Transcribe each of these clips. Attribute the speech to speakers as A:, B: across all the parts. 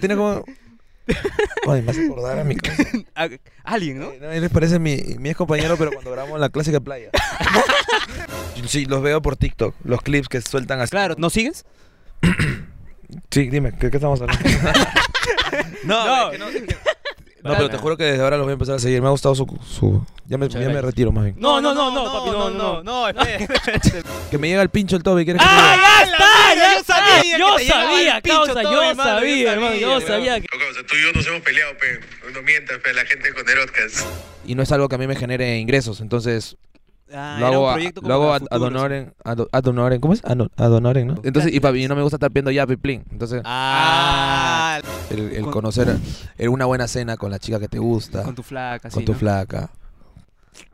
A: Tiene como. Ay, me hace acordar a mi.
B: A- alguien, ¿no?
A: Eh, No, él parece mi, mi ex compañero, pero cuando grabamos en la clásica playa. Sí, los veo por TikTok, los clips que sueltan así.
B: Claro, ¿nos sigues?
A: Sí, dime, ¿qué, qué estamos hablando? no,
B: No.
A: es que no, es que- No, pero te juro que desde ahora los voy a empezar a seguir. Me ha gustado su. su- Ya, me,
B: Muchas
A: ya me
B: gracias.
A: retiro más bien.
B: No, no, no, no, papi, no, no.
C: no, espera.
A: Que me llega el pincho el tobe y quieres que
B: ¡Ah, ya está! ya
C: mierda! Yo
B: Yo
C: sabía que te llegaba
B: sabía,
C: el pincho
B: causa,
C: todo,
B: yo
C: hermano, yo
B: sabía, hermano,
C: sabía,
B: yo
C: weón.
B: sabía que...
D: Loco, o sea, tú y yo nos hemos peleado, pe. No mientas, pe, la gente con Erotcas.
A: te- Y no es algo que a mí me genere ingresos. Entonces,
B: Ah,
A: lo
B: era un
A: hago, a,
B: proyecto como
A: lo hago
B: para
A: ad- ad
B: futuro,
A: honorem- ad- ad honorem, ¿Cómo es? Ad ad honorem, ¿no? Entonces, y papi, no me gusta estar viendo ya piplín. Entonces,
B: Ah,
A: el, el
B: con-
A: conocer el una buena cena con la chica que te gusta,
B: con
A: con tu,
B: tu flaca, sí, ¿no?
A: flaca.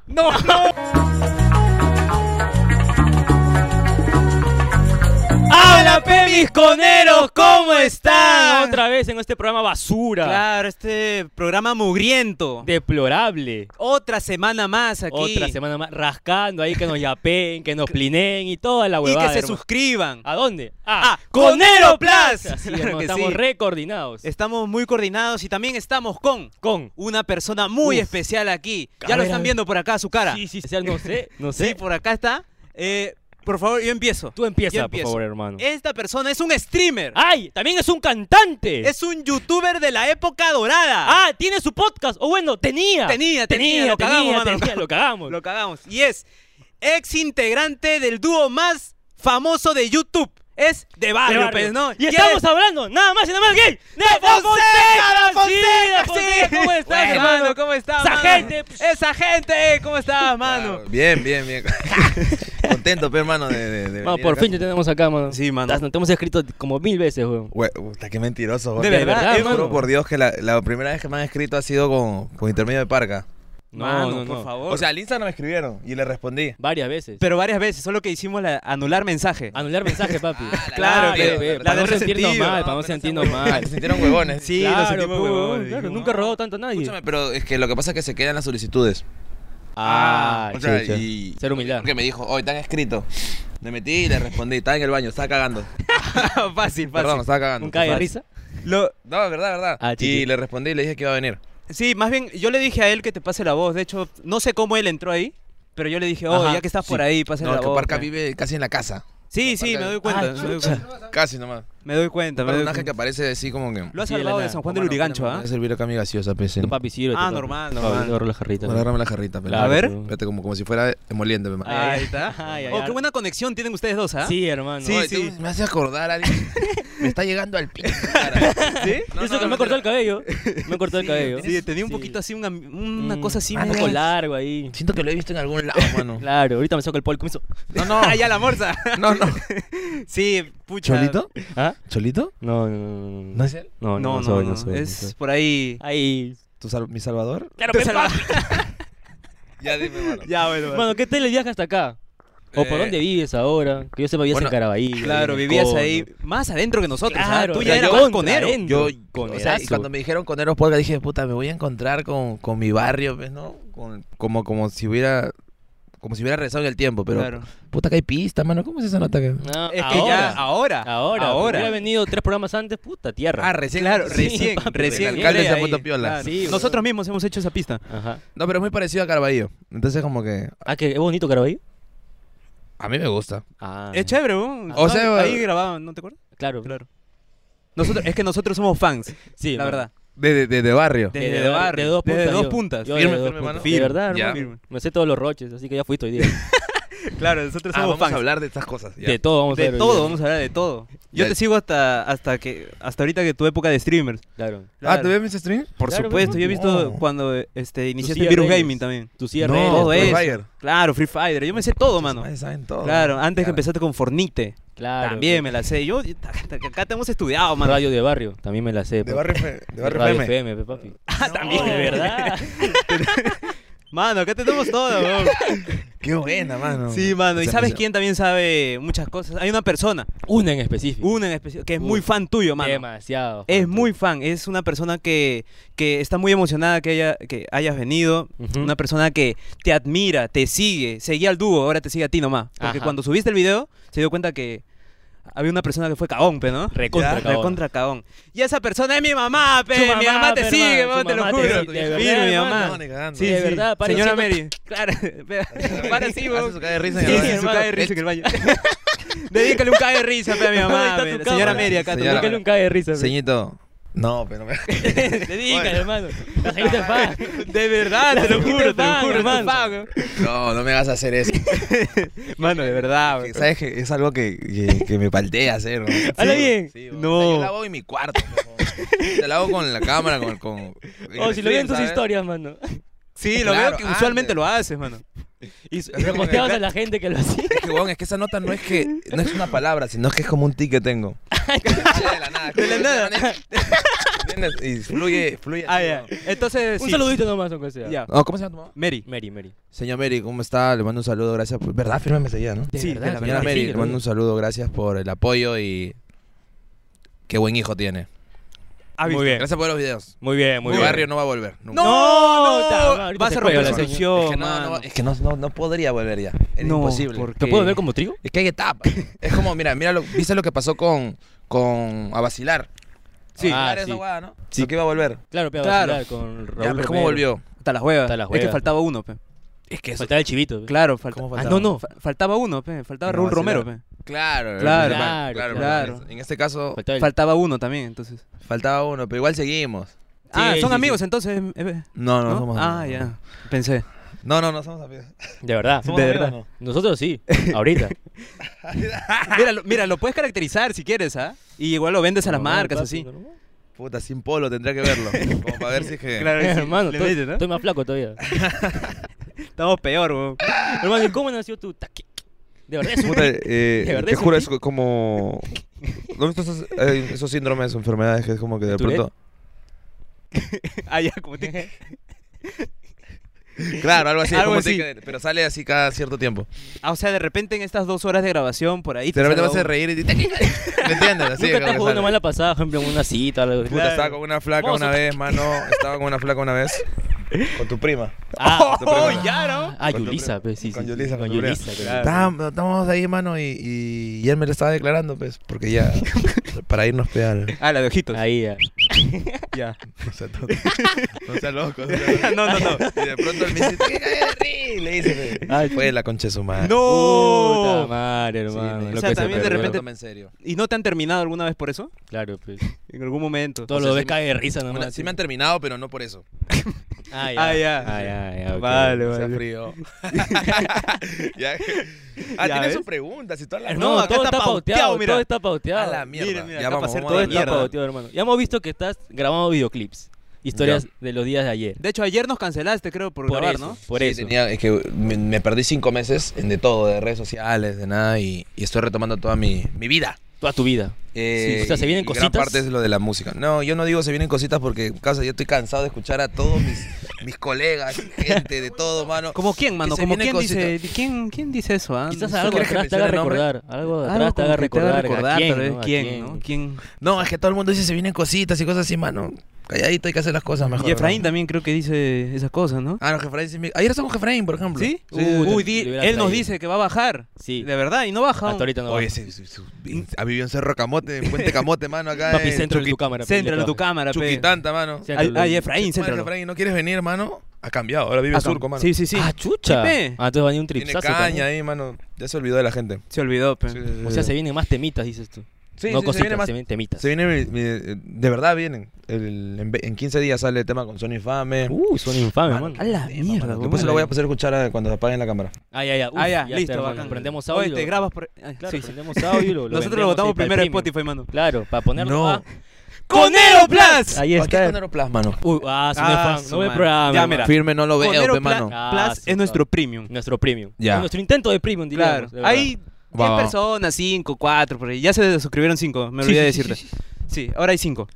B: ¡No, no!
C: ¡Habla, pe, mis coneros! ¿Cómo están?
B: Otra
C: Otra vez en este programa basura.
B: Claro, este programa mugriento.
C: Deplorable.
B: Otra semana más aquí.
C: Otra semana más rascando ahí que nos yapeen, que nos plinen y toda la
B: Y
C: huevada.
B: que se
C: hermano.
B: suscriban.
C: ¿A dónde?
B: Ah, Conero Plus.
C: Así,
B: Claro
C: hermano,
B: que
C: estamos
B: sí.
C: recoordinados.
B: Estamos muy coordinados y también estamos con
C: Con.
B: una persona muy
C: Uf.
B: especial aquí.
C: A
B: Ya lo
C: ver, a
B: están
C: ver.
B: viendo por acá su cara.
C: Sí, sí, sí, no sé, no
B: Sí,
C: sé.
B: por acá está. Eh, por favor, yo empiezo.
C: Tú Ah.
B: Yo
C: empieza, por
B: empiezo.
C: favor, hermano.
B: Esta persona es un streamer.
C: ¡Ay! También es un cantante.
B: Es un youtuber de la época dorada.
C: Ah, tiene su podcast. O bueno, tenía.
B: Tenía, tenía,
C: tenía,
B: lo cagamos,
C: tenía,
B: mano.
C: tenía, lo cagamos.
B: Lo cagamos. Y es ex integrante del dúo más famoso de YouTube. Es de barrio,
C: Barrio.
B: pues, ¿no?
C: Y estamos
B: es-
C: hablando nada más y nada más gay. ¡De
B: Fonseca,
C: Fonseca! Sí, de Fonseca, ¿Cómo
B: Bueno,
C: estás,
B: pues.
C: hermano?
B: ¿Cómo estás,
C: Esa
B: mano?
C: gente.
B: Esa gente, ¿cómo estás, mano?
A: Claro, Bien, bien, bien. Contento, pero hermano, de, de- de
C: Mano,
A: venir
C: por
A: acá.
C: fin te tenemos acá, mano.
B: Sí, mano.
C: Estás- Te hemos escrito como mil veces, weón.
A: Güey, puta, qué mentiroso.
B: De
A: güey.
B: verdad,
A: Te
B: hermano.
A: juro por Dios que la, la primera vez que me han escrito ha sido con, con intermedio de Parca.
C: No,
B: Mano,
C: no,
B: por
C: no.
B: favor.
A: O sea, al Insta no me escribieron y le
B: Ah,
A: respondí.
C: Varias veces.
B: pero varias veces, solo que hicimos la anular mensaje.
C: Anular mensaje, papi.
B: Claro,
C: Ah,
B: pe,
C: pe,
B: la
C: pe,
B: de
C: Para no sentirnos
B: resentido. No,
C: mal, para no
A: pero
C: sentirnos
A: sean huevones,
C: mal.
A: Se sintieron huevones.
B: Sí, lo
C: claro,
B: sentimos,
C: po,
B: huevón,
C: huevón,
B: dijimos,
C: claro, nunca he robado tanto a nadie.
A: Escúchame, pero es que lo que pasa es que se quedan las solicitudes.
C: Ah,
A: o sea,
C: chucha.
A: y...
C: Ser humildad.
A: Porque me dijo, hoy te han escrito. Me metí y le respondí, estaba en el baño, estaba cagando.
B: fácil, fácil.
A: Perdón, estaba cagando.
C: Un cae de
A: Fácil.
C: risa.
B: Lo-
A: No, es verdad, es verdad.
C: Ah,
A: y
C: chiqui.
A: le respondí y le dije que iba a venir.
B: sí, más bien, yo le dije a él que te pase la voz. De hecho, no sé cómo él entró ahí, pero yo le dije, oh,
C: Ajá,
B: ya que estás por
C: sí.
B: ahí, pásale
A: No,
B: la
A: que
B: voz.
A: Parca
B: pe.
A: vive casi en la casa.
B: Sí, sí,
A: Parca-
B: me doy cuenta.
C: Ah,
B: me, doy
C: chucha.
B: cuenta
A: Casi nomás.
B: me doy cuenta.
A: Un
B: me doy
A: personaje que
B: cuenta.
A: aparece así como que...
B: Lo has
C: Sí, de la
B: salvado de
C: nada.
B: San Juan del Urigancho, ¿ah?
A: Voy a servir acá mi gaseosa, pese.
C: Tu papi sirve.
B: Ah, normal, normal.
C: Agarrame la jarrita. pe.
A: Agárrame la jarrita, pe.
C: Claro,
B: A ver.
C: pe.
A: Espérate, como, como si fuera emoliente, pe, man.
C: Ah,
B: Ahí está.
C: Ay, ay,
B: oh,
C: ay.
B: qué buena conexión tienen ustedes dos, ¿ah?
C: Sí, hermano.
B: Sí,
A: Oye,
B: sí.
A: tengo- me hace acordar a alguien. me está llegando al pinche cara.
B: ¿Sí?
A: No,
C: Yo sé
A: no,
C: que
A: no,
C: me cortó
A: no.
C: el cabello. Me cortó el cabello.
B: Sí, tenía un poquito así, una, una
C: Mm,
B: cosa así.
C: Un
B: media-
C: poco largo ahí.
A: Siento que lo he visto en algún lado, mano.
C: Claro, ahorita me saco el polco. me hizo-
A: No, no.
B: Ah, ya la morsa.
A: No, no.
B: Sí, pucha.
A: ¿Cholito?
C: ¿Ah?
A: ¿Cholito?
C: No, no, no, no.
A: ¿No es él?
C: No,
B: No, no, no.
C: soy, no soy, no soy.
B: es por ahí.
C: Ahí.
A: ¿Tu sal- ¿Mi Salvador?
C: Claro,
B: Te
C: pe,
B: salva-
C: papi.
A: Ya dime, mano.
B: Ya, bueno.
C: Mano, ¿qué tal el viaje hasta acá? ¿O por
A: Eh,
C: dónde vives ahora? Que yo sepa, vivías
A: bueno,
C: en Carabalí.
B: Claro,
C: en el
B: vivías
C: Cono.
B: ahí más adentro que nosotros. ¿ah?
C: Claro,
B: Tú
C: pero
B: ya eras
C: yo-
B: más conero.
C: Contra él.
A: Yo,
C: Conerazo.
A: o sea, y cuando me dijeron Coneros Podcast, dije, puta, me voy a encontrar con, con mi barrio, pues, ¿no? Con- como, como si hubiera... Como si hubiera rezado en el tiempo, pero...
B: Claro.
A: Puta, que hay pista, mano. ¿Cómo es esa nota que...?
C: No,
B: Es que ya
C: Ah,
B: ahora.
C: ahora. Ahora, ahora. Hubiera
B: Ahora.
C: venido tres programas antes, puta tierra.
A: Ah, recién.
B: Claro,
A: Sí.
B: recién,
C: papi,
B: recién.
A: el alcalde
B: entré
A: se
B: ahí.
A: ha puesto piola.
C: Sí, bueno.
B: Nosotros mismos hemos hecho esa pista.
C: Ajá.
A: No, pero es muy parecido a Caraballo. Entonces, como que...
C: Ah, que es bonito Caraballo.
A: A mí me gusta.
C: Ah.
B: Es chévere, ¿no?
A: O sea,
B: ahí grababan, ¿no te acuerdas?
C: Claro.
B: Claro. Nosotros, es que nosotros somos fans,
C: Sí,
B: la
C: mano.
B: verdad.
A: De, de, de- de barrio.
B: Desde
C: De-
B: el
C: de-
B: barrio,
C: De dos puntas.
B: desde dos
C: yo.
B: puntas.
C: Yo
A: Firme,
C: de dos
A: firme,
C: puntas.
A: mano.
C: De verdad,
A: Ya.
C: hermano.
B: Firme.
C: Me sé todos los roches, así que ya fuiste hoy día.
B: Claro, nosotros
A: Ah,
B: somos
A: vamos
B: fans.
A: a hablar de estas cosas. ya.
C: De todo vamos a
B: de
C: ver hoy
B: todo,
C: día.
B: vamos a hablar de todo. Yo
A: Ya.
B: te sigo hasta hasta que hasta ahorita que tu época de streamers.
C: Claro.
A: Ah,
B: Claro.
A: ¿te ves mis streams?
B: Por
C: Claro,
B: supuesto, yo he visto
A: pues, no.
B: cuando este iniciaste
C: Lucía
B: Virus
C: Reyes.
B: Gaming también.
C: Tu cierre.
A: No,
B: todo
A: Free
B: eso.
A: Fire.
B: Claro, Free Fighter, yo me sé todo, pues, mano.
A: Ahí saben todo.
B: Claro, antes que
A: Claro.
B: empezaste con Fornite.
C: Claro.
B: también me la sé. Yo yo- acá te hemos estudiado, mano.
C: Radio de barrio, también me la
A: De
C: sé. papi.
A: barrio, F- de barrio
C: Radio
A: FM.
C: FM, pe, papi.
B: Ah, también,
C: de verdad.
B: Mano, acá tenemos todo, weón.
A: Qué buena, mano.
B: Sí, mano. ¿Y
A: Esa
B: sabes
A: misión.
B: quién también sabe muchas cosas? Hay una persona,
C: Una en específico.
B: una en especial, que es
C: Uy,
B: muy fan tuyo, mano.
C: Demasiado.
B: Es
C: fan,
B: muy
C: papi.
B: fan, es una persona que, que está muy emocionada que, haya, que hayas venido,
C: Ujú.
B: una persona que te admira, te sigue, seguía al dúo, ahora te sigue a ti nomás. Porque
C: Ajá.
B: cuando subiste el video se dio cuenta que había una persona que fue cabón, pe, ¿no?
C: Recontra
A: Ya.
C: cabón.
B: Recontra cabón. Y esa persona es mi mamá, pe.
C: Su mamá,
B: mi mamá te
C: pe,
B: sigue,
C: hermano,
B: pe,
C: su
B: te lo
C: mamá te
B: juro. Te
C: sigue, de
B: firme,
C: verdad,
B: mi
C: Ah,
A: No,
B: mamá.
A: ni cagando.
C: Sí, de verdad, para
B: Señora
C: siendo-
B: Mary. Claro, pe, para sí,
A: Hace
B: weón.
A: su caga de risa
B: Sí,
A: en el baño.
B: su cae de risa en el baño. Dedícale un cae de risa pe, a mi
C: Ahí
B: mamá,
C: está
B: pe,
C: tu
B: la señora
C: cámara.
B: Mary acá. tu
A: Señora.
B: cámara.
C: Dedícale un cague de risa. pe.
A: Ceñito. No, pero me...
C: Dedícale, hermano. La gente es fan.
B: De verdad, te lo
C: Gente
B: juro, te lo
C: fan,
B: juro,
C: hermano.
B: hermano.
A: no, no me hagas hacer eso.
B: Mano, de verdad,
A: Que,
B: weón.
A: ¿Sabes que Es algo que, que, que me paltea hacer. ¿no?
C: Habla bien.
A: Sí,
B: No.
A: no. yo la hago en mi cuarto. po. Te la hago con la cámara, con... con
B: Oh,
C: O Oh, si lo ven tus
A: ¿sabes?
C: historias, mano.
B: Sí, lo veo
A: Claro,
B: que usualmente
A: antes.
B: lo haces, mano.
C: Y s-
A: Es como
C: y
A: que
C: reposteabas
A: acá-
C: a la gente que lo hacía.
A: Es que, weón, es que esa nota no es que... No es una palabra, sino que es como un tic que tengo. Sale de la nada.
B: De la nada.
A: ¿Entiendes? Y fluye, fluye.
B: Ah,
A: así,
B: ya.
A: ¿no?
B: Entonces,
C: Un
B: sí.
C: saludito nomás, aunque sea.
B: Ya.
A: No, ¿Cómo se llama tu mamá?
B: Mary.
C: Mary, Mary.
A: Señor Mary, ¿cómo está? Le mando un saludo, gracias por... ¿Verdad? Fírmeme seguida, ¿no?
C: De
B: Sí, de la
C: verdad,
A: Señora
C: sí,
A: Mary,
C: de
A: le mando un saludo, gracias por el apoyo y... Qué buen hijo tiene.
B: Ah,
C: Muy
B: visto.
C: bien.
A: Gracias por los videos.
C: Muy bien, muy
A: Mi
C: bien.
A: barrio no va a volver. nunca.
B: No,
C: No,
B: no,
C: ta, ahorita
B: vas
C: se
B: a romper
C: cuelga
B: la
C: la
A: Es
B: sección,
A: que no, no,
B: mano.
A: es que no, no, no podría volver ya. Es
B: No,
A: imposible.
B: porque-
C: ¿Te puedo ver como trigo?
A: Es que hay etapas. es como, mira, mira lo, viste lo que pasó con, con a vacilar.
B: Sí.
A: A vacilar
C: Ah, sí.
A: esa huevada, ¿no? Sí. que iba a volver.
C: Claro, pero
B: Claro.
C: con Raúl
A: Ya, pues, ¿Cómo
C: Romero.
A: volvió?
B: Hasta las huevas.
C: Hasta las
B: Es que
C: huevas.
B: faltaba uno, pe.
A: Es que eso.
C: Faltaba el chivito. pe.
B: Claro, falta-
A: ¿Cómo
C: Ah,
A: faltaba?
C: no, no.
B: fa- faltaba uno, pe. Faltaba
A: No,
B: Raúl
A: vacilar.
B: Romero, pe.
A: Claro, el
B: Claro.
A: principal.
C: Claro,
B: claro.
A: pero En este caso
C: Faltaba el-
B: Faltaba uno también, entonces.
A: faltaba uno, pero igual seguimos.
B: ah,
C: sí,
B: son
C: sí.
B: amigos, entonces. eh, eh,
A: No, no,
B: ¿no?
A: somos
B: Ah,
A: amigos.
B: ya. Pensé.
A: No, no, no somos amigos.
C: De verdad.
A: Somos
B: De
A: amigos,
B: verdad.
A: no.
C: Nosotros sí. Ahorita.
B: Mira, lo, mira, lo puedes caracterizar si quieres, ¿ah? Y igual lo vendes a las marcas, así.
A: Puta, sin polo tendría que verlo. como para ver si es que.
B: sí,
C: hermano,
B: le
C: estoy,
B: metes, ¿no?
C: estoy más flaco todavía.
B: Estamos peor, weón.
C: hermano, ¿y cómo nació tu taque? De verdad es un
A: Puta,
C: tic.
A: eh,
C: ¿De verdad
A: te
C: es un
A: juro, es
C: tic?
A: co- como. ¿No has visto esos, eh, esos síndromes o enfermedades que es como que de
C: ¿Tourette?
A: pronto.
B: Ah, ya, como te.
A: Claro, algo así,
B: Algo
A: como
B: así.
A: tic, pero sale así cada cierto tiempo.
B: Ah, o sea, de repente en estas dos horas de grabación, por ahí.
A: Y de repente vas a
B: salga
A: reír y te... ¿Me entiendes? Así como
C: Nunca te has
A: que
C: jugado
A: sale.
C: una mala pasada, por ejemplo, en una cita o algo así.
A: Puta, estaba con una flaca
C: Vamos
A: una
C: a-
A: vez, mano. Estaba con una flaca una vez. Con tu prima.
C: Ah,
A: Con tu prima.
B: Oh, ya, ¿no?
C: Ah,
A: Con tu
C: Yulisa, pues, sí, sí.
A: Con
C: sí,
A: Yulisa,
C: Con
A: con tu
C: Yulisa,
B: prima.
C: claro.
A: Estábamos, estábamos ahí, mano, y, y, y él me lo estaba declarando, pues, porque ya... para irnos pues, peal.
B: Ah, la de ojitos.
C: Ahí ya.
B: Ya.
A: No sea tonto. No sea loco. no sea loco.
B: No, no, no.
A: Y de pronto él me dice, "Te caí de rir", le dice, pues.
C: Ay,
A: Fue la concha de su madre.
C: Puta
B: ¡No!
C: madre,
A: Sí,
C: hermano.
A: me-
C: lo
B: O sea,
C: que se
B: también de
C: perdió.
B: repente-
A: en serio.
B: ¿Y no te han terminado alguna vez por eso?
C: Claro, pues.
B: En algún momento.
C: Todo
A: sea,
C: lo
A: sí
C: ves
A: me-
C: cae de risa
A: Una-
C: nomás.
A: sí me han terminado, pero no por eso.
C: Ah, ya.
B: Ah, ya.
C: Ah, ya, ya, ok.
B: Vale,
A: O sea,
B: vale.
A: frío. Ya. Ah,
B: Ya
A: tiene
B: ves.
A: sus preguntas y todas las
C: Hermano,
B: No, acá
C: todo
B: está
C: está
B: pauteado,
C: pauteado,
B: mira.
C: todo está pauteado.
A: A la mierda.
B: Mira, mira,
A: ya
B: acá
A: vamos,
B: pasé
A: vamos
B: todo
A: a
B: el
C: Todo está
A: darle.
B: mierda.
C: pauteado, hermano. Ya hemos visto que estás grabando videoclips. Historias
A: Ya.
C: de los días de ayer.
B: De hecho, ayer nos cancelaste, creo, por,
C: Por
B: grabar,
C: eso,
B: ¿no?
C: por
A: Sí,
C: eso.
A: tenía- es que me, me perdí cinco meses en de todo, de redes sociales, de nada, y, y estoy retomando toda mi, mi vida.
C: Toda tu vida.
A: Eh,
C: Sí, o sea, ¿se
A: y-
C: vienen
A: y
C: cositas?
A: Gran parte es lo de la música. No, yo no digo se vienen cositas porque, casa, yo estoy cansado de escuchar a todos mis, mis colegas, gente, de todo, mano.
B: ¿Como quién, mano?
A: se
B: ¿Como
A: viene
B: quién
A: cosita.
B: dice, quién, quién dice eso? ah?
C: Quizás
B: Eso
C: algo
A: ¿quieres que
C: atrás te haga
A: mencione nombre?
C: recordar. Algo
B: Algo
C: de atrás te
B: como
C: haga
B: que te haga
C: recordar. ¿A quién,
B: tal vez,
C: no? ¿A
B: ¿Quién, no? ¿Quién?
A: No, es que todo el mundo dice se vienen cositas y cosas así, mano. Calladito hay que hacer las cosas mejor.
B: Y Efraín
A: ¿no?
B: también creo que dice esas cosas, ¿no?
A: Ah, no, Jefraín sí. me- Ayer estamos con Jefraín, por ejemplo.
B: ¿Sí?
C: Sí,
B: Uy,
C: te-
B: di-
C: te hubieras
B: él nos
C: traído.
B: dice que va a bajar.
C: Sí.
B: De verdad, y no baja. aún.
C: Hasta ahorita no va.
A: Oye, sí, sí, sí, ha vivido en Cerro Camote, en Puente Camote, mano, acá
C: Papi,
A: en
C: céntralo en tu
A: Chuqui-
C: cámara. pe,
B: Céntralo
C: le
B: tu
C: trabajo.
B: cámara, pe.
A: Chuquitanta, mano.
B: Ay,
C: Céntralo.
B: ay, eh. Efraín,
A: Madre,
B: céntralo.
A: Efraín, ¿no quieres venir, mano? Ha cambiado, ahora vive
B: Ah,
A: surco, mano.
B: Sí, sí, sí.
C: Ah, chucha.
B: Sí, pe.
C: Ah, entonces va a venir un
A: Tiene
C: tripsazo.
A: caña
C: también.
A: ahí, mano. Ya se olvidó de la gente.
B: Se olvidó, pe.
A: Sí, sí, sí,
C: O sea,
A: sí.
C: se vienen más temitas, dices tú.
A: Sí,
C: no
A: sí, se
C: cositas,
A: viene más.
C: se vienen temitas.
A: Se viene, mi- mi- de verdad vienen. El- en, ve- en 15 días sale el tema con Sony Infame.
C: Uh, son infames,
A: Mano,
C: mano.
B: A la mierda,
A: Después se lo voy a hacer escuchar a- cuando se apaguen la cámara.
C: Ah, ya, ya. Uf,
B: Ah, ya,
C: está,
B: listo,
C: hermano.
B: bacán.
C: Prendemos
B: Oye,
C: audio. Ah,
B: te grabas por... Ay,
C: Claro,
B: sí, sí.
C: prendemos audio y lo, lo
B: Nosotros lo
C: vendemos
B: votamos
C: ahí para el
B: primero en
C: premium.
B: Spotify, mano.
C: Claro, para ponerlo.
A: No.
C: ah,
B: ¡Conero Plus!
A: Aquí
C: ahí
A: está
C: está.
A: Neuroplas, mano.
C: Uy, ah, soy
B: Ah,
C: fan.
B: su
C: No ve el
B: madre.
C: programa.
B: Ya,
C: hermano.
B: mira.
A: Firme, no lo veo,
B: Conero
A: pe,
B: Pla-
A: mano.
C: Ah,
B: Plus
C: sí,
B: es nuestro
C: claro.
B: premium.
C: Nuestro premium.
A: Ya.
C: Nuestro intento de premium,
B: Claro.
C: diríamos. de verdad.
B: Hay 10
A: Va, va.
B: personas, 5, 4, por ahí. Ya se suscribieron 5, me
C: Sí,
B: olvidé de
C: sí, sí,
B: decirte. Sí, ahora hay 5.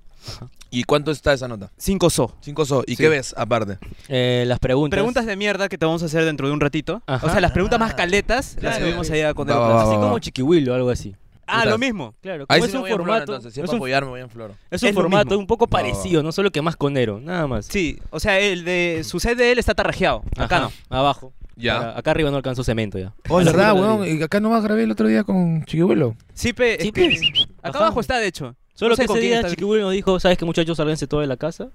A: ¿Y cuánto está esa nota?
B: 5 so.
A: 5 so. ¿Y
B: Sí.
A: qué ves aparte?
C: Eh, las preguntas.
B: Preguntas de mierda que te vamos a hacer dentro de un ratito.
C: Ajá.
B: O sea, las preguntas
A: Ah.
B: más caletas las
A: Claro.
B: subimos allá con Conero
A: Va, va,
B: Plus.
A: va,
C: Así
A: va,
C: como
A: va.
C: Chiquihuilo o algo así.
B: Ah, lo mismo.
C: Claro, como
A: Ahí
C: es
A: sí me
C: un
A: voy a probar,
C: formato.
A: entonces. Si es
C: es
A: para
C: un-
A: apoyarme, voy en floro.
C: Es un
B: Es lo
C: formato
B: mismo.
C: un poco
A: Va, va, va.
C: parecido, no solo que más conero, nada más.
B: Sí, o sea, el de su CDL está tarrajeado. Acá
C: Ajá,
B: no.
C: Abajo.
A: Ya.
C: Para- acá arriba no alcanzó cemento ya.
A: Oh, es verdad,
C: Arriba,
A: weón.
C: arriba.
A: Y acá nomás grabé el otro día con Chiquibuelo.
B: Sí, pe, es
C: Sí,
B: que
C: pues.
B: acá
C: Ajá.
B: abajo está, de hecho.
C: Solo
B: No sé
C: que
B: con
C: ese
B: quién
C: día
B: está-
C: Chiquibulo nos dijo, ¿sabes que muchachos salganse todos de la casa?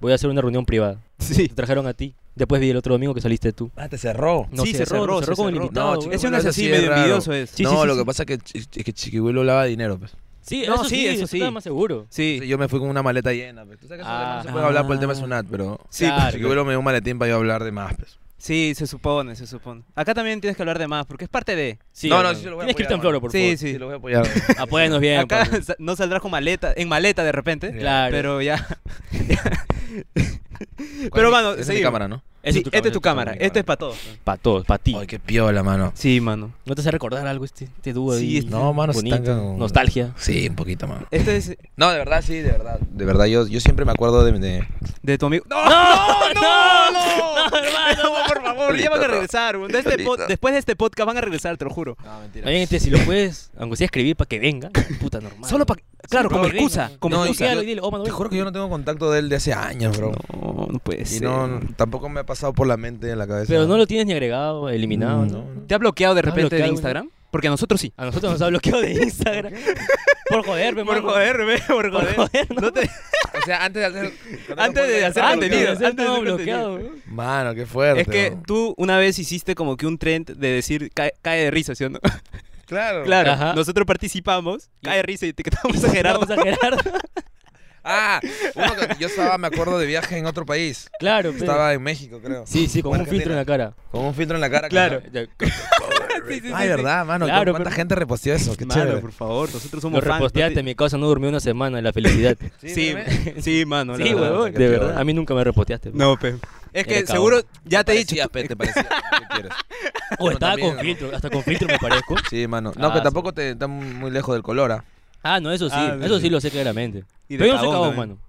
C: Voy a hacer una reunión privada.
B: Sí.
C: Te trajeron a ti. Después vi el otro domingo que saliste tú.
A: Ah, te cerró.
C: No,
B: Sí,
C: se
B: se
C: cerró,
B: cerró,
C: se
B: se
C: cerró con el
B: cerró.
C: invitado.
A: No,
C: güey.
B: Es
A: Chiquibuelo
B: una
A: es
B: así
A: así,
B: medio
A: es raro.
B: envidioso es.
C: Sí,
A: no,
C: sí, sí,
A: lo
C: sí.
A: que pasa es que, Chi- es que Chiquibuelo lava dinero, pues.
C: Sí,
B: No,
C: eso
B: sí,
C: sí,
B: eso
C: eso
B: sí.
C: está más seguro.
B: Sí.
A: Yo me fui con una maleta llena, pues. Tú sabes que eso
C: Ah.
A: no se puede hablar por el tema de Sunat, pero...
B: Sí,
C: Claro.
A: Chiquibuelo me dio pues, un maletín para yo hablar de más, pues.
B: Sí, se supone, se supone. Acá también tienes que hablar de más, porque es parte de.
C: Sí,
A: No, no,
C: hermano.
A: sí se lo voy a
C: Tienes que irte en
A: apoyar,
C: floro, por
B: Sí,
C: favor.
B: sí.
A: lo voy a apoyar.
C: Apóyanos bien,
B: Acá
C: Pablo.
B: sa- no saldrás con maleta, en maleta de repente.
C: Claro.
B: Pero ya.
A: ¿Cuál
B: Pero,
A: es mi- esa
B: mano,
A: es mi
B: seguimos.
A: cámara, ¿no?
B: Sí, esta es tu cámara,
A: cámara.
B: esto es para todos.
C: Para todos, para ti.
A: Ay, qué piola, mano.
B: Sí, mano.
C: ¿No te hace recordar algo este, este dúo
B: Sí,
C: ahí?
B: este-
A: No, mano, se
C: Bonito.
A: están con-
C: Nostalgia.
A: Sí, un poquito, mano.
B: Este es
A: No, de verdad, sí, de verdad. De verdad, yo, yo siempre me acuerdo de... de-
B: de tu amigo. ¡No! ¡No! ¡No!
C: no, hermano.
B: por favor, ya van a
A: Solito, no.
B: regresar. weón. De este
A: Solito.
B: pod- después de este podcast van a regresar, te lo juro.
A: No, mentira.
C: También, este, si lo puedes, aunque sea escribir para que venga, puta normal.
B: Solo para. Claro,
C: Sí,
B: como
C: para que
B: excusa.
C: venga.
B: Como
A: No,
C: No, y
B: excusa.
C: dígalo y dile, oh, mano,
A: Te
C: ven.
A: juro que yo no tengo contacto de él de hace años, bro.
B: No, no puede
A: y
B: ser.
A: no, tampoco me ha pasado por la mente, en la cabeza.
C: Pero no lo tienes ni agregado, eliminado,
A: Mm,
C: ¿no?
A: no, no.
B: ¿Te ha bloqueado de
C: ¿Te ha
B: repente de
C: bloqueado,
B: Instagram? Porque a nosotros sí.
C: A nosotros nos ha bloqueado de Instagram. por joder, pe,
B: Por
C: mano.
B: joder, ve, por
C: Por
B: joder.
C: joder, no,
B: No te-
A: O sea, antes de hacer...
B: Antes de hacer
C: Ah,
B: contenido,
C: que
B: antes
C: se
B: de
C: estaba
B: hacer
C: bloqueado. weón.
A: Mano, qué fuerte.
B: Es que
A: bro.
B: tú una vez hiciste como que un trend de decir cae, cae de risa, ¿sí o no?
A: Claro.
B: Claro,
C: Ajá.
B: nosotros participamos,
C: Y-
B: cae de risa y etiquetamos a Gerardo.
C: Vamos a Gerardo.
A: Ah, uno que yo estaba, me acuerdo, de viaje en otro país.
C: Claro, pe.
A: Estaba en México, creo.
C: Sí, sí, con un
A: Argentina.
C: filtro en la cara.
A: Con un filtro en la cara.
C: Claro.
A: con-
C: Ya,
B: Sí, sí,
A: Ay,
B: sí, sí.
A: verdad, mano.
C: Claro,
A: ¿Cuánta
C: pero-
A: gente reposteó eso? Qué
B: Mano,
A: chévere.
B: por favor, nosotros
C: Lo
B: somos fans.
C: reposteaste, en mi casa no durmió una semana de la felicidad.
B: Sí,
A: ¿verdad?
B: sí, mano. la
C: sí,
B: verdad.
C: huevón,
A: qué
C: de
A: peor.
C: verdad. A mí nunca me reposteaste.
B: No, pe. Es que
C: Eres
B: seguro ya te he dicho.
A: Parecía, pe, te parecía. ¿qué quieres?
C: O
A: Bueno,
C: estaba
A: también,
C: con
A: ¿no?
C: filtro, hasta con filtro me parezco.
A: Sí, mano. No,
C: Ah,
A: que
C: sí.
A: tampoco te está muy lejos del color, ¿ah.
C: Ah, no, eso sí,
B: Ah,
C: eso
B: sí.
C: sí lo sé claramente.
B: Y de
C: Pero yo no soy
B: cagón
C: cagón,
B: también.
C: mano.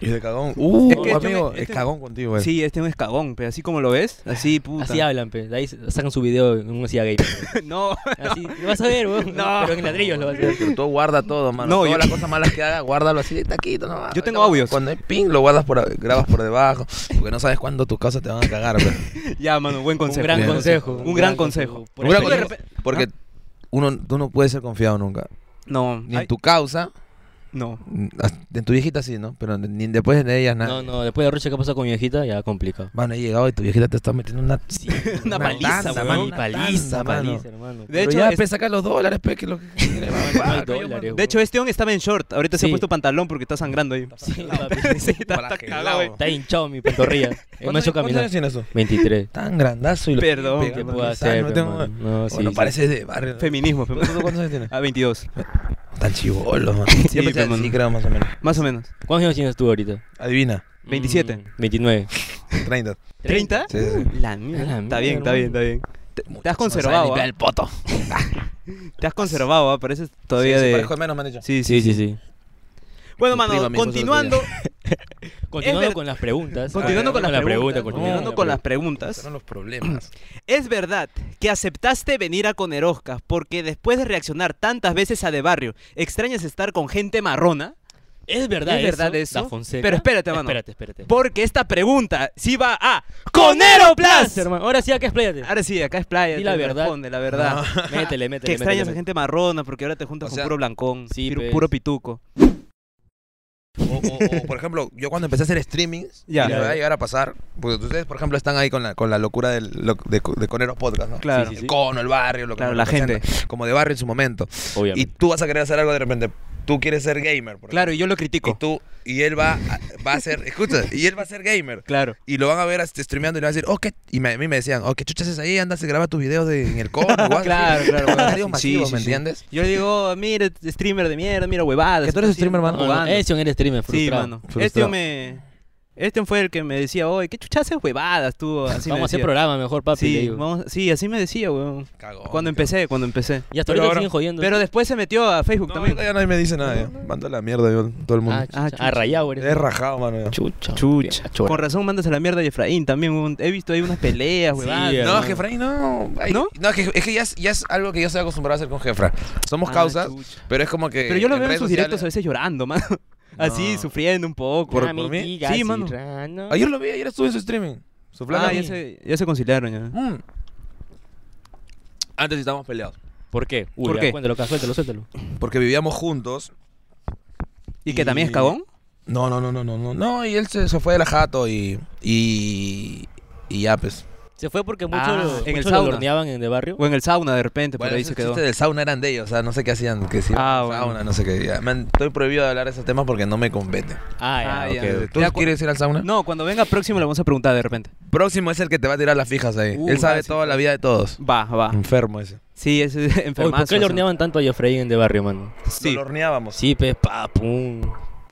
A: Y de cagón. Uh,
B: Es que este
A: amigo,
B: me- este-
A: es cagón contigo, eh.
B: Sí, este es un escabón, pero así como lo ves, así puta.
C: Así hablan, pe. De ahí sacan su video en un CIA gay. pe.
B: no,
C: Así, lo vas a ver, weón.
B: No.
C: Pero en ladrillos lo vas a ver.
A: Pero tú guarda todo, mano.
B: No,
A: Todas
B: yo-
A: las cosas malas que hagas, guárdalo así de taquito, no.
B: Yo tengo
A: Ahorita
B: audios.
A: Cuando es ping, lo guardas por, grabas por debajo. Porque no sabes cuándo tus cosas te van a cagar, pero.
B: ya, mano, buen consejo.
C: Un gran
A: Bien.
C: consejo.
B: Un gran consejo.
C: Por
A: Un gran
C: eso-
A: consejo. Porque uno, tú no puedes ser confiado nunca.
B: No,
A: Ni
B: ay,
A: en tu causa,
B: no.
A: mm, as- en tu viejita sí, ¿no? Pero ni después de ellas, nada.
C: No, no, después de Rocha que pasa con mi viejita, ya complicado.
A: Mano, he llegado y tu viejita te está metiendo una...
B: una paliza,
A: tanda,
B: weón.
A: mano,
C: Y
A: una
C: paliza,
A: tanda, mano.
C: paliza, hermano.
B: De
A: Pero
B: hecho,
A: ya
B: es-
A: pe, saca los dólares, pe, que lo que quiere, mano.
C: No hay
A: Ah, coño,
C: dólares,
A: mano.
B: de hecho, este hombre estaba en short. Ahorita se ha
C: Sí.
B: puesto pantalón porque está sangrando ahí.
C: Sí, papi.
B: Sí, está, está
A: Paragelado.
B: cagado, güey.
C: Está hinchado mi Eh, pantorrilla. Me ha
A: ¿Cuántos
C: hecho
A: cuántos
C: caminar.
A: años tiene eso?
C: 23.
A: Tan grandazo y lo...
B: Perdón,
A: pega,
C: ¿Qué
A: mano,
C: puedo
A: quizás,
C: hacer,
A: No
C: pe,
A: tengo-
C: mano? No, sí.
A: Bueno,
C: sí.
A: pareces de barrio. ¿no?
B: Feminismo, fe-
A: ¿Tú- tú cuántos años tienes?
B: A 22.
A: Tan chivolo, mano.
B: Ah. Sí,
A: Yo pensé
B: pe, mano.
A: así, creo, más o menos.
B: Más o menos.
C: ¿Cuántos años tienes tú ahorita?
A: Adivina.
B: 27.
C: Mm, 29.
A: 30.
B: ¿30?
A: Sí, sí, sí.
B: Uh, La
C: A la
B: mierda. Está
C: mierda,
B: bien, está bien, está bien. Te, te has conservado, ¿ah?
A: el poto.
B: Te has conservado, ¿ah? Pareces todavía
A: Sí, sí,
B: de...
A: parezco de menos, me han dicho.
B: Sí, sí.
C: Sí, sí, sí.
B: Bueno,
A: Tu
B: mano,
A: prima me dijo eso el otro
B: continuando,
C: Continuando
B: ver-
C: con las preguntas.
B: continuando
A: Ah,
B: con
A: ya,
B: las
A: preguntas,
B: preguntas, continuando
A: no,
B: con las
C: preguntas.
B: preguntas.
A: Son los problemas.
B: ¿Es verdad que aceptaste venir a Conerosca porque después de reaccionar tantas veces a De Barrio, extrañas estar con gente marrona?
C: Es verdad,
B: ¿Es verdad eso?
C: Da Fonseca.
B: Pero espérate, mano.
C: Espérate, espérate.
B: Porque esta pregunta sí va a Conero Plus.
C: hermano. Ahora sí, acá expláyate.
B: Ahora sí, acá es playa,
C: Di
B: te
C: la verdad.
B: responde la verdad.
C: Ah, Métele,
B: Que
C: métele, métele.
B: extrañas a
C: métele.
B: gente marrona porque ahora te juntas
A: O
B: con
A: sea,
B: puro blancón,
C: sí,
B: piru-
C: pues.
B: puro pituco.
A: O, o- o, por ejemplo, yo cuando empecé a hacer streamings,
B: Ya.
A: y me va a llegar a pasar, porque ustedes, por ejemplo, están ahí con la, con la locura del, lo- de, de Coneros Podcast, ¿no?
B: Claro.
A: El cono, el barrio, lo que
B: Claro,
A: nos
B: la
A: representa,
B: gente.
A: Como de barrio en su momento. Y
C: Obviamente.
A: tú vas a querer hacer algo de repente. Tú quieres ser gamer, por
B: Claro, y yo lo
A: ejemplo.
B: critico.
A: Y tú, y él va, a- va a ser, escucha, y él va a ser gamer.
B: Claro.
A: Y lo van a ver este, streameando y le van a decir, oh, ¿qué? Y me- a mí me decían, oh, ¿qué chuchas es ahí? Andas y graba tus videos de, en el cono. igual".
B: Claro, claro,
A: Comentarios
B: sí,
A: masivos,
B: sí,
A: ¿me
B: sí.
A: entiendes?
B: Yo le digo, mira, streamer de mierda, mira huevadas.
A: Que tú eres
B: así,
A: streamer, mano.
B: están jugando.
C: Edición eres streamer,
B: Sí,
C: eh, frustrado.
B: mano.
A: frustrado.
B: Este me este fue el que me decía, "Oye, qué chucha haces huevadas tú." Así me
C: Vamos a hacer
B: decía.
C: programa mejor, papi. le
B: Sí,
C: digo. Oh,
B: vamos- sí, así me decía, weón.
A: Cagón,
B: Cuando em-
A: cagón.
B: empecé, cuando empecé.
C: Y hasta
A: Pero
C: ahorita
A: ahora-
C: siguen jodiendo.
B: Pero después se metió a Facebook
A: No,
B: también.
A: ahorita ya nadie me dice nada, ya. Mando a la mierda yo, todo el mundo.
C: Ah, chucha.
B: Ah, chucha.
C: Ah, rayado eres.
A: Es rajado, mano. ya.
C: Chucha.
B: Chucha.
C: Chora.
B: Con razón mandas a la mierda a Efraín también. weón. He visto ahí unas peleas,
C: Sí,
B: huevadas.
C: hermano.
A: No, es que Efraín no. ay,
B: ¿No?
A: ¿No? es que, es que ya, es, ya es algo que yo estoy acostumbrado a hacer con Jefra. Somos
B: Ah,
A: causas,
B: chucha.
A: pero es como que.
B: Pero yo lo veo en
A: redes
B: sus directos a
A: sociales-
B: veces llorando, mano. Así,
A: No.
B: sufriendo un poco.
A: Por-
C: Ah,
A: por
C: mi
A: mí.
C: diga,
B: Sí, mano.
C: Serrano.
A: Ah, Ayer lo vi, ayer estuve en su streaming. Su flaca.
B: Ah, ya se, ya se conciliaron ya.
A: Mm. Antes estábamos peleados.
C: ¿Por qué? Uy,
B: ¿Por
C: ya,
B: qué?
C: Cuéntalo, acá, suéltalo, suéltalo.
A: Porque vivíamos juntos.
B: ¿Y que también es cagón?
A: No, no, no, no, no, no. No, y él se, se fue de la jato y. Y. Y ya, pues.
C: Se fue porque muchos
B: Ah,
C: lo-
B: en el
C: muchos lo
B: sauna.
C: horneaban en el barrio.
B: O en el sauna de repente,
A: Bueno,
B: por ahí
A: ese
B: se quedó.
A: chiste del sauna eran de ellos, o sea, no sé qué hacían. Que si
B: Ah,
A: ah,
B: bueno.
A: sauna, no sé qué. ya. Man, estoy prohibido de hablar de esos temas porque no me compete.
C: Ah,
B: Ah, ya.
C: ya, ok, ok.
A: ¿Tú
B: Ya, cu-
A: quieres ir al sauna?
B: No, cuando venga próximo le vamos a preguntar de repente.
A: Próximo es el que te va a tirar las fijas ahí.
B: Uh,
A: él sabe
B: gracias.
A: toda la vida de todos.
B: Va, va.
A: Enfermo ese.
B: Mm. Sí, es es
C: Oye,
B: enfermazo.
C: ¿Por qué
B: eso.
C: le horneaban tanto a Jeffrey en el barrio, mano?
B: Sí.
A: Lo horneábamos.
C: Sí, pues, pa, pum.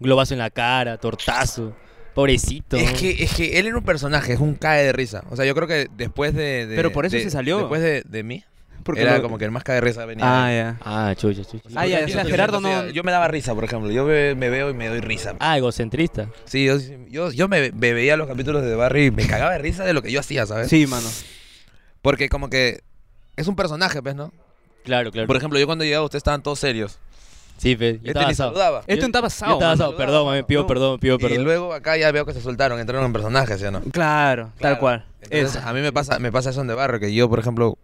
C: Globazo en la cara, tortazo. Pobrecito.
A: Es que, es que él era un personaje, es un cae de risa. O sea, yo creo que después de. de-
B: Pero por eso
A: de-
B: se salió.
A: Después de, de mí,
B: Porque
A: era
B: lo-
A: como que el más cae de risa venía.
B: Ah, ya.
C: Ah, chucha, chucha.
B: Ah, ya, o sea, Gerardo no-
A: hacía- Yo me daba risa, por ejemplo. Yo me, me veo y me doy risa.
C: Ah, egocentrista.
A: Sí, yo, yo, yo me, me veía los capítulos de Barry y me cagaba de risa de lo que yo hacía, ¿sabes?
B: Sí, mano.
A: Porque como que es un personaje, pues, ¿no?
C: Claro, claro.
A: Por ejemplo, yo cuando llegaba ustedes estaban todos serios.
C: Sí, pues.
A: Este
C: Yo estaba
A: ni
C: asado.
A: saludaba.
B: Esto
C: Yo-
B: estaba
C: Yo
B: asado.
C: estaba
B: mano.
C: asado, perdón, mami, pido
B: No.
C: perdón, pido
A: Y
C: perdón.
A: luego acá ya veo que se soltaron, entraron en personajes, ¿sí o no?
B: Claro, tal
A: Claro.
B: cual.
A: Entonces,
B: Eso.
A: a mí me pasa, me pasa eso en de barrio, que yo, por ejemplo,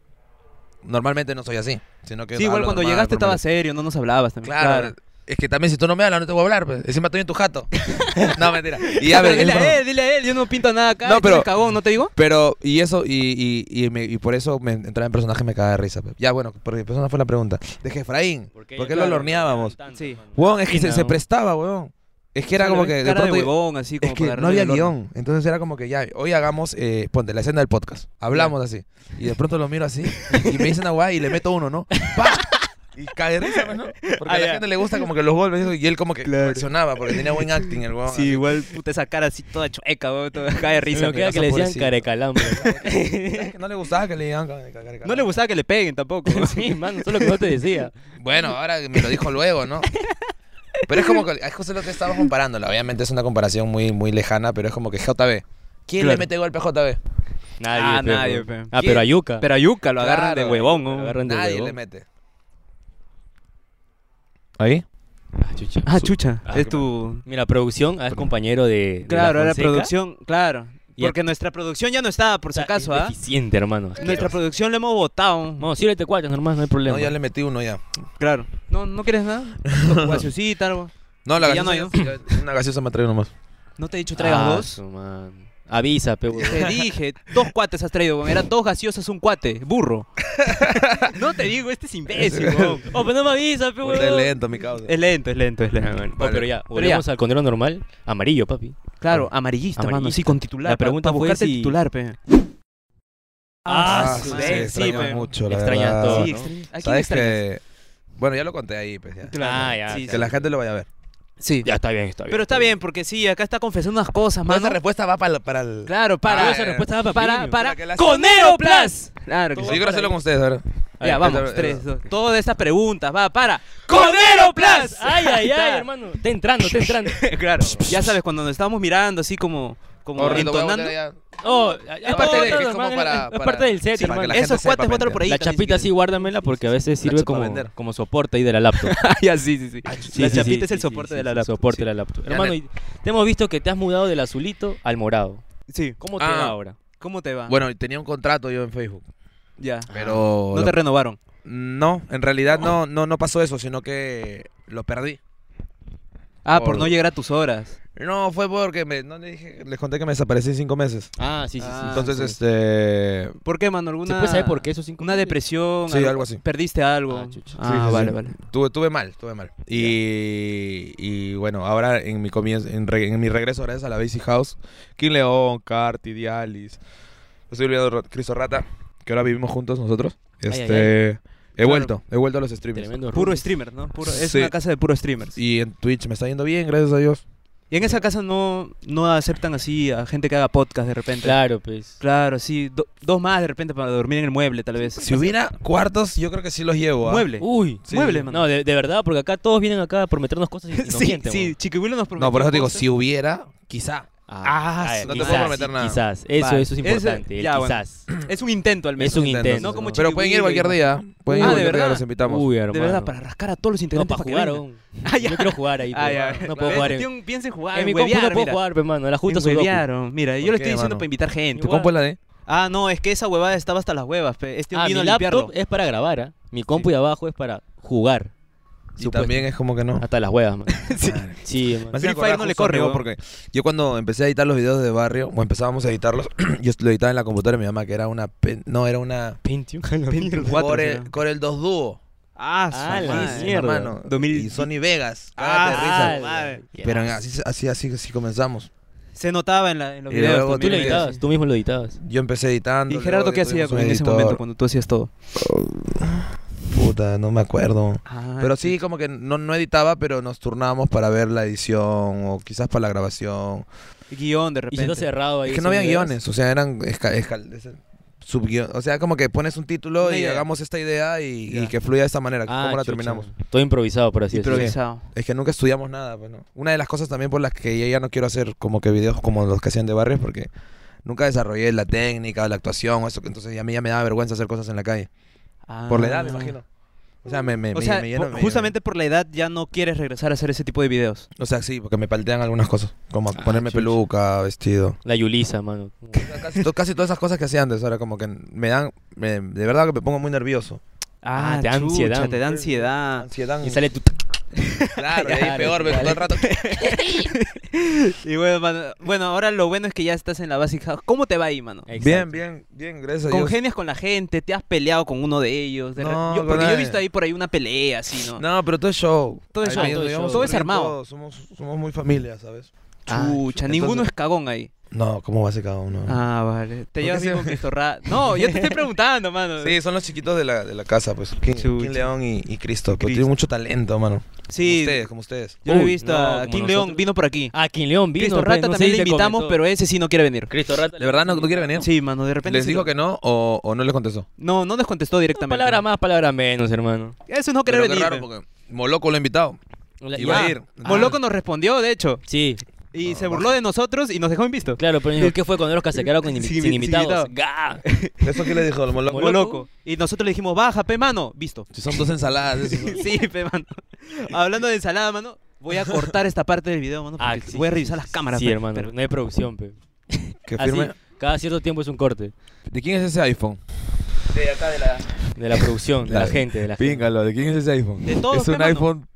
A: normalmente no soy así. Sino que
B: Sí, igual
A: hablo
B: cuando
A: normal,
B: llegaste
A: normal.
B: estaba serio, no nos hablabas también.
A: Claro, Es que también si tú no me hablas, no te voy a hablar. Pues. Encima estoy en tu jato. no, mentira. Y
B: Ya,
A: a ver,
B: pero dile
A: es broma.
B: a él, dile a él, yo no pinto nada acá.
A: No,
B: No, pero
A: pero-
B: cagón, ¿no te digo?
A: Pero, y eso, y, y, y, me- y por eso me entrar en personaje me caga de risa. pe. Ya, bueno, porque esa no fue la pregunta. De que Efraín, ¿por qué, lo horneábamos?
B: Sí.
A: Huevón, es que se,
C: Pina,
A: se
C: huevón.
A: prestaba, huevón. Es que era como que de
B: Cara de
A: pronto...
B: huevón, así como
A: es que
B: para
A: no había
B: arreglar el horno.
A: guión. Entonces era como que ya, hoy hagamos, eh, ponte, la escena del podcast. Hablamos así. Y de pronto lo miro así y me dicen agua y le meto uno, ¿no? ¡Pa! Y cae de risa, pues, ¿no? Porque
B: Ah,
A: a la
B: ya.
A: gente le gusta como que los golpes y él como que reaccionaba porque tenía buen acting el huevón.
B: Sí, igual, puta, esa cara así toda chueca, weón, toda cae de risa.
C: Me queda que le decían carecalambre.
A: así. ¿Sabes que No le gustaba que le digan... ca- ca- ca- ca-
B: No le gustaba que le peguen tampoco.
C: sí, mano, eso es lo que yo te decía.
A: Bueno, ahora me lo dijo luego, ¿no? Pero es como que es justo lo que estaba comparándola. Obviamente es una comparación muy, muy lejana, pero es como que JB. ¿Quién le
B: Claro.
A: mete golpe a JB?
C: Nadie,
B: Ah,
C: pe,
B: nadie,
A: pues.
C: weón.
B: pe.
C: Ah, pero a Yuka.
B: Pero a Yuka lo agarran de
A: Claro,
B: huevón,
C: lo
B: ¿no?
C: agarran. Grande
A: Nadie
C: huevón.
A: le mete. ¿Ahí?
C: Ah, chucha.
B: Ah,
C: Su-
B: chucha,
C: Ah,
B: es
C: qué
B: tu...
C: Mira, producción, ah, es compañero de. de
B: Claro, era
C: Fonseca.
B: producción, claro.
C: Y
B: Porque nuestra producción ya no estaba, por si
A: este
C: Puta,
B: acaso,
C: es
B: ¿ah?
C: Deficiente, hermano.
B: Nuestra producción la hemos votado.
C: No, siete cuatro, normal, este no hay problema.
A: No, ya le metí uno ya.
B: Claro. ¿No, ¿No quieres nada? Gaseosita, algo.
A: No, la
B: Y ya no
A: gaseosa.
B: hay,
A: ya- Una gaseosa me traído nomás.
B: ¿No te he dicho traigas
C: Ah,
B: dos?
C: su man. Avisa, pe, weón.
B: Te dije, dos cuates has traído, weón. Eran dos gaseosas, un cuate, burro. no te digo, este es imbécil, weón.
C: Oh, pero no me avisa,
A: Está
C: pe, weón.
A: lento, mi causa.
B: Es lento, es lento, es
C: Ah,
B: lento.
C: bueno. Oh,
A: Vale.
C: pero ya, volvemos al condero normal. Amarillo, papi.
B: Claro, amarillista, mano.
C: Amarillista.
B: Sí, con titular.
C: La
B: pa-
C: pregunta
B: pa
C: fue
B: buscarte
C: si-
B: titular, pe.
C: Ah,
B: su
A: sí,
B: vez,
A: se
B: eh, sí,
A: extraña
B: pe.
A: mucho, la
C: Extrañas
A: verdad.
C: todo,
B: Sí,
C: ¿no?
B: extrañas. ¿A quién
A: ¿Sabes
B: extrañas?
A: que Bueno, ya lo conté ahí, pues ya.
B: Claro.
C: Ah, ya,
B: Sí,
A: Que
B: sí.
A: la gente lo vaya a ver.
B: Sí.
C: Ya está bien, está bien.
B: Pero está bien, porque sí, acá está confesando unas cosas,
A: Pero Esa
B: mano.
A: respuesta va para el... Para el...
B: Claro, para.
A: Ah,
C: esa respuesta va pa'
B: para,
C: Pino.
B: para.
A: La que la-
B: ¡Conero Plus! Claro que
A: Yo
B: sí.
A: quiero hacerlo con ustedes, a ver.
B: Ya,
A: Ahí,
B: vamos,
A: ahí, ahí,
B: tres,
A: ahí.
B: dos. Todas estas preguntas, va, para. ¡Conero Plus!
C: Ay, ay,
B: Está.
C: ay, hermano. Está entrando, está entrando.
B: claro. Ya sabes, cuando nos estábamos mirando así como, como
A: Ahorita lo voy a
B: entonando.
A: botar ya.
C: Oh,
A: Es parte de-
C: todo,
A: es como
C: hermano,
A: para-
C: es
A: para-
C: parte del set,
A: sí, para que
C: hermano.
A: la
B: Esos
A: gente sepa,
B: cuates voy a traer por ahí.
C: La chapita sí, guárdamela porque a veces sirve
A: chapa
C: como,
A: vender.
C: como soporte ahí de la laptop.
B: Ya, sí, sí, sí.
C: Sí,
B: la
C: sí,
B: chapita
C: sí,
B: es el
C: sí,
B: soporte
C: sí,
B: de
C: sí,
B: la
C: sí,
B: laptop.
C: soporte
B: sí.
C: de la laptop.
A: Ya,
C: Hermano,
A: net.
C: y te hemos visto que te has mudado del azulito al morado.
B: Sí.
C: ¿Cómo te
A: Ah.
C: va ahora?
B: ¿Cómo te va?
A: Bueno, tenía un contrato yo en Facebook.
B: ya.
A: Pero...
B: Ah, No
A: lo-
B: te renovaron.
A: No, en realidad no, no, no pasó eso, sino que lo perdí.
B: Ah, por
A: Por-
B: no llegar a tus horas.
A: No, fue porque me, no les, dije, les conté que me desaparecí cinco meses.
C: Ah, sí, sí, sí.
B: Ah,
A: Entonces,
B: sí.
A: este...
B: pues, ¿Por qué, mano? ¿Alguna...
C: ¿Se puede saber por qué esos cinco
B: Una
C: meses?
B: depresión.
A: Sí, algo así.
B: Perdiste algo. Ah,
C: Ah, chucha.
A: Sí, sí, sí.
B: vale, vale.
A: Tuve, tuve mal, tuve mal. Y, y bueno, ahora en mi comienzo, en, re- en mi regreso gracias a la Basic House, King León, Carti, Dialis, estoy olvidando Ro- Cristo Rata, que ahora vivimos juntos nosotros.
C: Ay, ay,
A: Este,
C: ay.
A: he vuelto, he vuelto a los streamers.
C: Tremendo
B: Puro
C: rubro.
B: streamer, ¿no? Puro- Es
A: Sí.
B: una casa de puro streamers. Y,
A: Y en Twitch me está yendo bien, gracias a Dios.
B: en esa casa no, no aceptan así a gente que haga podcast de repente.
C: Claro, pues.
B: Claro, sí. do- dos más de repente para dormir en el mueble, tal vez.
A: Si hubiera cuartos, yo creo que sí los llevo. ¿ah?
B: Mueble.
C: Uy.
A: Sí,
B: mueble,
A: sí.
B: mano.
C: No, de, de verdad, porque acá todos vienen acá a prometernos cosas y, y nos
B: sí,
C: mienten,
B: sí.
C: weón.
B: Chiquihuilo nos prometió
A: No, por eso te digo,
B: cosas.
A: si hubiera, quizá. Ah,
B: Ah,
A: sí. No te
B: quizás.
A: puedo prometer nada.
C: Quizás, eso,
B: Vale.
C: eso es
A: Ese-
C: importante. el
B: ya, bueno.
C: quizás.
B: Es un intento al menos.
C: Es un intento.
B: No como
A: Pero pueden ir cualquier día. Pueden ir
B: Ah, ¿de
A: cualquier día,
B: verdad?
A: los invitamos.
C: Uy,
B: De
C: hermano.
B: verdad, para rascar a todos los
C: No,
B: integrantes
C: para
B: para que
C: jugar.
B: vengan.
C: weón.
B: Ah, ya.
C: Yo quiero jugar ahí.
B: Ah, ya.
C: weón. No puedo jugar. En,
B: Tío, piensa en jugar,
C: en
B: en
C: mi compu no
B: huevear,
C: puedo
B: mira.
C: jugar, hermano. La junta
B: En
C: su
B: huevearon, mira,
A: ¿Por
B: yo le
A: qué,
B: estoy diciendo
A: mano?
B: para invitar gente.
A: ¿Tu compu es la de?
B: Ah, no, es que esa huevada estaba hasta las huevas. pe. Este
C: Ah, mi
B: vino a
C: laptop
B: limpiarlo.
C: es para grabar, ¿ah? Mi compu de abajo es para jugar.
A: Y
C: Supuesto.
A: también es como que no.
C: Hasta las huevas, man.
A: Sí.
C: Sí, man.
A: Me hacía
B: Free Fire
A: acordar
B: no le
A: justo,
B: corre,
A: amigo,
B: weón.
A: porque yo cuando empecé a editar los videos de barrio, o empezábamos a editarlos, yo lo editaba en la computadora de mi mamá, que era una... pen- no, era una...
C: Pentium.
B: Pentium. Cuatro,
A: Corel,
B: será.
A: Corel 2 Duo.
B: Ah, su
C: Ah, la
B: madre.
C: mierda.
A: hermano.
B: 2000
A: Y Sony Vegas.
B: Ah,
A: Cágate de
B: ah,
A: risa.
B: la madre.
A: Pero así, así, así, así comenzamos.
B: Se notaba en, la, en los
A: Y
B: videos.
A: luego Mira,
C: Tú lo
B: también.
A: mira,
C: editabas, tú mismo lo editabas.
A: Yo empecé editando.
B: ¿Y
A: luego
B: Gerardo qué hacía
A: tuvimos un
B: en ese
A: editor.
B: momento cuando tú hacías todo?
A: Puta, no me acuerdo.
B: Ah,
A: Pero sí, como que no, no editaba, pero nos turnábamos para ver la edición o quizás para la grabación.
B: Guión de
C: Y
B: repente.
C: siendo cerrado ahí.
A: Es que no había
C: esos videos.
A: guiones, o sea, eran esca- escal- es- subguion- O sea, como que pones un título
B: Una
A: y
B: idea.
A: hagamos esta idea y, y
B: Ya.
A: que fluya de esta manera.
C: Ah,
A: ¿Cómo la
C: chucha.
A: terminamos?
C: Todo improvisado, por así decirlo.
B: improvisado.
A: Es que nunca estudiamos nada, pues, ¿no? Una de las cosas también por las que ya- ya no quiero hacer como que videos como los que hacían de barrios, porque nunca desarrollé la técnica, la actuación, o eso, que entonces ya, a mí ya me daba vergüenza hacer cosas en la calle. Por la edad, me
B: Ah.
A: imagino. O sea, me, Eh, me,
B: O
A: me-
B: sea,
A: me lleno-
B: por-
A: me-
B: justamente por la edad ya no quieres regresar a hacer ese tipo de videos.
A: O sea, sí, porque me paltean algunas cosas, como
C: Ah,
A: ponerme
C: chucha.
A: peluca, vestido.
C: La Yulisa, mano.
A: O sea, Casi, to- casi todas esas cosas que hacía antes, ahora como que me dan, me- de verdad que me pongo muy nervioso.
C: Ah, te da ansiedad.
B: Te da ansiedad.
A: Ansiedad.
C: Y sale tu...
A: Claro, y ahí
C: Claro,
A: peor, ves,
C: claro.
A: todo el rato.
B: Y bueno, mano, bueno, ahora lo bueno es que ya estás en la Basic House. ¿Cómo te va ahí, mano?
A: Bien, bien, bien, gracias a Dios.
B: Congenias con la gente, te has peleado con uno de ellos. de re-
A: No,
B: yo,
A: con
B: porque yo he
A: nadie.
B: visto ahí por ahí una pelea, así, ¿no?
A: No, pero todo es show.
B: Todo es
A: Ahí
B: show,
A: bien,
C: todo es
A: digamos,
C: show.
B: Todo es armado.
A: todos Somos, somos muy familia, ¿sabes?
B: Ah, Chucha,
A: Ah, entonces-
B: ninguno es cagón ahí.
A: No, ¿cómo va a ser cada uno?
B: Ah, vale.
A: qué
B: Te llevas bien
A: se-
B: con Cristo Ra- No, yo te estoy preguntando, mano.
A: Sí, son los chiquitos de la, de la casa, pues. King,
B: Chucha.
A: King León y, y Cristo, pero
B: Cristo.
A: tienen mucho talento, mano.
B: Sí,
A: Como ustedes, como ustedes.
B: yo lo he
C: Uy,
B: visto
C: no,
B: a
C: como
B: King
C: nosotros.
B: León, vino por aquí.
C: Ah, King León vino.
B: Cristo
C: pues,
B: Rata
C: no sé
B: también
C: si
B: le
C: te
B: invitamos,
C: comentó.
B: pero ese sí no quiere venir.
C: Cristo Rata...
A: ¿De verdad no, no quiere venir?
B: Sí, mano, de repente.
A: ¿Les
B: sí
A: dijo
B: lo-
A: que no o, o no les contestó?
B: No, no nos contestó directamente.
C: Palabra más, palabra menos, hermano.
B: Eso es no
A: Pero
B: querer
A: qué
B: venir.
A: raro,
B: pe.
A: porque Ah. Moloco lo ha invitado.
C: La-
A: Iba
C: ya.
A: a ir.
B: Moloco nos respondió, de hecho.
C: Sí,
B: Y
A: No,
B: se burló de nosotros y nos dejó invisto.
C: claro, pero dijo, ¿qué fue cuando los que se quedaron con invi-
B: Sin
C: sin,
B: invi- sin
C: invitados?
B: invitado.
C: ¡Ga!
A: ¿Eso qué le dijo el Moloco?
C: Moloco.
B: Moloco. Y nosotros le dijimos, baja, pe, mano. Visto.
A: Si son dos ensaladas. eso.
B: Sí, pe, mano. Hablando de ensalada, mano, voy a cortar esta parte del video, mano,
C: Ah,
B: porque
C: sí,
B: voy a
C: sí,
B: revisar
C: sí,
B: las cámaras.
C: Sí,
B: pe.
C: hermano,
B: pues, Pero-
C: no hay producción, pe.
A: Que
C: Así,
A: firme.
C: cada cierto tiempo es un corte.
A: ¿De quién es ese iPhone?
D: De acá de la...
C: De la producción, de la
A: Claro.
C: gente, de la gente.
A: Píngalo, ¿de quién es ese iPhone?
B: De todos,
A: es un
B: pe, mano.
A: iPhone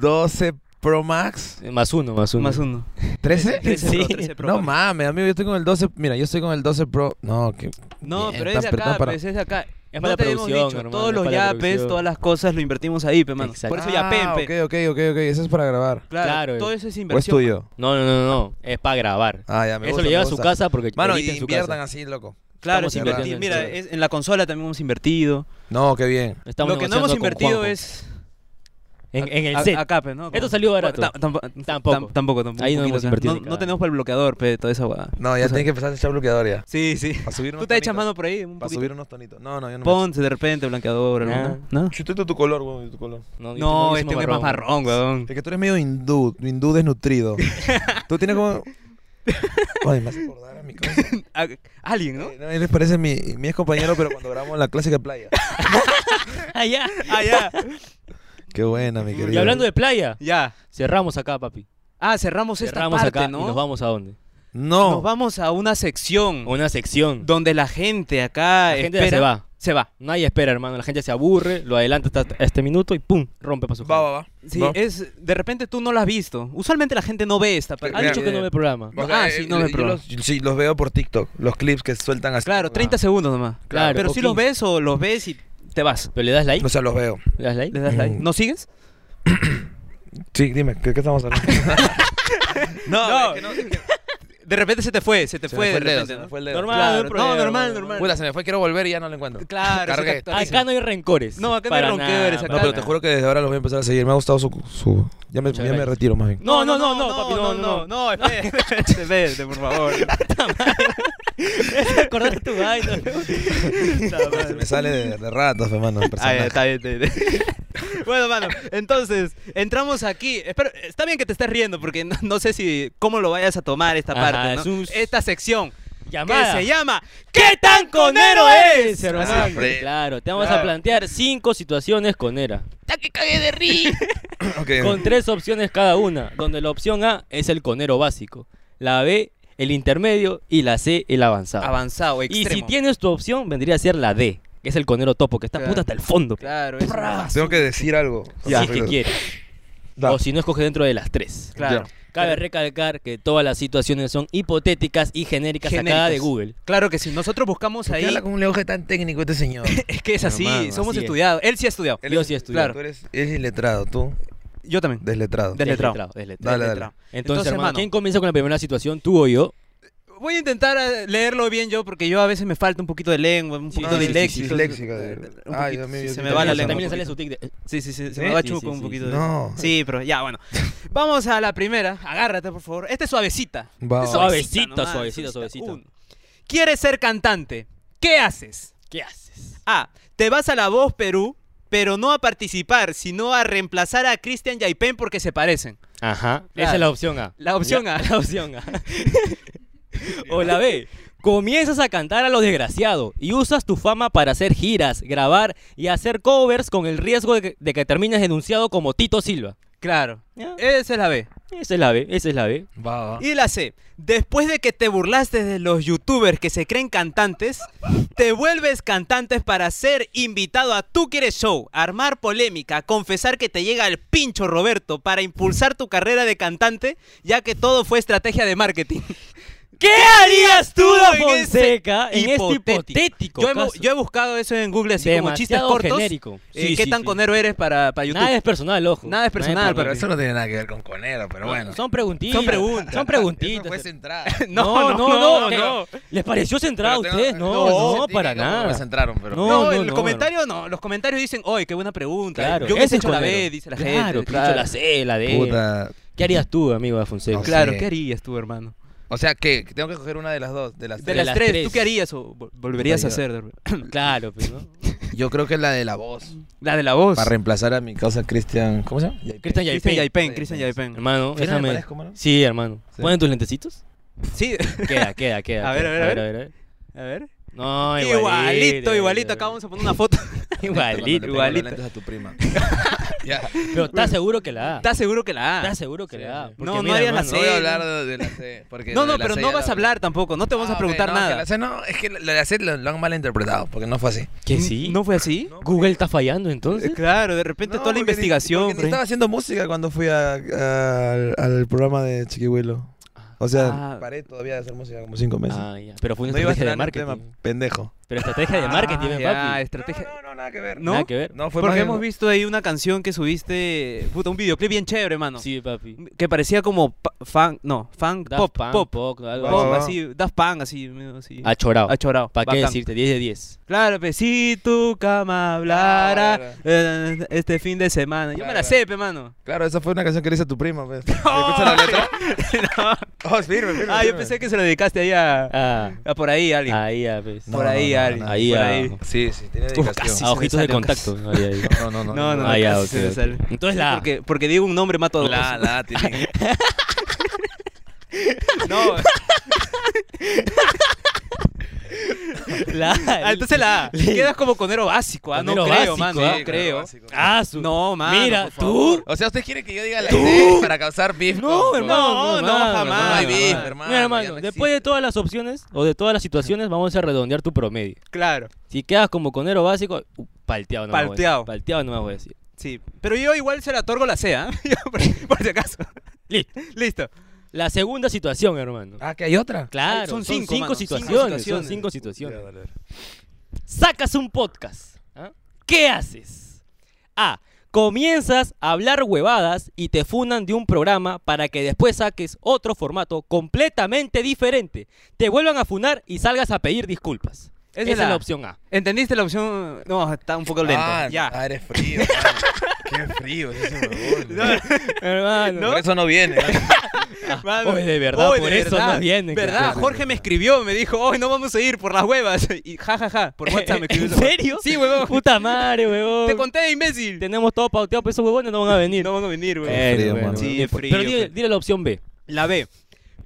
A: 12 Pro Max.
C: Eh, Más uno, más uno.
B: Más uno.
A: 13?
B: 13 Pro,
C: Sí.
B: 13 Pro,
A: No
B: mano.
A: mames, amigo, yo estoy con el 12. Mira, yo estoy con el 12 Pro. No, que.
B: No,
A: Bien,
B: pero
A: tan
B: es de
A: per- tan
B: acá,
A: para-
B: pe, es de acá.
C: Es
B: No
C: para
B: te
C: la
B: habíamos
C: producción,
B: dicho,
C: hermano,
B: todos
C: es
B: los
C: para la
B: yapes,
C: producción.
B: todas las cosas lo invertimos ahí, pe, mano.
C: Exacto.
B: Por eso ya
A: Ah,
B: pe. pe.
A: Ok, ok, ok, ok. Eso es para grabar.
B: Claro,
C: Claro.
B: todo eso
A: ¿O
B: es
A: es
B: inversión.
A: tuyo?
C: No, no, no, no, es para grabar.
A: Ah, ya me
C: Eso
A: gusta,
C: lo lleva
A: me
C: a su
A: gusta.
C: casa porque
A: Mano,
C: edita
A: y
C: en su
A: inviertan
C: casa.
A: así, loco.
B: Claro,
C: Estamos
B: es
A: invirtiendo
B: invertir.
C: en
B: Mira,
C: el chorro.
B: es- en la consola también hemos invertido.
A: No, qué bien.
C: Estamos
B: Lo que no hemos
C: negociando con
B: invertido
C: Juanjo.
B: es
C: En, en el
B: a-
C: set.
B: acá, pe, ¿no?
C: Esto salió barato.
B: Bueno, tam- tampo-
C: Tampoco.
B: tam- tampoco, tampoco.
C: Ahí
B: un
C: no
B: poquito
C: hemos
B: acá. No,
C: invertido ni
B: no
C: nada.
B: tenemos para el bloqueador, pe, toda esa guada.
A: No, ya
B: Tú
A: tienes
B: sabes.
A: que empezar a echar bloqueador ya.
B: Sí, sí.
A: Para subir
B: Tú
A: unos
B: te echas
A: tonitos.
B: mano por ahí un
A: Para
B: poquito.
A: subir unos tonitos. No, no, yo no. me echo.
B: Ponte de repente blanqueador,
C: Nah.
B: ¿no? ¿No?
A: Yo estoy de tu color, weón, de tu color.
B: No,
C: yo
B: este
C: mismo
B: es más marrón, weón.
A: Es que tú eres medio hindú, hindú desnutrido. tú tienes como. Ay, me hace acordar a mi cosa.
B: Ah, Alguien, ¿no?
A: Eh, no, él les parece mi, mi ex compañero, pero cuando grabamos en la clásica playa.
C: Ah, ya.
B: Ah, ya.
A: Qué buena, mi querido.
C: Y hablando de playa,
B: Ya.
C: cerramos acá, papi.
B: Ah, cerramos esta
C: Cerramos
B: parte,
C: acá
B: ¿no?
C: y nos vamos a dónde?
A: No.
B: Nos vamos a una sección
C: A una sección.
B: donde la gente acá
C: La gente ya
B: eh, espera-
C: se va.
B: Se va.
C: Nadie espera, hermano. La gente se aburre, lo adelanta hasta este minuto y ¡pum! Rompe para su
A: Va,
C: casa.
A: va, va.
B: Sí,
A: Va.
B: es de repente tú no la has visto. Usualmente la gente no ve esta, pero
A: Mira,
C: Han dicho que no
A: eh,
C: ve programa.
B: No, ah, sí, no
A: eh,
B: me
A: yo
B: probó.
A: los, sí, los veo por TikTok. Los clips que sueltan así.
B: claro, 30 segundos nomás.
C: Claro,
B: pero
C: o
B: si los
C: 15.
B: ves o los ves y te vas.
C: ¿Pero le das like?
A: O sea, los veo.
C: ¿Le das like?
B: Le das like.
A: Mm.
B: ¿No sigues?
A: Sí, dime, ¿qué, qué estamos hablando?
B: No, De repente se te fue, se te
A: Se me
B: fue, de
A: el dedo,
B: repente.
A: se me
B: ¿no?
A: fue el dedo.
C: Normal.
B: Claro,
C: no hay
B: no,
C: problema,
B: normal,
C: no,
B: normal.
A: Puta, se me fue, quiero volver y ya no lo encuentro.
B: Claro,
A: Cargué.
B: se te actualiza.
C: Acá no hay rencores.
B: No, acá no hay
C: Para
B: rencores,
C: nada,
A: No, pero te juro que desde ahora los voy a empezar a seguir. Me ha gustado su... su- Ya, me,
C: Muchas
A: ya me
C: gracias.
A: retiro más bien.
C: No, no, no, no, papi, no, no,
B: no, espérate, espérate, por favor.
C: Acordate tu vaina.
A: Se me sale de, de ratos, hermano. el
B: Ah, ya,
A: personaje.
B: está bien, está bien, está bien. bueno, mano, entonces, entramos aquí. Espero, está bien que te estés riendo porque no, no sé si cómo lo vayas a tomar esta
C: Ajá,
B: parte, ¿no?
C: es un-
B: Esta sección
C: Llamada.
B: que se llama ¿Qué tan conero es?
C: hermano?
A: Ah, Fred.
C: Claro, te vamos a
A: Claro.
C: plantear cinco situaciones conera.
A: Ok.
C: Con tres opciones cada una, donde la opción A es el conero básico, la B el intermedio y la C el avanzado.
B: Avanzado,
C: Ah. y
B: extremo.
C: si tienes tu opción, vendría a ser la D, que es el conero topo, que está
B: Claro.
C: puta hasta el fondo.
B: Claro, eso.
C: Pras.
A: Tengo que decir algo.
C: Si es que quieres.
A: Da.
C: O si no, escoge dentro de las tres.
B: Claro.
C: Cabe recalcar que todas las situaciones son hipotéticas y genéricas sacadas
B: Genéricas.
C: de Google.
B: Claro que si nosotros buscamos
A: ¿Por qué
B: ahí,
A: habla con un lenguaje tan técnico este señor?
B: es que es así,
C: Hermano,
B: somos
C: así es.
B: estudiados. Él sí ha estudiado.
C: Yo sí estudié.
B: Claro.
A: Tú eres, eres iletrado, tú.
B: Yo también.
A: Desletrado.
B: Del- Desletrado.
C: Desletrado, desletrado.
A: Dale,
B: Letra.
A: dale.
C: Entonces, hermano, ¿quién comienza con la primera situación? ¿Tú o yo?
B: Voy a intentar eh, leerlo bien yo porque yo a veces me falta un poquito de lengua, un poquito
C: sí,
B: de
C: sí,
B: léxico. Eh,
A: sí, sí, léxica, de-
B: Un poquito,
A: Ay, Dios mío,
B: sí,
A: yo
B: se me
A: también
B: va la
A: le-
B: lengua.
C: También
B: un
C: sale
B: poquito.
C: su tic de-
B: Sí, sí, sí, se
C: ¿Sí?
B: me va
C: Sí,
B: chuco
C: sí,
B: un
C: sí,
B: poquito.
C: sí.
B: de-
A: No.
B: Sí, pero ya, bueno. Vamos a la primera. Agárrate, por favor. Esta es suavecita.
A: Va.
B: Esta es
C: Suavecita,
B: nomás,
C: suavecita, suavecita.
B: Uno. ¿Quieres ser cantante? ¿Qué haces?
C: ¿Qué haces?
B: A. Te vas a La Voz Perú, pero no a participar, sino a reemplazar a Cristian Yaipen porque se parecen.
C: Ajá.
B: Claro.
C: Esa es la opción A.
B: La opción
C: Ya,
B: A.
C: La opción A. o la B. Comienzas a cantar a lo desgraciado y usas tu fama para hacer giras, grabar y hacer covers con el riesgo de que, de que termines denunciado como Tito Silva.
B: Claro.
C: Ya.
B: Esa es la B.
C: Esa es la B, esa es la B.
A: Va, va.
B: Y la C. Después de que te burlaste de los youtubers que se creen cantantes, te vuelves cantantes para ser invitado a Tú Quieres Show, armar polémica, confesar que te llega el pincho Roberto para impulsar tu carrera de cantante, ya que todo fue estrategia de marketing.
C: ¿Qué harías tú, Da
B: En ese
C: Fonseca, en este hipotético
B: Yo he, bu-
C: caso?
B: yo he buscado eso en Google así como chistes
C: Demasiado
B: cortos.
C: genérico.
B: eh,
C: Sí,
B: ¿Qué
C: sí,
B: tan
C: sí.
B: conero eres para, para YouTube?
C: Nada es personal, ojo.
B: Nada es personal,
A: Ah, pero
B: papi.
A: eso no tiene nada que ver con conero, pero bueno.
C: Son preguntitas.
B: Son eh. preguntas.
C: Son
A: Eso
C: preguntitas.
A: fue centrada.
B: No, no, no,
C: te-
B: no.
C: ¿Les pareció centrado a
A: Pero tengo-
C: ustedes?
A: sí
C: No, no,
A: sentí
C: para
A: que como Me
C: nada.
A: centraron, pero.
C: No.
B: No, el
C: no,
B: comentario no. Los comentarios dicen, oye, qué buena pregunta.
C: Claro,
B: Yo hubiese
C: ese es
B: hecho la
C: conero.
B: B, dice la
C: Claro,
B: gente.
C: que he hecho la C, la D.
A: Puta.
C: ¿Qué harías tú, amigo de Fonseca?
A: No sé.
B: Claro,
A: Sí.
B: ¿qué harías tú, hermano?
A: O sea, que que tengo que coger una de las dos. De las
B: Pues De
A: tres.
B: las,
C: las
B: tres,
C: tres.
B: ¿tú qué harías o vol- volverías a
A: Puta,
B: hacer?
C: Claro, pues, ¿no?
A: Yo creo que es la de la voz.
B: La de la voz.
A: Para reemplazar a mi causa Cristian. ¿Cómo se llama?
C: Cristian
B: Cristian
C: Yaipen.
B: Yaipen, Cristian Yaipen.
A: ¿Sí
C: Hermano,
A: no me
C: déjame.
A: parezco, mano?
C: Sí, hermano.
A: Sí.
C: ¿Ponen tus lentecitos?
B: Sí,
C: Queda, queda, queda. pues.
B: A ver, a ver,
C: queda.
B: a ver. a ver.
C: No,
B: Igualito, igualito, Acá vamos a poner una foto.
C: Igualito,
A: Igualito.
C: igualito.
A: a tu prima. ya.
C: Pero ¿estás seguro que la A?
B: ¿Estás seguro que la A?
C: ¿Estás seguro que
A: Sí,
C: la A?
A: sí.
C: Porque
B: No, no
C: mira,
B: harías la
C: hermano,
A: No voy
B: Sí.
A: a hablar de de la C. Porque
B: No,
A: de
B: no,
A: la
B: pero
A: C
B: no
A: ya
B: vas a
A: la-
B: hablar tampoco. No te vamos
A: Ah,
B: a
A: ok,
B: preguntar
A: no, que
B: nada.
A: la C no, es que la, la C lo, lo han malinterpretado, porque no fue así.
C: ¿Que sí?
B: ¿No fue así?
C: ¿Google está fallando entonces?
B: Claro, de repente
A: No,
B: toda
A: porque
B: la
A: ni-
B: investigación.
A: porque ni
B: por ahí.
A: estaba haciendo música cuando fui a- a- al, al programa de Chiquihuelo. O sea,
B: Ah.
A: paré todavía de hacer música como cinco meses.
C: Ah, ya. Pero fue una
A: no iba a
C: estrategia
A: ser
C: de marketing.
A: pendejo.
C: Pero estrategia de marketing,
B: Ah,
C: ven,
B: ya,
C: papi.
B: estrategia.
A: No, no, no, nada que ver.
B: No.
C: Nada que ver.
A: No, fue
B: Porque
A: más-
B: hemos visto ahí una canción que subiste, puta, un videoclip bien chévere, mano.
C: Sí, papi.
B: Que parecía como pa- fan, no, fan
C: Daft
B: pop,
C: Punk,
B: pop,
C: pop, algo
A: Pop.
C: así.
B: pop,
A: Ah.
B: así, Daft Punk, así, medio así.
C: Achorado.
B: Achorado.
C: ¿Para qué
B: bacán.
C: decirte? 10 de 10.
B: Claro, pe, si tu cama hablara
A: Ah, bueno.
B: eh, este fin de semana. Yo me la
A: Claro.
B: sé, pe, mano.
A: Claro, esa fue una canción que le hice a tu prima. Pues.
B: No.
A: ¿Escuchas la letra?
B: No.
A: Oh, firme, firme.
B: Ah, yo pensé que se la dedicaste ahí a,
C: Ah,
B: a por ahí a alguien.
C: ahí ya, pues.
A: No,
B: por ahí a alguien.
C: Ahí
B: por
C: a-
B: ahí.
A: Sí, sí, tiene
B: Uf,
A: dedicación.
B: casi.
C: a
B: me
C: ojitos de
B: salió casi.
C: contacto. Ahí, ahí.
A: No, no, no.
B: No, no,
C: Ah,
B: no,
C: ya,
B: casi
C: ok,
B: se me
C: ok.
B: sale.
C: Entonces la A.
B: Porque, porque digo un nombre, mato a dos.
A: La, la, tiene.
B: No,
C: La
B: ah, entonces la A. Quedas como conero básico, ¿ah?
C: Conero
B: no creo,
C: básico,
B: mano,
C: ¿ah?
B: no creo.
C: Ah, su.
B: No, mano,
C: Mira,
B: por
C: tú.
A: O sea, ¿usted quiere que yo diga la C para causar beef?
C: No,
A: con-
C: hermano.
B: No, no,
C: hermano,
A: No
B: jamás.
A: hay beef,
B: jamás.
A: hermano.
C: Mira,
A: ya
C: hermano,
A: no
C: después de
A: existe.
C: todas las opciones o de todas las situaciones, vamos a redondear tu promedio.
B: Claro,
C: Si quedas como conero básico, uh, palteado no me voy a decir.
B: Palteado.
C: Palteado no me voy a decir.
B: sí. Pero yo igual se la otorgo la C, ¿ah? Yo por, por si acaso.
C: Listo.
B: Listo.
C: La segunda situación, hermano.
A: Ah, que hay otra.
C: Claro,
B: son
C: son
B: cinco,
C: cinco,
B: mano, cinco
C: situaciones, son
B: situaciones.
C: cinco situaciones.
A: Ya, dale, dale.
C: Sacas un podcast. ¿ah? ¿Qué haces? A. Comienzas a hablar huevadas y te funan de un programa para que después saques otro formato completamente diferente. Te vuelvan a funar y salgas a pedir disculpas.
B: Esa
C: es la opción A.
B: ¿Entendiste la opción? No, está un poco lento.
A: Ah,
B: ya.
A: ah, eres frío. mano. Qué frío es ese huevón.
C: Hermano.
A: Por eso no viene. ¿no?
B: Mano,
C: Oye, de verdad,
B: oye,
C: por
B: de
C: eso no vienen,
B: ¿Verdad?
C: carajo.
B: Jorge me escribió, me dijo, hoy no vamos a ir por las huevas. Y ja, ja, ja, por WhatsApp me escribió.
C: ¿En
B: eso.
C: serio?
B: Sí, huevón.
C: Puta madre, huevón.
B: Te conté, imbécil.
C: Tenemos todo pauteado, pero esos huevones no van a venir.
B: No van a venir, huevón.
A: Eh,
C: Bueno,
A: Frío,
C: bueno,
A: mano.
C: bueno.
B: Sí,
C: Pero
B: frío,
C: dile-
B: frío.
C: dile la opción B.
B: La B.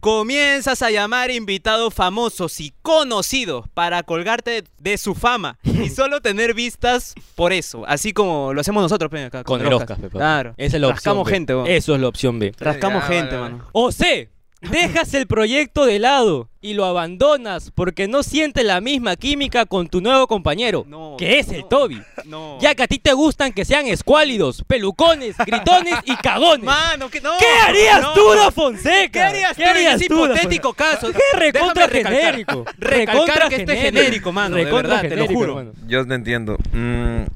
B: Comienzas a llamar invitados famosos y conocidos para colgarte de su fama y solo tener vistas por eso, así como lo hacemos nosotros pe, acá,
C: Con el Oscar, pe, papi.
B: Claro.
C: Esa es la opción Eh,
B: Rascamos
C: B.
B: gente, weón.
C: Eso es la opción B.
B: Rascamos
A: Ya,
B: gente,
A: vale,
B: mano.
C: O C. Dejas el proyecto de lado y lo abandonas porque no sientes la misma química con tu nuevo compañero,
B: No,
C: que es el
B: no.
C: Toby.
B: No.
C: Ya que a ti te gustan que sean escuálidos, pelucones, gritones y cagones.
B: Mano, que no.
C: ¿Qué harías
B: No,
C: tú,
B: no.
C: Da Fonseca?
B: ¿Qué harías tú en ese
C: Da
B: hipotético
C: Fonseca?
B: caso?
C: Qué recontra
B: Déjame recalcar.
C: genérico.
B: Recalcar
C: Recontra
B: que este es genérico, mano, de
C: Recontra
B: verdad, te lo
C: genérico,
B: juro.
C: hermano.
A: Yo te entiendo. Mm, yo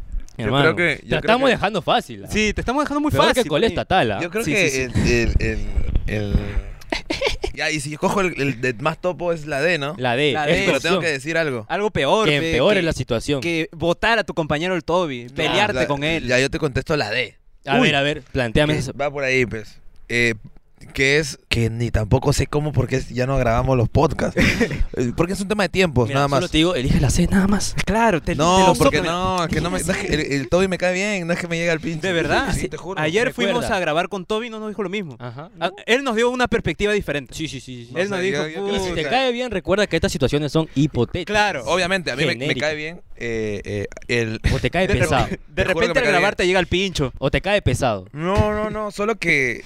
A: creo
C: Hermano,
A: que.
C: te
A: yo creo
C: estamos
A: que-
C: dejando fácil. ¿ah?
B: Sí, te estamos dejando muy
C: Peor
B: fácil.
C: que Cole
B: pe.
C: estatal, ¿ah?
A: Yo creo
B: Sí,
A: que
B: sí,
A: el. el- el- el- Ya, y si yo cojo el, el de más topo es la D, ¿no?
C: La D.
B: La
C: es
B: D.
C: tu
A: Pero tengo
C: opción.
A: que decir algo.
B: Algo peor,
C: que
B: pe,
C: empeore
B: que-
C: la situación.
B: que votar a tu compañero el Toby, pelearte
A: La-
B: con él.
A: Ya, yo te contesto la D.
C: A
A: Uy.
C: ver, a ver, planteame
A: que
C: eso.
A: Va por ahí, pues. Eh, que es que ni tampoco sé cómo porque es- ya no grabamos los podcasts. Eh, porque es un tema de
B: Pues
A: tiempos,
C: Mira,
A: nada más.
C: Solo te digo, elige la C nada más.
B: Claro, te, te
A: No,
B: lo
A: porque
B: soplo.
A: no, es que no me. no es que el, el Toby me cae bien, no es que me llega al pinche.
B: De verdad.
A: Sí, te juro.
B: Ayer
C: Recuerda.
B: fuimos a grabar con Toby y no nos dijo lo mismo.
C: Ajá.
B: Ah, Él nos dio una perspectiva diferente.
C: Sí, sí, sí. sí.
A: No
B: Él nos
A: sé,
B: dijo,
A: yo- yo creo
C: Y si te
A: puta.
C: cae bien, recuerda que estas situaciones son hipotéticas.
B: Claro.
A: Obviamente, a mí me, me
C: Genérico.
A: cae bien eh, eh, el.
C: O te cae
B: de,
C: pesado.
B: repente- de
A: Te juro que
B: repente
A: me
B: al
A: cae
B: grabar te llega el pincho.
C: O te cae pesado.
A: No, no, no, solo que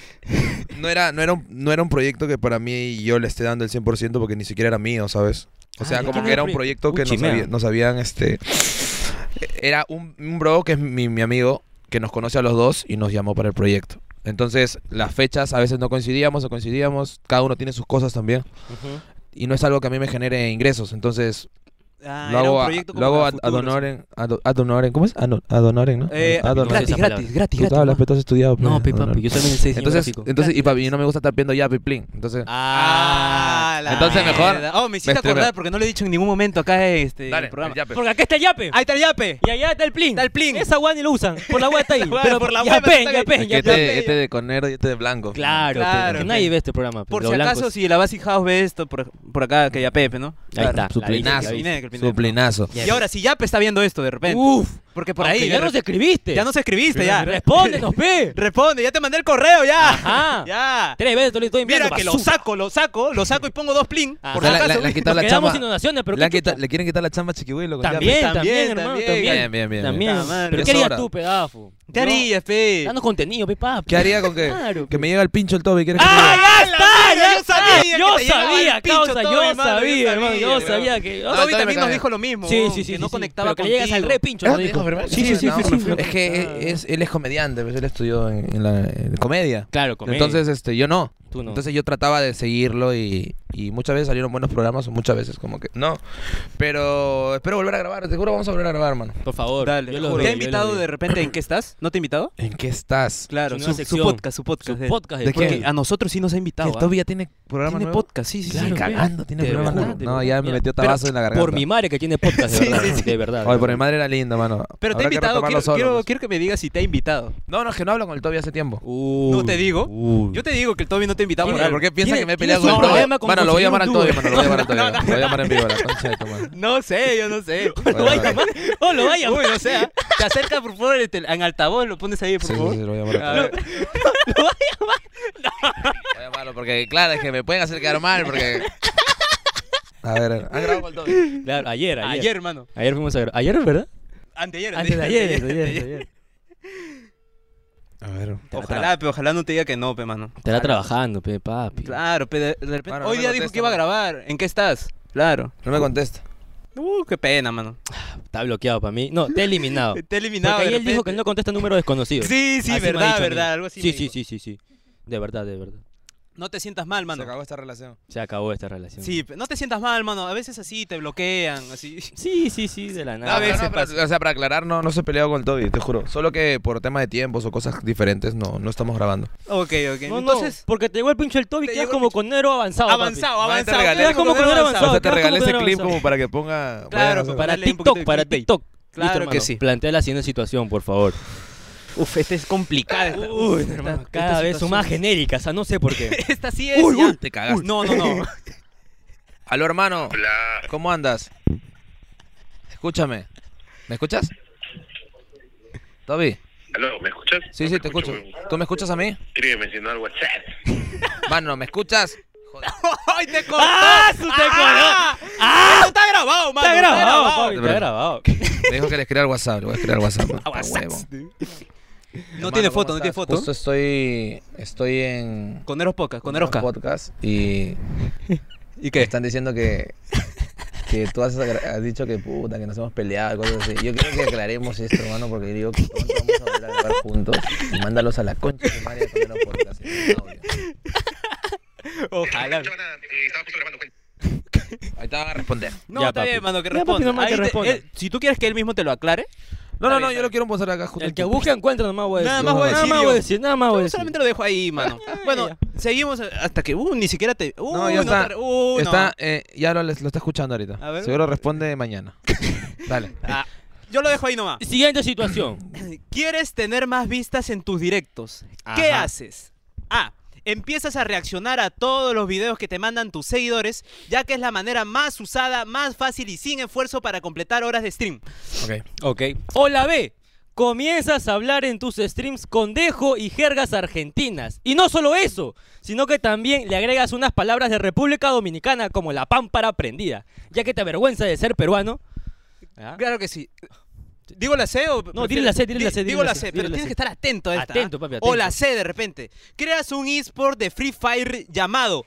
A: no era, no, era un, no era un proyecto que para mí yo le esté dando el 100% porque ni siquiera era mío, ¿sabes? O
C: Ah,
A: sea,
C: ¿de
A: como
C: quién
A: que
C: era
A: era
C: el
A: un
C: proyecto?
A: proyecto que nos,
C: Uchimea.
A: había- nos habían, este... Era un, un bro que es mi, mi amigo, que nos conoce a los dos y nos llamó para el proyecto. Entonces, las fechas a veces no coincidíamos o coincidíamos, cada uno tiene sus cosas también. Y no es algo que a mí me genere ingresos, entonces
B: Ah,
A: lo
B: era
A: hago,
B: un
A: a,
B: proyecto
A: lo hago
B: como
A: a,
B: a
A: ad
B: futuro, sí.
A: honorem- ad, ad honorem, ¿cómo es? Ad, ad honorem, ¿no?
B: Eh,
A: ad honorem.
C: gratis,
B: gratis,
C: gratis,
B: gratis,
A: Tú
B: gratis,
A: te hablas, pero entonces tú ya,
C: No,
A: pues,
C: pe,
A: ad honorem.
C: papi, yo también sé diseño
A: Entonces,
C: gráfico.
A: entonces y papi, yo no me gusta estar viendo ya Piplin. Entonces,
B: Ah, la
A: Entonces mejor
B: mierda. Oh, me hiciste
A: me estreno.
B: acordar porque no lo he dicho en ningún momento acá este, en el programa.
A: pues ya, pe.
C: Porque acá está el yape.
B: Ahí está el yape.
C: Y allá está el plin.
B: Está el plin.
C: Esa guay ni lo usan. Por la guay está ahí.
B: Esa guay,
C: Pero
B: por la guay
C: ya
B: está
C: pen,
B: ahí.
C: ya pen,
A: Que
C: ya
B: te-
C: pen.
A: este, este de conero y este de blanco.
C: Claro,
B: Claro,
C: claro.
B: pe.
C: nadie ve este programa. pe,
B: Por
C: los
B: si
C: blancos.
B: acaso, si la Basi House ve esto, por, por acá, que yape, pe, ¿no?
C: Ahí está.
A: Su plinazo.
C: la vi, la vi.
B: Pineda, que el Pineda.
A: Suplinazo.
C: Ya,
B: Y ahora, si yape está viendo esto de repente.
C: Uf.
B: porque por
C: aunque
B: ahí.
C: Ya
B: de
C: nos
B: re-
C: escribiste.
B: ya nos escribiste, ya.
C: Respóndenos, pe.
B: Responde, ya te mandé el correo, ya.
C: Ajá.
B: Ya.
C: Tres veces te lo estoy enviando.
B: Mira que lo
C: basura.
B: saco, lo saco, lo saco y pongo dos plin.
C: Ah,
B: por
A: Le-
B: si
A: le-
B: acaso.
A: le han quitado
C: Nos
A: la
C: quedamos
A: chamba.
C: sin donaciones, pero
A: Le, han
C: qué
A: quita-
C: chucha.
A: le quieren quitar la chamba a Chiquihuilo. con
C: También,
B: También,
C: también,
B: también,
C: hermano,
B: también.
A: Bien,
C: también.
A: bien, bien,
C: También.
B: bien. Puta
C: ¿Pero
A: madre.
C: qué
A: Es
C: harías
A: hora.
C: tú, pedafo?
B: ¿Qué harías,
C: Yo-
B: pe?
C: Dando contenido, pe, papi.
A: yape. ¿Qué haría con que,
C: Claro,
A: que
C: pe.
A: me llega el pincho el Toby? ¿Quieres que
C: ¡Ah,
A: te
C: ya
B: la
C: está!
B: mierda,
C: ya
B: yo
C: está!
B: sabía que
C: Yo
B: te llegaba
C: sabía,
B: el pincho
C: causa,
B: todo,
C: yo
B: hermano, yo
C: sabía, hermano,
B: sabía,
C: yo
B: hermano.
C: sabía que...
A: No,
B: Toby
A: todavía
B: también
A: me
B: nos
A: cae.
B: dijo lo mismo.
C: Sí,
B: huevón,
C: sí, sí.
B: Que no
C: sí,
B: conectaba
C: pero que le llegas al
B: contigo.
C: re pincho,
A: Ah,
C: nos
A: te
C: dijo.
A: dijo, ¿verdad?
C: Sí, sí, sí,
A: No,
C: sí, sí,
A: Es que es- él es comediante, pues, él estudió en, en la en comedia.
C: Claro, comedia.
A: Entonces, este, yo no.
C: Tú no.
A: Entonces yo trataba de seguirlo y, y muchas veces salieron buenos programas o muchas veces como que no. Pero espero volver a grabar, seguro vamos a volver a grabar, mano.
C: Por favor.
B: Dale,
C: yo
B: te
C: lo
B: juro.
C: veo,
B: ¿Te ha
C: yo lo
B: invitado
C: veo.
B: de repente en qué estás? ¿No te ha invitado?
A: ¿En qué estás?
B: Claro, su,
C: Su nueva
B: su
C: sección.
B: podcast, su podcast.
C: Su
B: eh.
C: podcast.
A: ¿De
B: Porque
A: qué?
B: a nosotros sí nos ha invitado.
A: El
B: ¿ah?
A: Toby ya tiene programa
B: Tiene
A: nuevo?
B: podcast, sí, sí,
A: Ni
C: Claro,
B: sí.
C: pe.
A: cagando, tiene
C: De
A: programa
C: verdad,
A: nuevo.
C: de
A: No,
C: verdad.
A: ya me
C: Mira,
A: metió
C: pero
A: tabazo en la garganta.
C: Por mi madre que tiene podcast, de
B: Sí,
C: verdad.
B: sí, sí.
C: De verdad.
A: Ay, por
C: de
A: mi
C: verdad.
A: madre era linda, mano.
B: Pero te ha
A: Habrá que
B: invitado,
A: retomarlo
B: quiero,
A: solo,
B: quiero,
A: pues.
B: quiero que me digas si te ha invitado.
A: No, no, es que no hablo con el Toby hace tiempo.
C: Uy,
B: No te digo.
C: uy.
B: Yo te digo que el Toby no te ha invitado por
C: Tiene-
A: ¿Por
B: algo.
A: qué piensa
C: tiene-
A: que me he
C: tiene
A: peleado
C: su
A: con el Toby?
C: problema con
A: Mano, lo voy a llamar al
C: conseguir
A: Toby,
C: un
A: mano, lo voy a llamar al Toby. Lo voy a llamar en vivo, la concha de tu madre.
B: No sé, yo no sé.
A: Bueno,
C: Lo va a llamar. Oh, lo va a llamar.
B: Uy, no sé. ¿ah? Te acercas, por favor, el tel- en altavoz, lo pones ahí, por
A: Sí, sí,
B: favor.
A: sí, lo voy a llamar
B: A
A: al Toby.
B: ver.
A: Voy a llamarlo porque, claro, es que me pueden hacer quedar mal porque... A ver, han grabado con el Toby.
C: Claro, ayer, ayer.
B: Ayer, hermano.
C: Ayer fuimos a ver. ¿Ayer, verdad?
B: Anteayer.
C: Antes de ayer, antes de ayer. antes de ayer.
A: A ver.
B: Ojalá, pero ojalá no te diga que no, pe, mano.
C: Estará trabajando, pe, papi.
B: Claro, pe, de de repente.
A: Mano, no
B: Hoy
A: me
B: día dijo
A: contesta,
B: que iba a
A: mano.
B: grabar. ¿En qué estás? Claro.
A: No me contesta.
B: Uh, qué pena, mano.
C: Está bloqueado para mí. No, te he eliminado.
B: Te he eliminado.
C: Porque
B: de
C: ahí él dijo
B: repente.
C: que él no contesta número desconocido.
B: Sí, sí,
C: Así me ha dicho
B: verdad,
C: a mí.
B: verdad, algo así.
C: Sí,
B: me
C: sí,
B: dijo.
C: sí, sí, sí. De verdad, de verdad.
B: No te sientas mal,
A: Se
B: mano.
A: acabó esta relación.
C: Se acabó esta relación.
B: Sí, pe- no te sientas mal, mano. A veces así te bloquean, así.
C: sí, sí, sí, de la nada.
A: No, pero
B: veces
A: no, pero, o sea, para aclarar, no, no se peleado con el Toby, te juro. Solo que por tema de tiempos o cosas diferentes, no, no estamos grabando.
B: Ok, ok.
C: No, no,
B: Entonces,
C: porque te llegó el pincho el Toby,
B: Te
C: quedas
B: llegó el
C: como conero avanzado. papi.
B: avanzado,
A: Vale, te
B: avanzado.
A: regalé.
B: Queda como
C: Como
B: que
C: que no
B: avanzado.
C: avanzado.
A: o sea, te
C: claro,
A: regalé
C: como
A: ese
C: que no
A: clip
C: avanzado.
A: como para que ponga.
B: Claro,
A: Bueno,
C: Para
B: Dale un poquito
C: TikTok,
B: de
C: para
B: clickbait.
C: TikTok.
B: Claro
C: Listo,
B: que
C: hermano.
B: sí.
C: Plantea la siguiente situación, por favor.
B: Uf,
A: Este
B: esta es complicada. esta-
C: Uy,
B: esta-
C: hermano,
B: esta
C: cada vez son
B: situación-
C: más genéricas, o sea, no sé por qué.
B: Esta sí es.
A: Uy,
B: ya.
A: uy, te cagaste.
B: No, no, no.
A: Aló, hermano.
D: Hola.
A: ¿Cómo andas? Escúchame. ¿Me escuchas? Toby.
D: Aló, ¿me escuchas?
A: Sí,
D: No
A: sí,
D: te
A: te escucho.
D: weón.
A: ¿Tú me escuchas a mí?
D: Escríbeme si no al WhatsApp.
A: Mano, ¿me escuchas?
B: ¡Ay, te cortó!
C: ¡Ah, su te
B: ¡Ah! Eso está grabado, mano.
C: Está grabado,
A: papi,
C: papi,
A: está
C: está grabado.
A: Me dijo que le escribiera al WhatsApp. Le voy a escribir al WhatsApp. man. Está
B: WhatsApp.
A: huevo.
B: No
A: Hermano,
B: tiene
A: ¿cómo
B: foto, no
A: estás?
B: tiene foto.
A: Justo estoy, estoy en
B: Con Eros Podcast, con Eros
A: un podcast y
B: ¿Y qué?
A: están diciendo que, que tú has, agra- has dicho que puta, que nos hemos peleado y cosas así. Yo quiero que aclaremos esto, hermano, porque digo que pronto vamos a volver a grabar juntos y mándalos a la concha de madre de poner los podcasts. en un audio.
B: Ojalá.
D: No, nada, eh, estaba justo grabando, cuenta.
A: Ahí te van a responder.
B: No,
C: Ya,
B: está
C: papi.
B: bien, mano, que
C: Ya, papi,
B: responda.
C: nomás que
B: Ahí te-
C: responda.
B: él- Si tú quieres que él mismo te lo aclare,
A: No, no,
B: Está
A: no,
B: bien,
A: yo lo quiero mostrar acá junto.
C: El que busca encuentra, nomás voy a
B: Nada
C: decir.
B: más voy a decir
C: Nada más
B: yo.
C: voy a decir, nada más voy a
B: yo
C: decir.
B: solamente lo dejo ahí, mano. Bueno, seguimos hasta que, uh, ni siquiera te. Uh,
A: No, ya
B: te
A: está.
B: re- uh, no.
A: Está, eh, ya lo, lo está escuchando ahorita.
B: A ver.
A: Seguro responde mañana. Dale.
B: Ah, yo lo dejo ahí nomás.
C: Siguiente situación.
B: ¿Quieres tener más vistas en tus directos? ¿Qué
C: Ajá.
B: haces? A. Empiezas a reaccionar a todos los videos que te mandan tus seguidores, ya que es la manera más usada, más fácil y sin esfuerzo para completar horas de stream.
A: Ok.
C: Ok. O la B. Comienzas a hablar en tus streams con dejo y jergas argentinas. Y no solo eso, sino que también le agregas unas palabras de República Dominicana como la pámpara prendida, ya que te avergüenza de ser peruano. ¿Ah?
B: Claro que sí. ¿Digo la C o.?
C: No, dile la C, dile la C, dile
B: Digo
C: la
B: la
C: C,
B: C,
C: dile
B: pero
C: la
B: tienes
C: C.
B: que estar atento a esta.
C: Atento,
B: ¿ah?
C: papi,
B: O la
C: atento.
B: C de repente. Creas un eSport de Free Fire llamado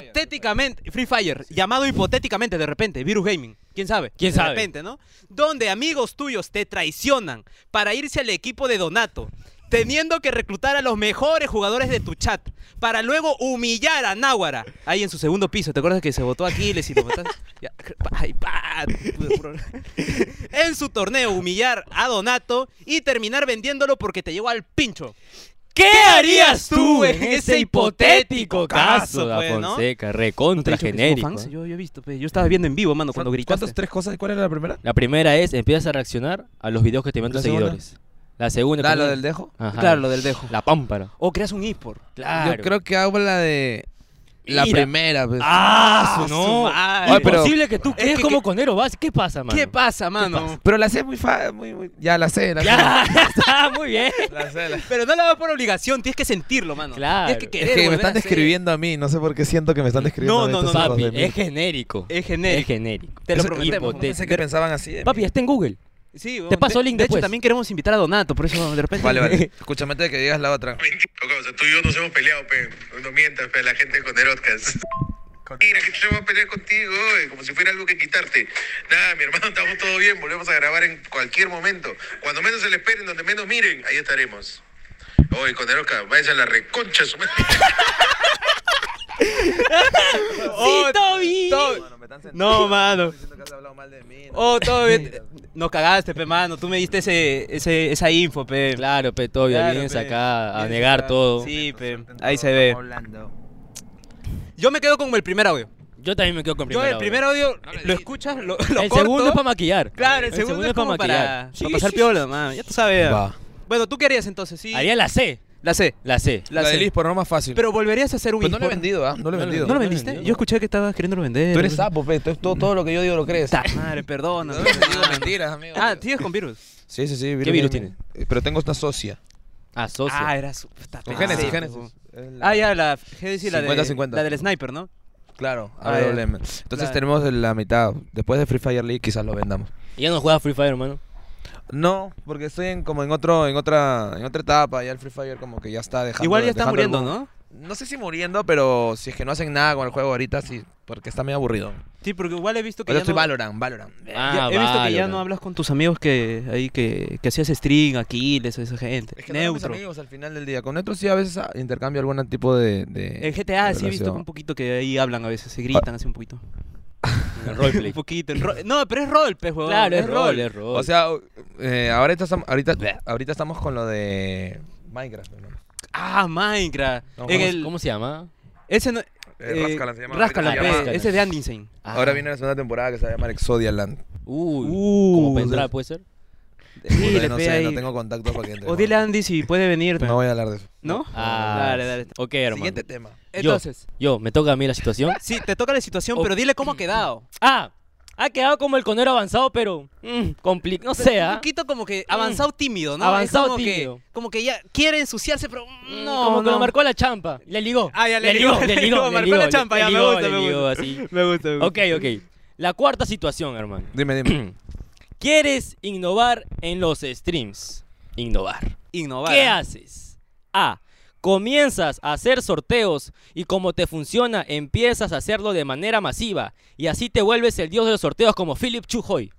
B: hipotéticamente. Free Fire, llamado hipotéticamente de repente. Virus Gaming. ¿Quién sabe?
C: ¿Quién
B: de
C: sabe?
B: repente, ¿no? Donde amigos tuyos te traicionan para irse al equipo de Donato. Teniendo que reclutar a los mejores jugadores de tu chat para luego humillar a Náhuara ahí en su segundo piso. ¿Te acuerdas que se votó Aquiles y lo botaste? Ya, ay, pa, pude pro- en su torneo humillar a Donato y terminar vendiéndolo porque te llegó al pincho.
C: ¿Qué harías tú en ese hipotético caso, Da
B: pues, ¿no?
C: Fonseca? Recontra
B: Te he dicho que
C: genérico.
B: somos fans,
C: ¿eh?
B: yo, yo he visto, pe, yo estaba viendo en vivo, mano, cuando gritaste.
A: ¿Cuántas tres cosas? ¿Cuál era la primera?
C: La primera es, empiezas a reaccionar a los videos que te mandan
A: ¿La
C: tus
A: segunda?
C: seguidores. La segunda.
A: Ah, lo
C: perdón.
A: del dejo.
C: Ajá.
B: Claro, lo del dejo.
C: La pámpara.
B: O creas un eSport.
C: Claro.
A: Yo creo que habla de la
C: Mira.
A: primera. pues.
C: ¡Ah,
B: su
C: su no!
B: madre.
A: Ay, pero-
C: Imposible que tú
B: que-
C: quedes
B: que-
C: como conero, vas. ¿Qué pasa, mano?
B: ¿Qué pasa, mano?
A: Pero la sé muy fa, muy, muy- Ya la sé, la
C: Ya, ya está, muy bien.
A: sé. La sé, la-
B: Pero no la hagas por obligación, tienes que sentirlo, mano.
C: Claro.
B: Tienes que
A: Es
B: querer
A: que me
B: volver
A: están
B: a hacer.
A: describiendo a mí, no sé por qué siento que me están describiendo
B: No,
A: a mí
B: no,
A: estos
B: no,
A: hijos
C: Papi,
A: de mil.
C: es genérico.
B: Es
C: Es
B: genérico.
C: genérico.
B: Te lo
A: Eso-
B: prometemos.
A: Yo pensé que pensaban así. de mí.
C: Papi, está en Google.
B: Sí,
C: Te paso
B: de-
C: el link pues.
B: de
C: después.
B: hecho, también queremos invitar a Donato, por eso de repente.
A: Vale, vale. Escúchame antes de que digas la otra.
D: Ok, o sea, tú y yo nos hemos peleado, pe. No mientas, pe, la gente con Erotcas. Mira, que yo voy a pelear contigo, eh, como si fuera algo que quitarte. Nada, mi hermano, estamos todo bien, volvemos a grabar en cualquier momento. Cuando menos se le esperen, donde menos miren, ahí estaremos. Oye, con Erotcas, váyanse a la reconcha, de su madre.
B: Oh,
C: ¡Sí, Toby!
B: Toby. No, mano. Oh, todo bien. Nos cagaste, pe, mano. Tú me diste ese, ese, esa info, pe.
C: Claro, pe, todavía
B: Claro,
C: vienes
B: pe.
C: acá a negar todo.
B: Sí, pe. Ahí se ve. Yo me quedo con el primer audio.
C: Yo también me quedo con
B: Yo
C: primero.
B: el primer
C: bro.
B: audio lo escuchas, lo, lo
C: El
B: corto.
C: segundo es para maquillar.
B: Claro, el, segundo, es como para, para
C: Sí,
B: pasar
C: sí,
B: piola, man. Ya tú sabes.
A: Va.
B: Bueno, ¿tú qué harías entonces? Sí.
C: Haría la C.
B: La C.
C: La C.
A: La,
B: La,
A: de
B: C.
A: Liz, por no más fácil.
B: Pero volverías a hacer un
A: Pues no lo he
B: eSport?
A: vendido, ¿ah? No lo he
C: No lo-
A: vendido.
B: ¿No lo
C: No lo he
B: vendiste?
C: vendido.
B: Yo escuché que estabas queriéndolo vender.
A: Tú eres sapo, pe. tú- Todo, todo lo que yo digo lo crees.
B: Ta Madre, perdona.
A: No lo he vendido, mentiras, amigo.
B: ah, sigues con virus.
A: Sí, sí, sí.
C: virus
A: gaming. Eh, Pero tengo una socia.
C: Asocia.
B: Ah, era su. puta,
A: Con
B: pensé,
A: Génesis,
B: pe,
A: Génesis.
B: weón.
A: Es la-
B: Ah, ya, la Génesis, la, de-
A: 50-50.
B: la del sniper, ¿no?
A: Claro,
B: Ah,
A: AWM.
B: ya.
A: Entonces
B: Claro.
A: tenemos la mitad. Después de Free Fire League quizás lo vendamos.
C: Y ya no juegas Free Fire, hermano.
A: No, porque estoy en como en otro, en otra, en otra etapa. Ya el Free Fire como que ya está dejando.
B: Igual ya está
A: dejando el
B: muriendo,
A: boom.
B: ¿no?
A: No sé si muriendo, pero si es que no hacen nada con el juego ahorita, sí Porque está medio aburrido.
B: Sí, porque igual he visto que
A: Pero
B: ya
A: estoy
B: no... Eh,
A: Valorant, Valorant.
C: Ah,
B: Ya- he visto que ya
C: Valorant.
B: no hablas con tus amigos que ahí que, que hacías string, Aquiles, esa gente.
A: Es que no eran mis
B: Neutro.
A: amigos al final del día. Con otros sí a veces ah, intercambio algún tipo de... de-
B: En GTA sí he visto
A: relación.
B: que un poquito que ahí hablan a veces, se gritan
C: Ah.
B: así un poquito.
C: Roleplay.
B: un poquito. el ro- No, pero es rol, pues, huevón.
C: Claro, es
B: rol.
C: rol, es rol.
A: O sea, eh, ahora, estás- ahorita, ahorita estamos con lo de Minecraft. hermano.
B: Ah, Minecraft.
A: No,
B: En
C: ¿Cómo,
B: el-
C: cómo se llama?
B: Ese no... eh,
A: Rascalan se llama,
B: Rascalan,
A: ahorita se
B: pe,
C: llama-
B: ese es de Andinsen.
A: Ahora viene la segunda temporada que se va a llamar Exodia Land.
C: Ah, Uy,
B: Uh,
C: como Pendrive, ¿puede ser?
A: Puta,
B: Dile,
A: no
B: pe,
A: sé,
B: ahí.
A: no tengo contacto para que entre.
B: O dile a
A: hermano.
B: Andy si puede venir. pe.
A: No voy a hablar de eso.
B: ¿No?
C: Ah,
B: dale, dale.
C: Ok, hermano.
A: Siguiente tema.
B: Entonces,
C: Yo, me toca a mí la situación.
B: sí, te toca la situación,
C: O-
B: pero dile cómo ha quedado.
C: Ah, ha quedado como el conero avanzado, pero mm, compli- No sé,
B: un
C: ¿ah?
B: poquito como que Mm. avanzado tímido, ¿no?
C: Avanzado
B: Es como que-
C: tímido.
B: como que ya quiere ensuciarse, pero mm,
C: Mm,
B: no,
C: como que
B: no.
C: lo marcó la champa. Le ligó.
B: Ah, ya le ligó,
C: Le
B: le
C: ligó,
B: ligó,
C: le
B: marcó
C: ligó,
B: la
C: le-
B: champa,
C: le
B: ya, me
C: ligó,
B: gusta,
C: le
B: me
C: ligó,
B: gusta.
C: así.
B: Me gusta, me gusta.
C: Ok, ok. La cuarta situación, hermano.
A: Dime, dime.
C: ¿Quieres innovar en los streams? Innovar.
B: Innovar.
C: ¿Qué
B: ¿eh?
C: haces? A. Comienzas a hacer sorteos y como te funciona, empiezas a hacerlo de manera masiva y así te vuelves el dios de los sorteos como Philip Chujoy.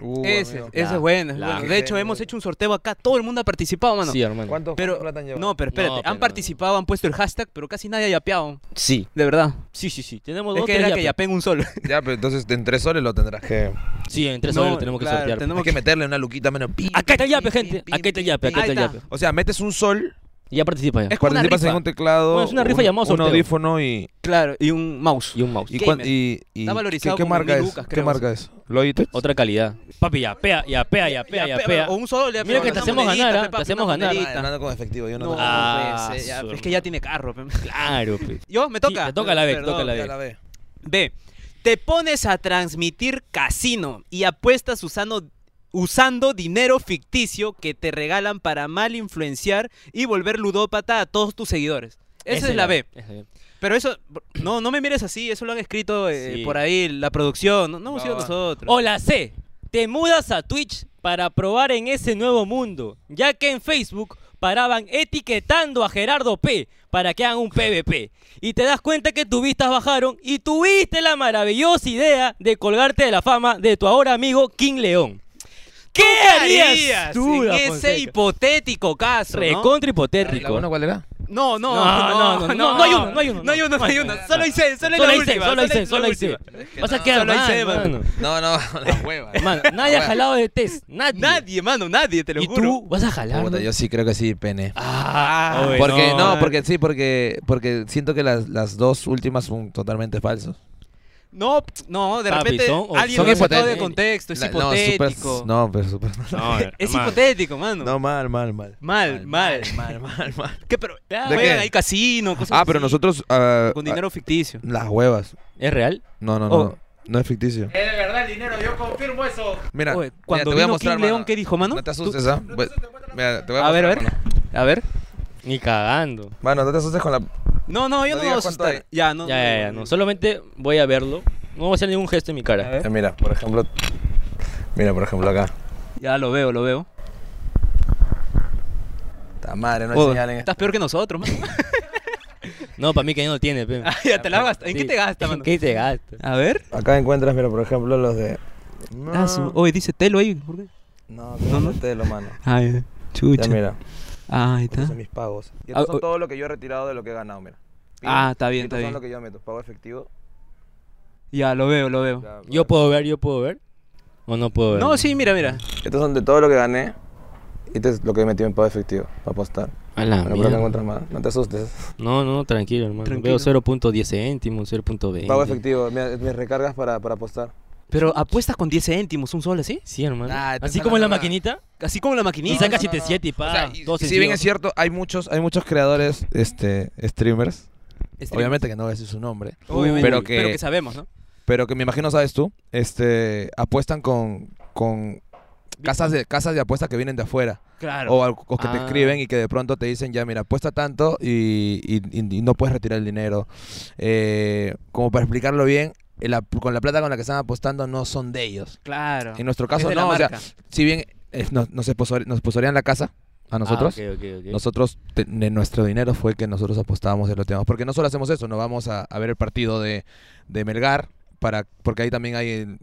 A: Uh,
B: Ese,
A: amigo.
B: ese
C: La-
B: es bueno, es
C: la-
B: bueno. De hecho, hemos hecho un sorteo acá, todo el mundo ha participado, mano.
C: Sí, hermano.
A: ¿Cuánto
B: Pero,
A: plata han llevado?
B: no, pero espérate,
C: No,
B: han
C: pero-
B: participado, han puesto el hashtag, pero casi nadie ha yapeado,
C: Sí.
B: de verdad.
C: Sí, sí, sí. Tenemos
B: Es
C: dos
B: que
C: tres
B: era
C: ya,
B: que
C: pero-
B: yapeen un solo.
A: Ya, pero entonces en tres soles lo tendrás que...
C: Sí, en tres
B: No,
C: horas lo tenemos que
B: claro,
C: sortear.
B: tenemos
A: Hay que meterle una luquita menos. Pi,
B: Ah,
C: Acá está el
A: pi,
C: yape,
A: pi,
C: gente.
A: pi,
C: Acá está el
A: pi, pi.
C: yape, acá está el
B: Ahí está.
C: yape.
A: O sea, metes un sol,
C: Ya participa ya.
B: Es como una
A: participas en
B: rifa.
A: un teclado,
C: Bueno, es una rifa
A: un,
C: llamada
A: un
C: sorteo.
A: audífono y...
B: Claro, y un mouse.
C: Y un mouse.
A: ¿Y,
B: Pues Gamer.
A: cuán- y, y
B: Está
A: ¿qué-
B: valorizado
A: ¿qué,
B: como
A: marca
B: mil
A: es?
B: lucas,
A: ¿Qué
B: creo.
A: marca es? ¿Logitech?
C: Otra calidad. Papi, yapea, yapea, yapea,
B: Yapea,
C: yapea.
B: O un solo le
C: Mira que
B: una
C: te hacemos
B: monedita,
C: ganar,
B: pe,
C: ¿ah?
B: papi,
C: Te hacemos
B: una
C: ganar.
A: Ah,
B: monedita.
A: hermano, con efectivo, yo no,
B: No,
A: tengo.
C: Ah,
B: pues, eh, ya,
C: su
B: es que ya tiene carro. pe.
C: Claro, pe.
B: Yo, me toca.
C: Sí, te toca la B, te toca la
A: Ya
C: B.
A: la ve.
B: B. Te pones a transmitir casino y apuestas usando, usando dinero ficticio que te regalan para mal influenciar y volver ludópata a todos tus seguidores. Esa es la B.
C: esa es la B.
B: Pero eso, no, no me mires así, eso lo han escrito eh,
C: Sí.
B: por ahí, la producción, no, no hemos
A: Va,
B: sido
A: va.
B: nosotros.
C: O la C. Te mudas a Twitch para probar en ese nuevo mundo, ya que en Facebook paraban etiquetando a Gerardo P para que hagan un PvP. Y te das cuenta que tus vistas bajaron y tuviste la maravillosa idea de colgarte de la fama de tu ahora amigo King León. ¿Qué harías tú,
B: en
C: Da
B: ese
C: Fonseca?
B: hipotético caso? ¿no?
C: Recontra
A: ¿La
C: hipotético.
A: uno cuál era?
B: No, no,
C: No, no, no, no,
B: hay
C: no,
B: uno,
C: no hay uno,
B: no hay uno, no hay uno. Solo hice, solo,
C: Solo
B: la
C: hay
B: última,
C: C, solo hay C, solo hay C.
B: última.
C: Vas a
A: no,
C: quedar
B: solo hay C,
C: mal,
B: mano.
C: mano.
A: No, no, la hueva.
C: Mano, nadie ha
A: Bueno.
C: jalado de test. Nadie.
B: Nadie, mano, nadie, te lo
C: Y
B: juro.
C: tú vas a jalar.
A: Puta,
C: ¿no?
A: yo sí creo que sí, pene.
C: Ah,
B: Oye,
A: porque, no,
B: no. eh.
A: porque sí, porque, porque siento que las, las dos últimas son totalmente falsos.
B: No, p- no, de
C: Papi,
B: repente
C: son-
B: alguien
A: son
B: lo sacó de
A: hipotéticos.
B: contexto, es
A: La- no, super-
B: hipotético.
A: No, pero super-
B: es hipotético, mano.
A: No, mal, mal, mal.
B: Mal, mal.
A: Mal, mal, mal.
B: ¿Qué, pero
C: ¿De
B: juegan
A: qué?
B: ahí casino, cosas
A: Ah, pero
B: así,
A: nosotros. ah,
B: Con
A: ah,
B: dinero ficticio.
A: las huevas.
C: ¿Es real?
A: No, no, no.
B: Oh.
A: No es ficticio.
E: Es Eh, de verdad el dinero, yo confirmo eso.
A: Mira,
B: Oye,
A: mira,
B: cuando
A: te voy a
B: vino
A: mostrar.
B: King León,
A: mano.
B: ¿qué dijo, mano?
A: No te
B: Tú-
A: asustes, ¿ah? Voy- Mira, te voy a
B: A ver, a ver.
A: mostrar,
B: A ver.
C: Ni cagando.
A: Mano, Mano, no te asustes con la.
B: No, no,
A: No
B: yo no, me voy a
A: digas cuánto
B: asustar.
A: hay.
B: Ya, no.
C: Ya, ya, ya, no. Solamente voy a verlo. No voy a hacer ningún gesto en mi
B: A
C: cara.
B: ver.
A: Eh, mira, por ejemplo. Mira, por ejemplo, acá.
B: Ya lo veo, lo veo.
A: Ta madre, no hay
B: Oh,
A: señal eh. en
B: estás peor que nosotros, mano.
C: No, para mí que no lo tiene. pe.
B: Ah, ya te la gastas. ¿En
C: Sí.
B: qué te gastas,
C: ¿En
B: mano?
C: qué te gastas?
B: A ver.
A: Acá encuentras, mira, por ejemplo, los de. No,
B: Ah, su- Oye, dice telo ahí. ¿Por qué?
A: no,
B: no, no.
A: te lo mano.
B: Ay,
A: Ya
B: chucha.
A: mira,
B: Ah, ahí
A: estos
B: está.
A: son mis pagos. Y
B: Ah,
A: estos
B: o-
A: son todo lo que yo he retirado de lo que he ganado, mira. Pin.
B: Ah, está bien,
A: Estos
B: está
A: son
B: bien.
A: lo que yo meto, pago efectivo.
B: Ya, lo veo, lo veo.
A: Ya,
C: ¿Yo puedo ver? ¿Yo puedo ver? ¿O no puedo ver?
B: No, sí, mira, mira.
A: Estos son de todo lo que gané. Y este es lo que he metido en pago efectivo, para apostar.
C: A
B: Ah,
C: la
A: Bueno, pero no
C: mierda.
A: encuentras más. No te asustes.
C: No, no, tranquilo, hermano.
B: Tranquilo.
C: Veo 0.10 céntimos, 0.20.
A: Pago efectivo, mira, mis recargas para, para apostar.
B: Pero apuestas con 10 céntimos, un sol así.
C: Sí, hermano.
A: Ah, te
C: Así
A: están
C: como en la
A: dando la-
C: maquinita.
B: Así como la
C: Y
B: maquinita.
C: saca
A: no, no,
C: 7.7 y
A: O
C: paga.
A: sea, y-
C: dos
A: y si bien
C: centavos.
A: es cierto, hay muchos, hay muchos creadores, este, streamers.
B: Stream.
A: Obviamente que no voy a decir su nombre.
B: Este, Obviamente.
A: Pero que-
B: pero que sabemos, ¿no?
A: Pero que me imagino, sabes tú, este, apuestan con, con casas de casas de apuestas que vienen de afuera.
B: Claro.
A: O, al- o que te
C: Ah.
A: escriben y que de pronto te dicen, ya mira, apuesta tanto y, y- y- y no puedes retirar el dinero. Eh, como para explicarlo bien, la- con la plata con la que están apostando no son de ellos.
B: Claro.
A: En nuestro
B: Es
A: caso
B: de la
A: no, o sea,
B: marca.
A: si bien eh, nos, nos, esponsor- nos sponsorean la casa, a nosotros.
C: Ah, ok, ok, ok.
A: Nosotros, te- de nuestro dinero fue que nosotros apostábamos en los temas. Porque no solo hacemos eso, nos vamos a, a ver el partido de, de Melgar, para, porque ahí también hay, el-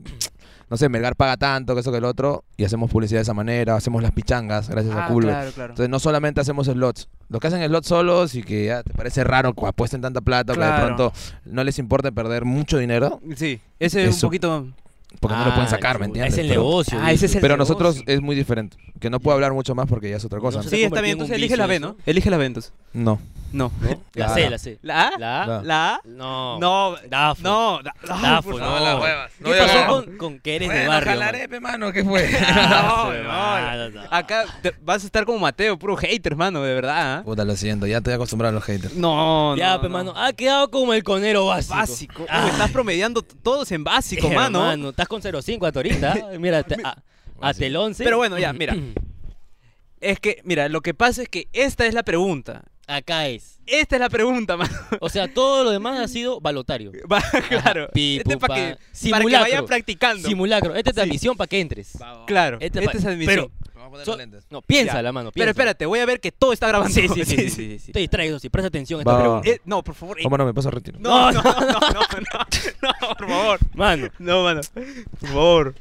A: no sé, Melgar paga tanto, que eso que el otro, y hacemos publicidad de esa manera, hacemos las pichangas gracias a
B: Ah,
A: Culver.
B: claro, claro.
A: Entonces no solamente hacemos slots. Los que hacen slots solos y que ya te parece raro que apuesten tanta plata, que
B: Claro.
A: de pronto no les importa perder mucho dinero,
B: Sí, ese es un
A: Eso.
B: poquito...
A: porque no lo pueden
C: Ah,
A: sacar, ¿me
C: chuta,
A: entiendes?
C: Es el
A: Pero-
C: negocio.
B: Ah, ese es el
A: Pero
B: negocio.
A: nosotros es muy diferente. Que no puedo hablar mucho más porque ya es otra cosa.
C: ¿Se te
B: Sí,
C: ha
B: está bien,
C: convertido en un
B: entonces elige la
C: vicio
B: B,
C: eso?
B: ¿no? Elige la B, entonces.
A: No.
B: No.
A: Claro.
C: La C, la C.
B: ¿La A?
C: La A.
B: ¿La A?
C: No.
B: No.
C: Dafo.
B: No. da- ay,
C: Dafo,
B: por
C: no.
B: favor.
D: las huevas. No
C: ¿Qué
D: voy a
C: pasó
D: ganar.
C: con, con que eres de
A: Bueno,
C: barrio?
A: jalaré,
C: man?
A: pe, mano, ¿qué fue?
C: Ah,
B: No,
C: se
B: no,
C: va,
B: la-
C: no, no.
B: Acá te- vas a estar como Mateo, puro hater, hermano, de verdad. ¿ah?
A: Puta, lo siento, ya estoy acostumbrado a los haters.
B: No,
C: Ya,
B: Ah, no,
C: pe,
B: no.
C: mano. Ha quedado como el conero básico.
B: Básico.
C: Ah,
B: Uy, estás promediando t- todos en básico, mano.
C: hermano, Estás con 0.5 hasta ahorita. Mira, te- a- hasta el 11.
B: Pero bueno, ya, mira. Es que, mira, lo que pasa es que esta es la pregunta.
C: Acá es.
B: Esta es la pregunta, mano.
C: O sea, todo lo demás ha sido balotario.
B: Va, claro.
C: pi,
B: este es
C: pupa.
B: para que, para que
C: Ah, Simulacro.
B: vayan practicando.
C: Simulacro. Esta es la admisión para que entres.
B: claro. Esta
C: Este es pa-
B: es admisión.
C: pero-
A: Vamos a poner
C: So-
A: los lentes.
C: no, piénsala, mano.
B: Pero
C: piénsala.
B: espérate, voy a ver que todo está grabando.
C: Sí, sí, sí. sí, sí, sí. Te distraigo, sí. Presta atención a esta
A: Va.
C: pregunta.
B: Eh, no, por favor. eh,
A: ¿Cómo no me paso a retiro?
B: No,
C: No,
B: no, no, no, no, no, por favor.
C: Mano.
B: No, mano. Por favor.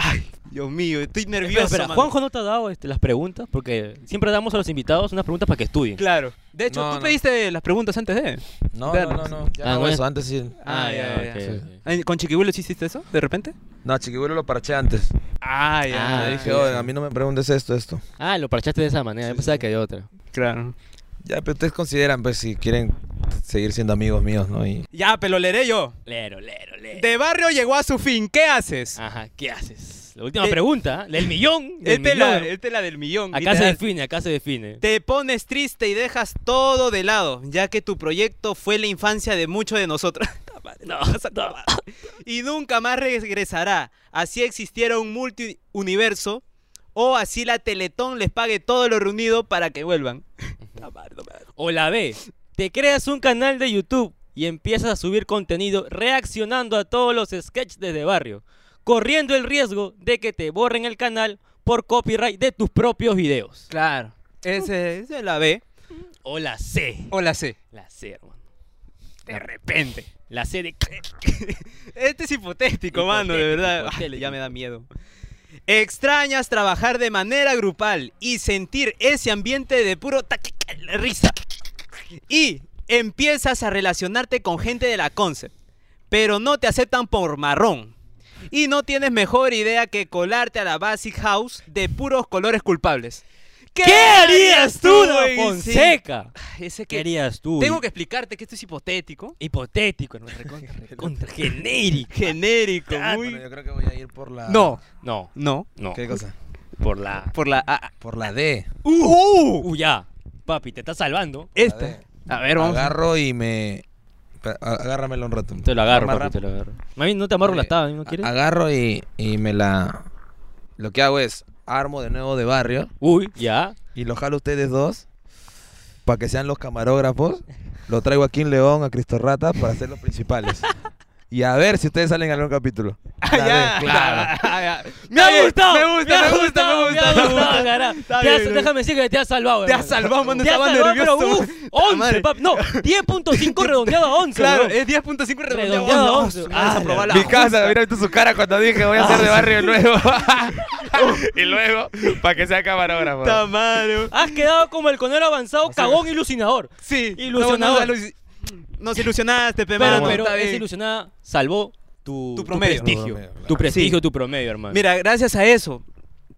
B: Ay, Dios mío, estoy nervioso.
C: Espera, espera,
B: mano.
C: Juanjo no te ha dado este, las preguntas porque siempre damos a los invitados unas preguntas para que estudien.
B: Claro. De hecho,
A: No,
B: tú
A: no.
B: pediste las preguntas antes de. ¿eh?
A: No, no,
B: Vernos.
A: no, no. Ya
C: Ah,
A: hago
C: no es-
A: eso, antes sí.
B: Ah, ya, ya,
C: ok,
A: ya.
C: ok.
B: Ay, ¿Con Chiquibuelo sí hiciste eso? ¿De repente?
A: No, chiquibuelo lo parché antes.
B: Ah,
C: ya.
A: Le
C: Ah,
A: dije,
C: sí,
A: "Oye,
C: sí.
A: a mí no me preguntes esto, esto.
C: Ah, lo parchaste de esa manera. Yo pensaba que había otra.
B: Claro.
A: Ya, pero ustedes consideran, pues, si quieren seguir siendo amigos míos, ¿no? Y
B: Ya, pero lo leeré yo.
C: Lero, lero, lero.
B: De barrio llegó a su fin. ¿Qué haces?
C: Ajá, ¿qué haces? La última
B: Eh,
C: pregunta, ¿eh? del millón. Del
B: Este es la,
C: millón.
B: esta es la del millón.
C: Acá se
B: literal.
C: define, acá se define.
B: Te pones triste y dejas todo de lado, ya que tu proyecto fue la infancia de muchos de nosotros. Puta madre, no, puta madre. y nunca más regresará. Así existiera un multiuniverso o así la Teletón les pague todo lo reunido para que vuelvan. Puta madre, no me hagas.
C: O la B, te creas un canal de YouTube y empiezas a subir contenido reaccionando a todos los sketches desde barrio, corriendo el riesgo de que te borren el canal por copyright de tus propios videos.
B: claro. Ese- Esa es la B
C: O la C.
B: o la C.
C: La C, hermano.
B: De repente.
C: La C de...
B: Este es hipotético, mano, de
C: Hipotético,
B: verdad. Ay,
C: hipotético.
B: ya me da miedo. Extrañas trabajar de manera grupal y sentir ese ambiente de puro taqui- risa. Y empiezas a relacionarte con gente de la concept, pero no te aceptan por marrón. Y no tienes mejor idea que colarte a la Basic House de puros colores culpables.
C: ¿Qué harías tú,
B: güey?
C: Don Fonseca?
B: Sí. Ese
C: ¿Qué
B: que
C: harías tú?
B: tengo que explicarte que esto es hipotético,
C: Hipotético, hermano, recontra, recontra, genérico.
B: genérico,
A: Ah, Bueno,
B: muy...
A: yo creo que voy a ir por la...
B: No,
C: No,
B: no.
C: no.
A: ¿Qué cosa?
C: Por la...
B: Por la. ah, ah.
A: Por la D.
C: Uh, ya. Papi, te estás salvando.
B: Esta. A ver, vamos.
A: Agarro y me... Pe- a- Agárramelo un rato.
C: Te lo agarro,
A: Más
C: papi,
A: rápido.
C: te lo agarro. Mami, no te amarro la
A: Oye,
C: tabla, ¿no
A: a-
C: quieres?
A: Agarro y, y me la... Lo que hago es, armo de nuevo de barrio
C: Uy, ya.
A: y lo jalo a ustedes dos para que sean los camarógrafos. Lo traigo aquí en León, a Cristo Rata, para ser los principales. y a ver si ustedes salen en algún capítulo.
B: Ah,
A: La
B: ya.
A: D, claro.
B: Ah, ya.
C: ¡Me ha gustado!
B: Me gusta, me gusta, me gusta.
C: me ha
B: me gusta.
C: gustado, cara.
B: Está
C: Te has-
B: bien,
C: Déjame decir que te has salvado,
B: Te
C: hermano.
B: has salvado, mano.
C: Te has
B: Estaba
C: salvado, pero
B: nervioso.
C: uff,
B: Puta
C: 11,
B: madre.
C: papi. No, 10.5 redondeado a 11,
B: Claro, eh.
C: bro.
B: es 10.5
C: Redondeado a
B: redondeado.
C: once.
B: Vamos
C: Ah,
B: a probar la.
A: Mi casa, mira visto su cara cuando dije voy a hacer de barrio de nuevo. y luego, para que sea camarógrafo.
B: Puta madre.
C: Has quedado como el conero avanzado, cagón ilusionador.
B: Sí.
C: Ilusionador.
B: no, no, ilus- Nos ilusionaste, pe,
C: Pero,
B: mano.
C: pero
B: está
C: esa
B: bien.
C: ilusionada salvó tu,
B: Tu promedio.
A: Tu
C: prestigio.
A: promedio, claro.
C: Tu prestigio,
B: Sí.
C: tu promedio, hermano.
B: Mira, gracias a eso,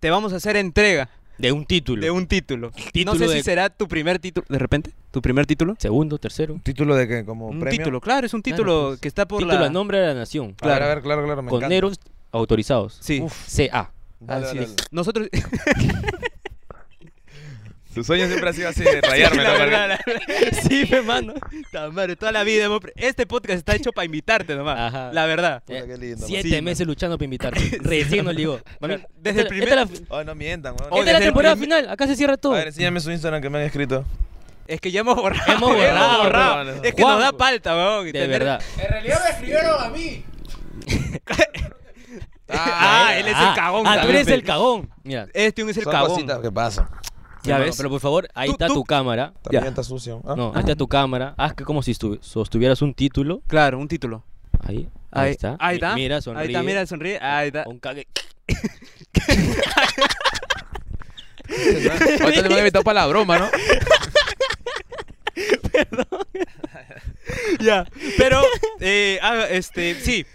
B: te vamos a hacer entrega
C: De un título.
B: de un título.
C: Título
B: no sé
C: de-
B: si será tu primer título. ¿De repente? ¿Tu primer título?
C: Segundo, tercero.
A: ¿Título de qué? ¿Como
B: Un
A: premio?
B: título, claro, es un
C: Claro,
B: título
C: pues.
B: que está por
C: título
B: la.
C: a nombre de la nación.
A: A ver,
B: claro.
A: a ver, claro, claro, me encanta.
C: Coneros autorizados.
B: Sí.
C: Uf, CA.
A: Dale,
B: Así
A: dale,
B: es.
A: dale.
B: Nosotros.
A: Tu sueño siempre ha sido así, de rayarme.
B: La
A: ¿no?
B: verdad,
A: Porque-
B: la verdad. Sí, mi hermano.
C: Eh,
B: Ta madre, toda la vida hemos pre- Este podcast está hecho para invitarte nomás.
C: Ajá.
B: La verdad.
A: Puta, qué lindo,
C: Siete
B: man. Sí,
C: meses luchando para invitarme. Recién nos ligó. Mami,
B: Desde el
C: esta-
B: primer-
C: Esta es la,
A: Ay, no mientan, weón.
B: Oh,
C: esta es la
B: desde el
C: temporada
B: primer-
C: final. Acá se cierra todo.
A: A ver, enséñame su Instagram que me han escrito.
B: Es que ya hemos borrado.
C: Hemos borrado, hermano.
B: Es que
C: Juanjo.
B: nos da palta, weón.
C: de
B: tener-
C: verdad.
E: En realidad me escribieron a mí.
B: Ah, él es el cagón.
C: Ah, tú
B: también,
C: eres el
B: pe.
C: cagón. Mira,
B: Este un es el
A: Son
B: cagón.
A: cositas que pasan.
C: Ya
B: Hermano,
C: ves. Pero
B: pero
C: por favor, ahí
B: Tú-
C: está
B: tú-
C: tu cámara.
A: También
B: Ya.
A: está sucio. ¿ah?
C: No, ahí está tu cámara. Haz que como si estu- sostuvieras un título.
B: Claro, un título.
C: Ahí, ahí,
B: Ahí
C: está.
B: Ahí
C: Mi-
B: está.
C: Mira, sonríe.
B: Ahí está, mira, sonríe. Ahí está.
C: Un cague.
F: Ahorita te invitado para la broma, ¿no?
B: Ya. Pero, eh, ah, este, sí.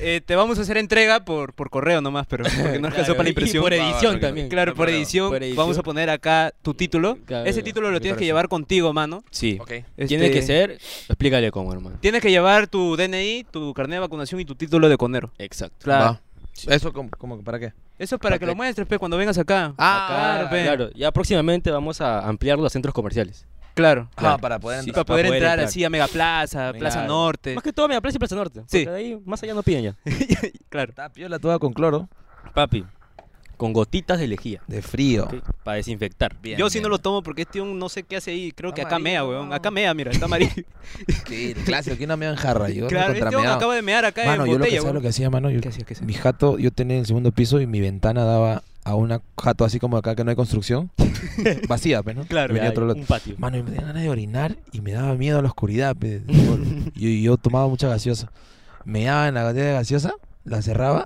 B: Eh, te vamos a hacer entrega por, por correo nomás, pero porque no alcanzó
C: Claro,
B: para la
C: y
B: impresión.
C: por
B: Ah,
C: edición
A: no,
C: también.
B: Claro, por edición,
C: Por edición.
B: vamos a poner acá tu título.
C: Claro,
B: Ese
C: claro.
B: título
A: Me
B: lo tienes
A: parece.
B: que llevar contigo, mano.
C: Sí.
F: Ok.
C: Tiene
B: Este,
C: que ser. Explícale cómo, hermano.
B: Tienes que llevar tu DNI, tu carnet de vacunación y tu título de conero.
C: Exacto.
B: Claro.
A: Va. ¿Eso como, como que para qué?
B: Eso es para que lo muestres, pe, cuando vengas acá.
F: Ah,
B: claro, pe.
C: Claro, ya próximamente vamos a ampliarlo a centros comerciales.
B: Claro.
F: Ah, para poder
C: Sí,
F: entrar.
B: para poder
C: poder
B: entrar
C: entrar.
B: así a Megaplaza, Plaza
C: Claro.
B: Norte.
C: Más que todo, Megaplaza y Plaza Norte.
B: Sí.
C: Sí. De ahí, más allá no piden ya.
B: Claro.
A: Está piola toda con cloro.
C: Papi, con gotitas de lejía.
A: De frío.
C: Para desinfectar.
F: Bien,
B: Yo sí no
F: bien.
B: lo tomo porque este un no sé qué hace ahí. Creo
A: Está
B: que acá mea,
A: amarillo,
B: weón.
A: no.
B: Acá mea, mira, está amarillo.
F: Sí, clásico, que una mea en jarra. Yo
B: claro,
F: recontra
B: este weón
F: meao.
B: acaba de mear acá
A: Mano,
B: en
A: yo lo que
B: botella,
A: hacía, lo
B: weón.
A: que hacía, mano, yo-
B: ¿Qué hacía, qué hacía?
A: mi jato, yo tenía en el segundo piso y mi ventana daba a una jato así como acá que no hay construcción, vacía, pues, ¿no?
B: Claro.
A: Y venía
C: Ya,
A: otro lote.
C: un patio.
A: Mano, y me tenía ganas de orinar y me daba miedo a la oscuridad, pe. yo, yo tomaba mucha gaseosa. Me daba en la botella de gaseosa, la cerraba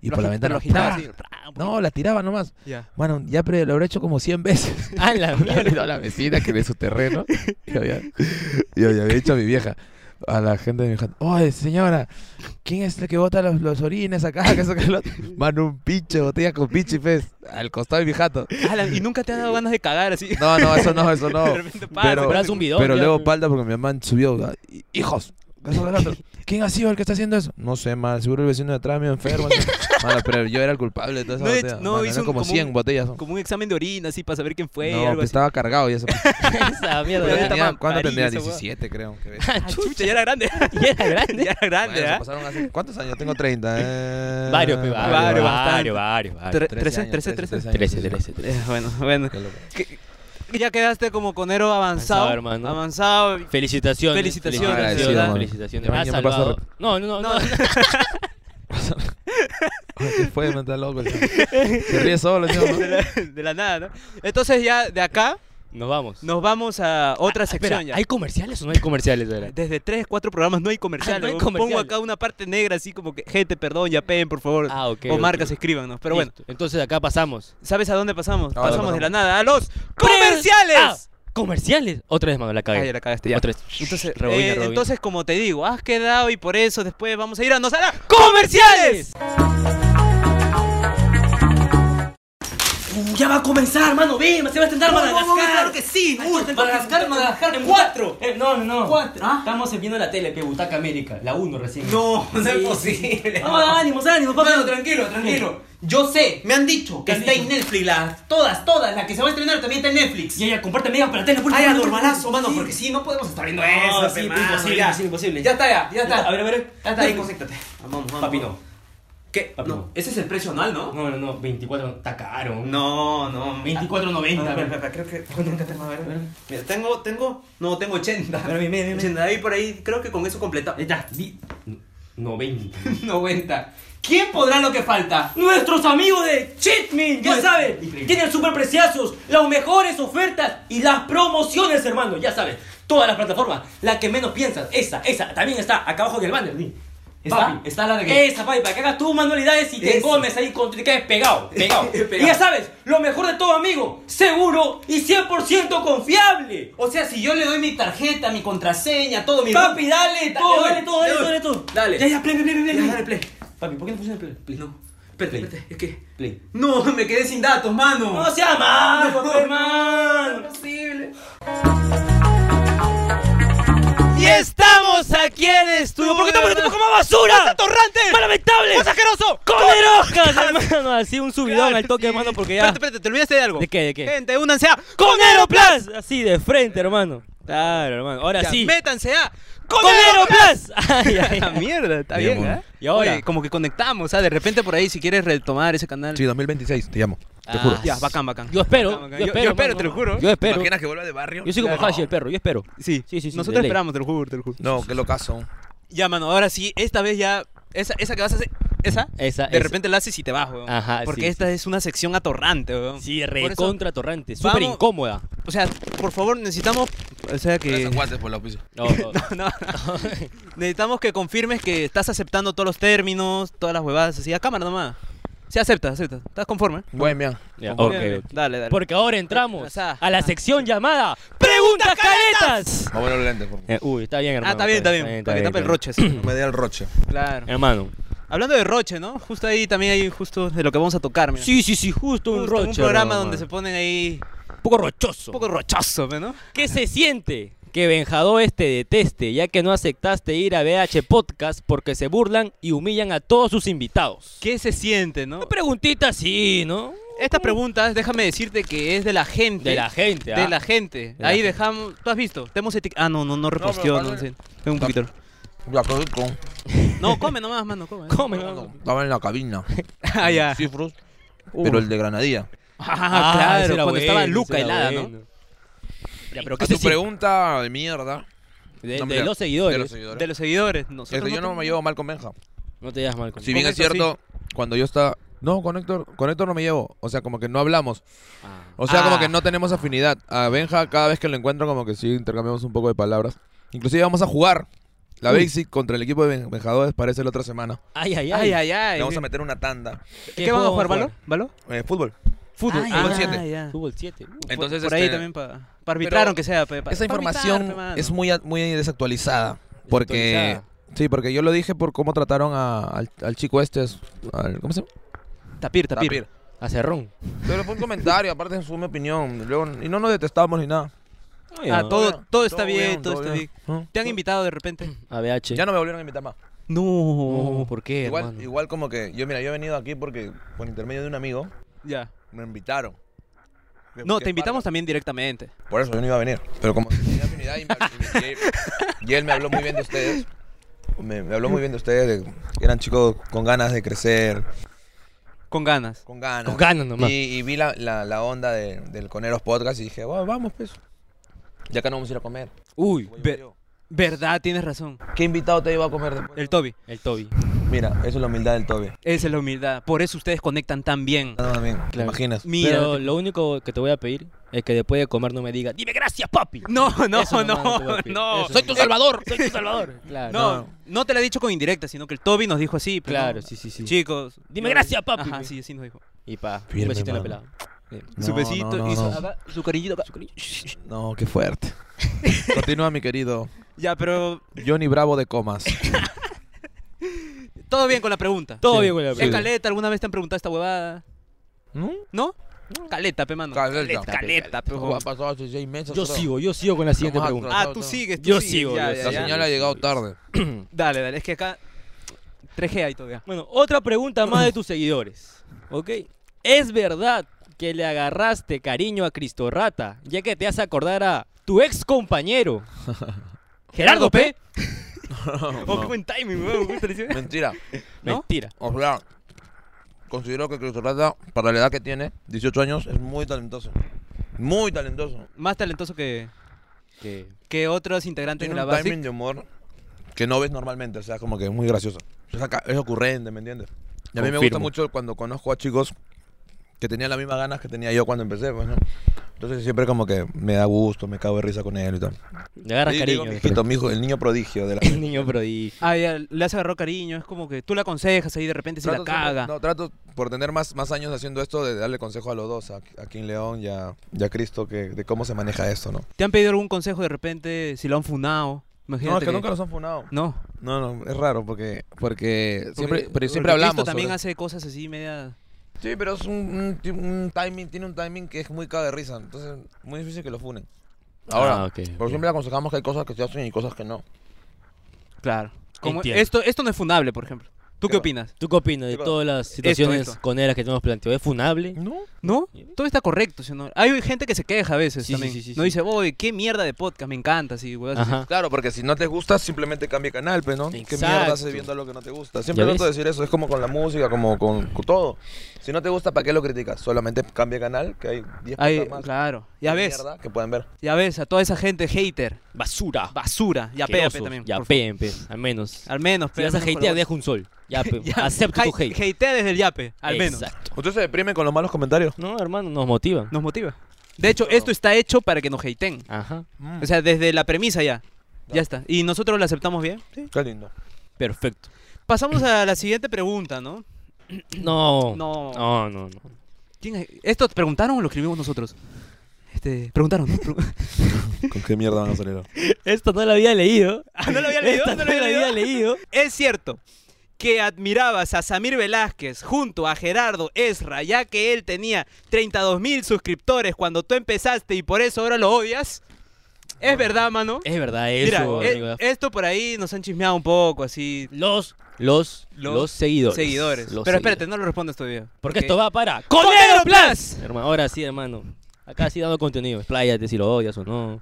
A: y
B: Lo
A: por la
B: agi-
A: ventana.
B: lo agitaba
A: ¡pra!
B: así.
A: No, la tiraba nomás.
B: Ya.
A: Mano, ya pero lo habré hecho como 100 veces.
C: Ah, la
F: Le
C: mierda.
F: hablé a la vecina que de su terreno.
A: Y había, y había dicho a mi vieja, a la gente de mi jato, oye, señora, ¿quién es el que bota los, los orines acá? Que eso, que lo otro?" Mano, un pinche botella con pinche pez al costado de mi jato.
B: Ala, y nunca te has dado ganas de cagar así.
A: No, no, eso no, eso no.
B: De repente pasa,
A: Pero-
C: Compras un bidón.
A: Pero
C: ya.
A: luego palda porque mi mamá subió. ah, hi- Hijos. eso del otro. ¿Quién ha sido el que está haciendo eso? No sé, mal. Seguro el vecino de atrás, medio enfermo. así. Mano, pero yo era el culpable de toda esa
B: No,
A: botella.
B: es- no,
A: Mano,
B: hizo
A: eran
B: un-
A: como,
B: como
A: 100
B: un-
A: botellas. ¿no?
B: Como un examen de orina así para saber quién fue,
A: no,
B: algo
A: pues
B: así.
A: estaba cargado y eso.
C: Esa mierda.
B: Pero
C: ya.
B: está-
A: Tenía-
B: man,
A: ¿Cuánto
B: París,
A: tenía?
B: esa hueá.
A: 17, creo. Que...
C: Ah,
B: Ah,
C: chucha.
B: chucha, ya era grande.
C: Y era grande.
B: ya era grande,
A: Bueno,
B: ¿ah?
A: eso pasaron hace- ¿Cuántos años? Tengo 30. eh.
C: Varios, pe, varios,
B: Varios, bastante.
C: varios, varios, varios.
B: Tre-
A: 13
B: 13,
A: años,
B: 13,
A: 13,
B: 13.
C: 13,
A: años,
C: 13, 13.
B: Eh, Bueno, bueno.
A: Qué loco.
B: Ya quedaste como conero avanzado.
C: Avanzado, hermano.
B: Avanzado.
C: Felicitaciones.
B: Felicitaciones,
A: Agradecido, hermano.
C: Felicitaciones. felicitaciones.
A: Ya
C: Me has
A: mañana me paso a
C: salvado. No, no, no.
B: No,
C: no.
A: ¿Qué fue? Me está loco. el señor. Se ríe solo, el señor, ¿no?
B: de, la, de la nada, ¿no? Entonces ya de acá
C: Nos vamos.
B: nos vamos a otra sección
C: Ah, Espera,
B: ya.
C: ¿Hay comerciales o no hay comerciales? ahora?
B: Desde tres, cuatro programas no hay comercial.
C: no hay
B: weón. Pongo
C: comercial.
B: acá una parte negra así como que, gente, perdón, ya peen, por favor.
C: Ah, ok.
B: o
C: ok.
B: marcas, escríbanos. Pero bueno,
C: Listo. Entonces acá pasamos.
B: ¿sabes a dónde pasamos?
A: Ahora
B: pasamos de la
A: pasamos.
B: nada a los
C: Ah,
B: comerciales.
C: ¿Comerciales? Otra vez, mano, la cagué.
B: Ay, ya la cagaste ya.
C: Ah, Otra vez.
B: Entonces,
C: Rebobina,
B: eh,
C: rebobina.
B: entonces, como te digo, has quedado y por eso después vamos a ir a nos a la comerciales.
G: Ya va a comenzar, hermano, ven, se va a estrenar Madagascar.
E: claro que
G: sí, Madagascar, Madagascar 4.
E: Eh,
G: no, no, no. Estamos viendo la tele, pe, Butaca América, la 1 recién.
E: Ah. No, no es posible.
G: Vamos, ánimos, ánimos, papá.
E: Mano, tranquilo, tranquilo. Yo sé, me han dicho que
G: ¿Qué han
E: está en
G: dicho?
E: Netflix, las, todas, todas, la que se va a estrenar también está en Netflix.
G: Ya, ya, comparte megas para la tele, por
E: Ay, a
G: favor.
E: normalazo, mano, porque sí, no podemos estar viendo
G: No,
E: eso,
G: sí,
E: pe,
G: es
E: mano,
G: imposible,
E: ya.
G: es imposible.
E: Ya está, ya, ya está.
G: A ver, a ver.
E: Ya está, ahí, conéctate. Vamos, vamos.
G: Papi, no.
E: vamos. ¿Qué?
G: Papi,
E: no,
G: no.
E: ese es el precio anual, ¿no?
G: No, no, no, 24, está caro.
E: No, no.
G: 24.90.
E: A ver, espera, espera, creo que. conéctate, a ver, a ver. Mira, tengo, tengo. No, tengo 80.
G: A ver, mira, mira, mira.
E: 80, ahí por ahí, creo que con eso completa.
G: Ya, está, di- no, 90.
E: 90. ¿Quién podrá lo que falta?
G: Nuestros amigos de Cheatmin, ya
E: Pues,
G: saben,
E: increíble.
G: tienen super preciazos, las mejores ofertas y las promociones, hermano, ya sabes. Todas las plataformas, la que menos piensas, esa, esa, también está acá abajo en el banner. di.
E: Está, está la de que-
G: Esa, papi, para que hagas tus manualidades y te
E: Eso.
G: comes ahí con que es pegado, pegado.
E: Pegado.
G: Y ya sabes, lo mejor de todo, amigo, seguro y 100% confiable.
E: O sea, si yo le doy mi tarjeta, mi contraseña, todo mi.
G: Papi, dale,
E: Dale,
G: todo,
E: doy,
G: dale, todo, dale,
E: le
G: todo,
E: doy.
G: dale, todo.
E: Dale.
G: Ya, ya, play, play, play, play,
E: Ya,
G: play.
E: dale play.
G: Papi, ¿por qué no funciona el play? play?
E: No, espérate,
G: Play.
E: espérate, es que.
G: Play.
E: No, me quedé sin datos, mano.
G: No sea malo,
E: No,
G: pues, hermano.
E: posible.
B: Y estamos aquí en estudio.
G: ¿Por qué estamos en tu
B: más basura? ¡Es atorrante!
G: ¡Más lamentable!
B: ¡Más asqueroso!
C: ¡Comerocas, hermano! Así un subidón
B: Claro,
C: al toque,
B: sí.
C: hermano, porque ya...
B: Espérate, espérate, te olvidaste de algo.
C: ¿De qué, de qué?
B: Gente, únanse a
C: ¡Conero
B: Conero Plus.
C: Plus! Así, de frente, hermano. Claro, hermano. Ahora
B: Ya,
C: sí.
B: Métanse a
C: ¡Conero
B: Conero Plus.
C: Plus! Ay, ay,
B: La
C: ay.
B: Ah, mierda, está
A: Bien,
B: bien,
A: bueno.
B: ¿eh?
C: Y ahora.
B: Oye, como que conectamos, o sea, de repente por ahí si quieres retomar ese canal.
A: Sí, 2026, te llamo. Te juro.
B: Ah, Ya, bacán, bacán.
C: Yo espero,
B: Bacán,
C: yo
B: bacán.
C: espero.
B: Yo- yo espero,
C: hermano.
B: te lo juro.
C: Yo espero.
A: ¿Imaginas que vuelva de barrio?
C: Yo soy como
A: Claro.
C: Hashi, el perro, yo espero.
B: Sí.
C: Sí, sí, sí, de
B: Nosotros
C: ley.
B: esperamos, te lo juro, te lo juro.
A: No, qué locazo.
B: Ya, mano, ahora sí, esta vez ya esa, esa que vas a hacer esa,
C: Esa
B: de
C: es-
B: repente la haces y te vas, weón.
C: Ajá,
B: Porque
C: sí,
B: esta es una sección atorrante, weón.
C: Sí,
B: eso-
C: recontra torrante. Súper
B: Vamos-
C: incómoda.
B: O sea, por favor, necesitamos. O sea que.
A: Gracias, Guates, por la oficio.
C: No, no.
B: No, no. Necesitamos que confirmes que estás aceptando todos los términos, todas las huevadas, así a cámara nomás. Sí, aceptas, aceptas. ¿Estás conforme?
A: Bueno, mira.
C: Ya,
B: Ok,
C: ok, ok.
B: Dale, Ah, dale.
C: Porque ahora entramos
B: Pasada.
C: a la sección llamada Preguntas Caretas.
A: Vamos a ver los lentes, por favor.
C: Eh, uy, está bien, hermano.
B: Ah, está bien, está bien. Para que tape el roche. sí.
H: Me dé al roche.
B: claro.
C: Hermano.
B: Hablando de roche, ¿no? Justo ahí también hay justo de lo que vamos a tocar, mira.
C: Sí, sí, sí, justo un
B: Justo
C: roche.
B: Un programa
C: hermano.
B: donde se ponen ahí
C: Un poco
B: un
C: rochoso.
B: poco rochoso, pe, ¿no?
C: ¿Qué se siente? Que Benjadoes te deteste, ya que no aceptaste ir a BH Podcast porque se burlan y humillan a todos sus invitados.
B: ¿Qué se siente, no?
C: Una preguntita sí, ¿no?
B: Estas preguntas, déjame decirte que es de la gente.
C: De la gente, ¿ah?
B: De la gente.
C: De la
B: ahí
C: gente.
B: dejamos. ¿Tú has visto? Te hemos etiquetado. Ah, no, no, no reposteó. No, sé. Tengo un poquito.
A: La cosa con.
B: No, come nomás, mano, come.
C: Come, ¿no?
A: Estaba en la cabina.
B: ah, ya.
A: Cifros.
C: Uh.
A: Pero el de Granadilla.
B: Ah,
C: ese
B: claro,
C: era
B: cuando estaba
C: bueno,
B: Luca
C: ese era
B: helada, ¿no?
C: bueno. Ya, pero
A: A
C: ¿qué se
A: tu
C: siente?
A: pregunta de mierda.
C: De,
A: No,
C: de
A: mira,
C: los seguidores.
A: De los seguidores.
B: De los seguidores.
A: Este,
B: Nosotros
A: yo no
B: tenemos-
A: me llevo mal con Benja.
C: No te digas mal con
A: Si bien
B: Con
A: es
B: Héctor,
A: cierto, cuando yo estaba. No, con Héctor, con Héctor no me llevo. O sea, como que no hablamos.
C: Ah.
A: O sea,
B: Ah.
A: como que no tenemos afinidad. A Benja, cada vez que lo encuentro, como que sí intercambiamos un poco de palabras. Inclusive vamos a jugar la Basic contra el equipo de Ben- Benjadores, parece la otra semana.
C: Ay, ay,
B: Ay,
C: ay.
B: ay, ay.
A: Le vamos a meter una tanda.
B: ¿Qué, van a
C: juego
B: jugar, Valo? ¿Valo?
A: Eh, fútbol.
B: Fútbol.
C: Ay,
A: fútbol
B: ah,
A: siete.
B: ya.
C: Fútbol 7. Uh,
A: Entonces,
B: Por ahí
A: este,
B: también para arbitrar,
A: pero
B: aunque sea. pe, pa-
A: Esa
B: pa arbitrar,
A: información
B: pe, mano.
A: es muy, a- muy desactualizada. Porque.
C: Desactualizada.
A: Sí, porque yo lo dije por cómo trataron a- al, al chico este. es- al- ¿Cómo se llama?
B: Tapir, tapir.
A: Tapir.
C: a Cerrón.
A: Pero fue un comentario, aparte es mi opinión. Luego, y no nos detestamos ni nada.
B: Ah, todo,
A: Todo
B: todo está
A: bien,
B: bien,
A: todo
B: todo, está
A: bien.
B: bien.
A: Ah.
B: ¿Te han invitado de repente?
C: A BH.
A: Ya no me volvieron a invitar más.
C: No,
B: No.
C: ¿por qué,
A: Igual,
C: hermano?
A: igual como que yo, mira, yo he venido aquí porque por intermedio de un amigo
B: Ya.
A: me invitaron.
B: No, te invitamos también directamente.
A: Por eso yo no iba a venir. Pero como tenía afinidad y, me- y me- y él me habló muy bien de ustedes. Me, me habló muy bien de ustedes. de que eran chicos con ganas de crecer,
B: Con ganas.
A: con ganas.
C: Con ganas nomás.
A: Y, y vi la, la- la onda de- del Coneros Podcast y dije, "Bueno, vamos, pues. Ya acá no vamos a ir a comer.
C: Uy,
B: Ver- verdad, tienes razón.
A: ¿Qué invitado te iba a comer después?
B: El Toby.
C: el Toby.
A: Mira, eso es la humildad del Toby.
B: Esa es la humildad. Por eso ustedes conectan tan bien.
A: Nada más bien, ¿te
C: Claro.
A: imaginas?
B: Mira.
C: Pero lo único que te voy a pedir es que después de comer no me digas, dime gracias, papi.
B: No, no,
C: Eso nomás
B: no,
C: te voy a pedir.
B: no.
C: Eso
B: Soy-
C: nomás.
A: salvador!
C: Soy tu salvador. Claro.
B: No, no te lo he dicho con indirecta, sino que el Toby nos dijo así. pero
C: Claro,
B: no.
C: sí, sí, sí.
B: Chicos.
C: Dime
B: yo-
C: gracias, papi.
B: Ajá, sí, sí nos dijo.
C: Y pa,
A: Firme,
C: un besito en la
A: mano.
C: pelada.
B: su besito
A: no,
B: y su,
A: no.
B: acá, su cariñito. acá.
A: No, qué fuerte. Continúa, mi querido
B: Ya, pero
A: Johnny Bravo de Comas.
B: todo bien con la pregunta.
C: Todo bien con la
B: ¿Es
C: pelada.
B: caleta? ¿Alguna vez te han preguntado esta huevada? ¿No? Caleta, pe mano.
A: Caleta.
B: caleta, pe,
A: Ojo,
B: jo.
A: ha pasado hace seis meses.
C: Yo
A: creo.
C: sigo, yo sigo con la siguiente
A: Vamos a-
C: pregunta.
B: Ah, tú sigues, tú
C: Yo
B: sigues,
C: sigo,
B: ya,
C: yo
B: ya,
A: La
B: ya.
A: señal ha llegado tarde.
B: Dale, dale, es que acá 3G hay todavía.
C: Bueno, otra pregunta más de tus seguidores. ¿Ok? ¿Es verdad que le agarraste cariño a Cristo Rata, ya que te hace acordar a tu ex compañero, Gerardo P?
B: Oh, qué buen timing, weón. ¿cómo te lo hicieron?
A: Mentira.
B: ¿No?
C: Mentira.
A: O sea, considero que Cristo Rata, para la edad que tiene, 18 años, es muy talentoso. Muy talentoso.
B: Más talentoso que,
C: Que-
B: que otros integrantes
A: Tiene
B: de la
A: un
B: base.
A: timing de humor que no ves normalmente, o sea, como que es muy gracioso. Es, aca- es ocurrente, ¿me entiendes? Y a mí me gusta
C: Confirmo.
A: mucho cuando conozco a chicos que tenían las mismas ganas que tenía yo cuando empecé, pues, ¿no? Entonces siempre como que me da gusto, me cago de risa con él y tal.
C: Le agarras
A: Y digo,
C: cariño.
A: mi hijito, mi hijo, el niño prodigio de la...
C: El niño prodigio.
B: Ah, ya, le has agarrado cariño, es como que tú la aconsejas ahí de repente se la
A: Trato siempre-
B: caga.
A: no, trato por tener más, más años haciendo esto de darle consejo a los dos, a, a King León y a, y a Cristo, que, de cómo se maneja esto, ¿no?
B: ¿Te han pedido algún consejo de repente si lo han funado? Imagínate
A: No, es que nunca los han funado.
B: No.
A: No, no, es raro porque, porque,
B: porque-
A: siempre,
B: porque
A: pero siempre hablamos.
B: Cristo también
A: sobre-
B: hace cosas así media...
A: Sí, pero es un, un ti- un timing, tiene un timing que es muy caga de risa, entonces muy difícil que lo funen. Ahora,
C: Ah, ok,
A: pero
C: ok.
A: siempre le aconsejamos que hay cosas que se hacen y cosas que no.
B: Claro. Como
C: Entiendo.
B: esto, esto no es funable, por ejemplo. ¿Tú qué,
A: Claro.
B: opinas?
C: ¿Tú qué opinas de
A: Chicos,
C: todas las situaciones
B: esto.
C: coneras que te hemos planteado? ¿Es funable?
A: ¿No?
B: ¿No? Todo está correcto, ¿sí o no? Hay gente que se queja a veces
C: Sí, sí,
B: también.
C: sí, sí,
B: no
C: sí.
B: dice, uy, qué mierda de podcast, me encanta, sí, weón.
C: Ajá.
A: Claro, porque si no te gusta, simplemente cambia de canal, pero ¿no? ¿Qué mierda
C: Exacto.
A: haces viendo lo que no te gusta? Siempre
C: ¿Ya
A: trato de
C: ves?
A: decir eso, es como con la música, como con, con todo. Si no te gusta, ¿para qué lo criticas? Solamente cambia de canal, que hay 10
B: Hay-
A: cosas más.
B: claro. Ya
A: de
B: ves.
A: mierda que puedan ver.
B: Ya ves, a toda esa gente hater.
C: Basura.
B: Basura. Ya pega
C: Asquerosos.
B: también.
C: Ya
B: por
C: peen, pe, al menos.
B: favor. Al menos,
C: Si
B: pero.
C: vas a hatear, deja un sol. Ya, pe, acepto tu hate.
B: Hatea desde el yape, al menos.
C: Exacto.
A: ¿Ustedes se deprimen con los malos comentarios?
C: No, hermano, nos motivan.
B: Nos motiva. De hecho, esto está hecho para que nos hateen.
C: Ajá.
B: O sea, desde la premisa ya. Mm. Ya está. Y nosotros lo aceptamos bien.
A: Qué lindo.
C: Perfecto.
B: Pasamos a la siguiente pregunta, ¿no?
C: No.
B: No.
C: No, no, no.
B: ¿Quién es? ¿Esto preguntaron o lo escribimos nosotros? Este, preguntaron, ¿no? Pregu-
I: ¿Con qué mierda van a salir?
C: Esta no la había leído.
B: Ah, no lo había leído,
C: Esta
B: no lo había
C: leído.
B: Es cierto que admirabas a Samir Velázquez junto a Gerardo Esra, ya que él tenía 32 mil suscriptores cuando tú empezaste y por eso ahora lo odias. Es verdad, mano.
C: Es verdad
B: Mira,
C: eso,
B: e-
C: amigo.
B: esto por ahí nos han chismeado un poco, así.
C: Los, los, los,
B: Los
C: seguidores.
B: Seguidores.
C: Los
B: Pero espérate,
C: seguidores.
B: no lo respondas todavía.
C: Porque esto va para Conero
B: ¡Conero
C: Plan.
B: Plus!
C: Hermano, ahora sí, hermano. Acá sí dando contenido. Expláyate si lo odias o no.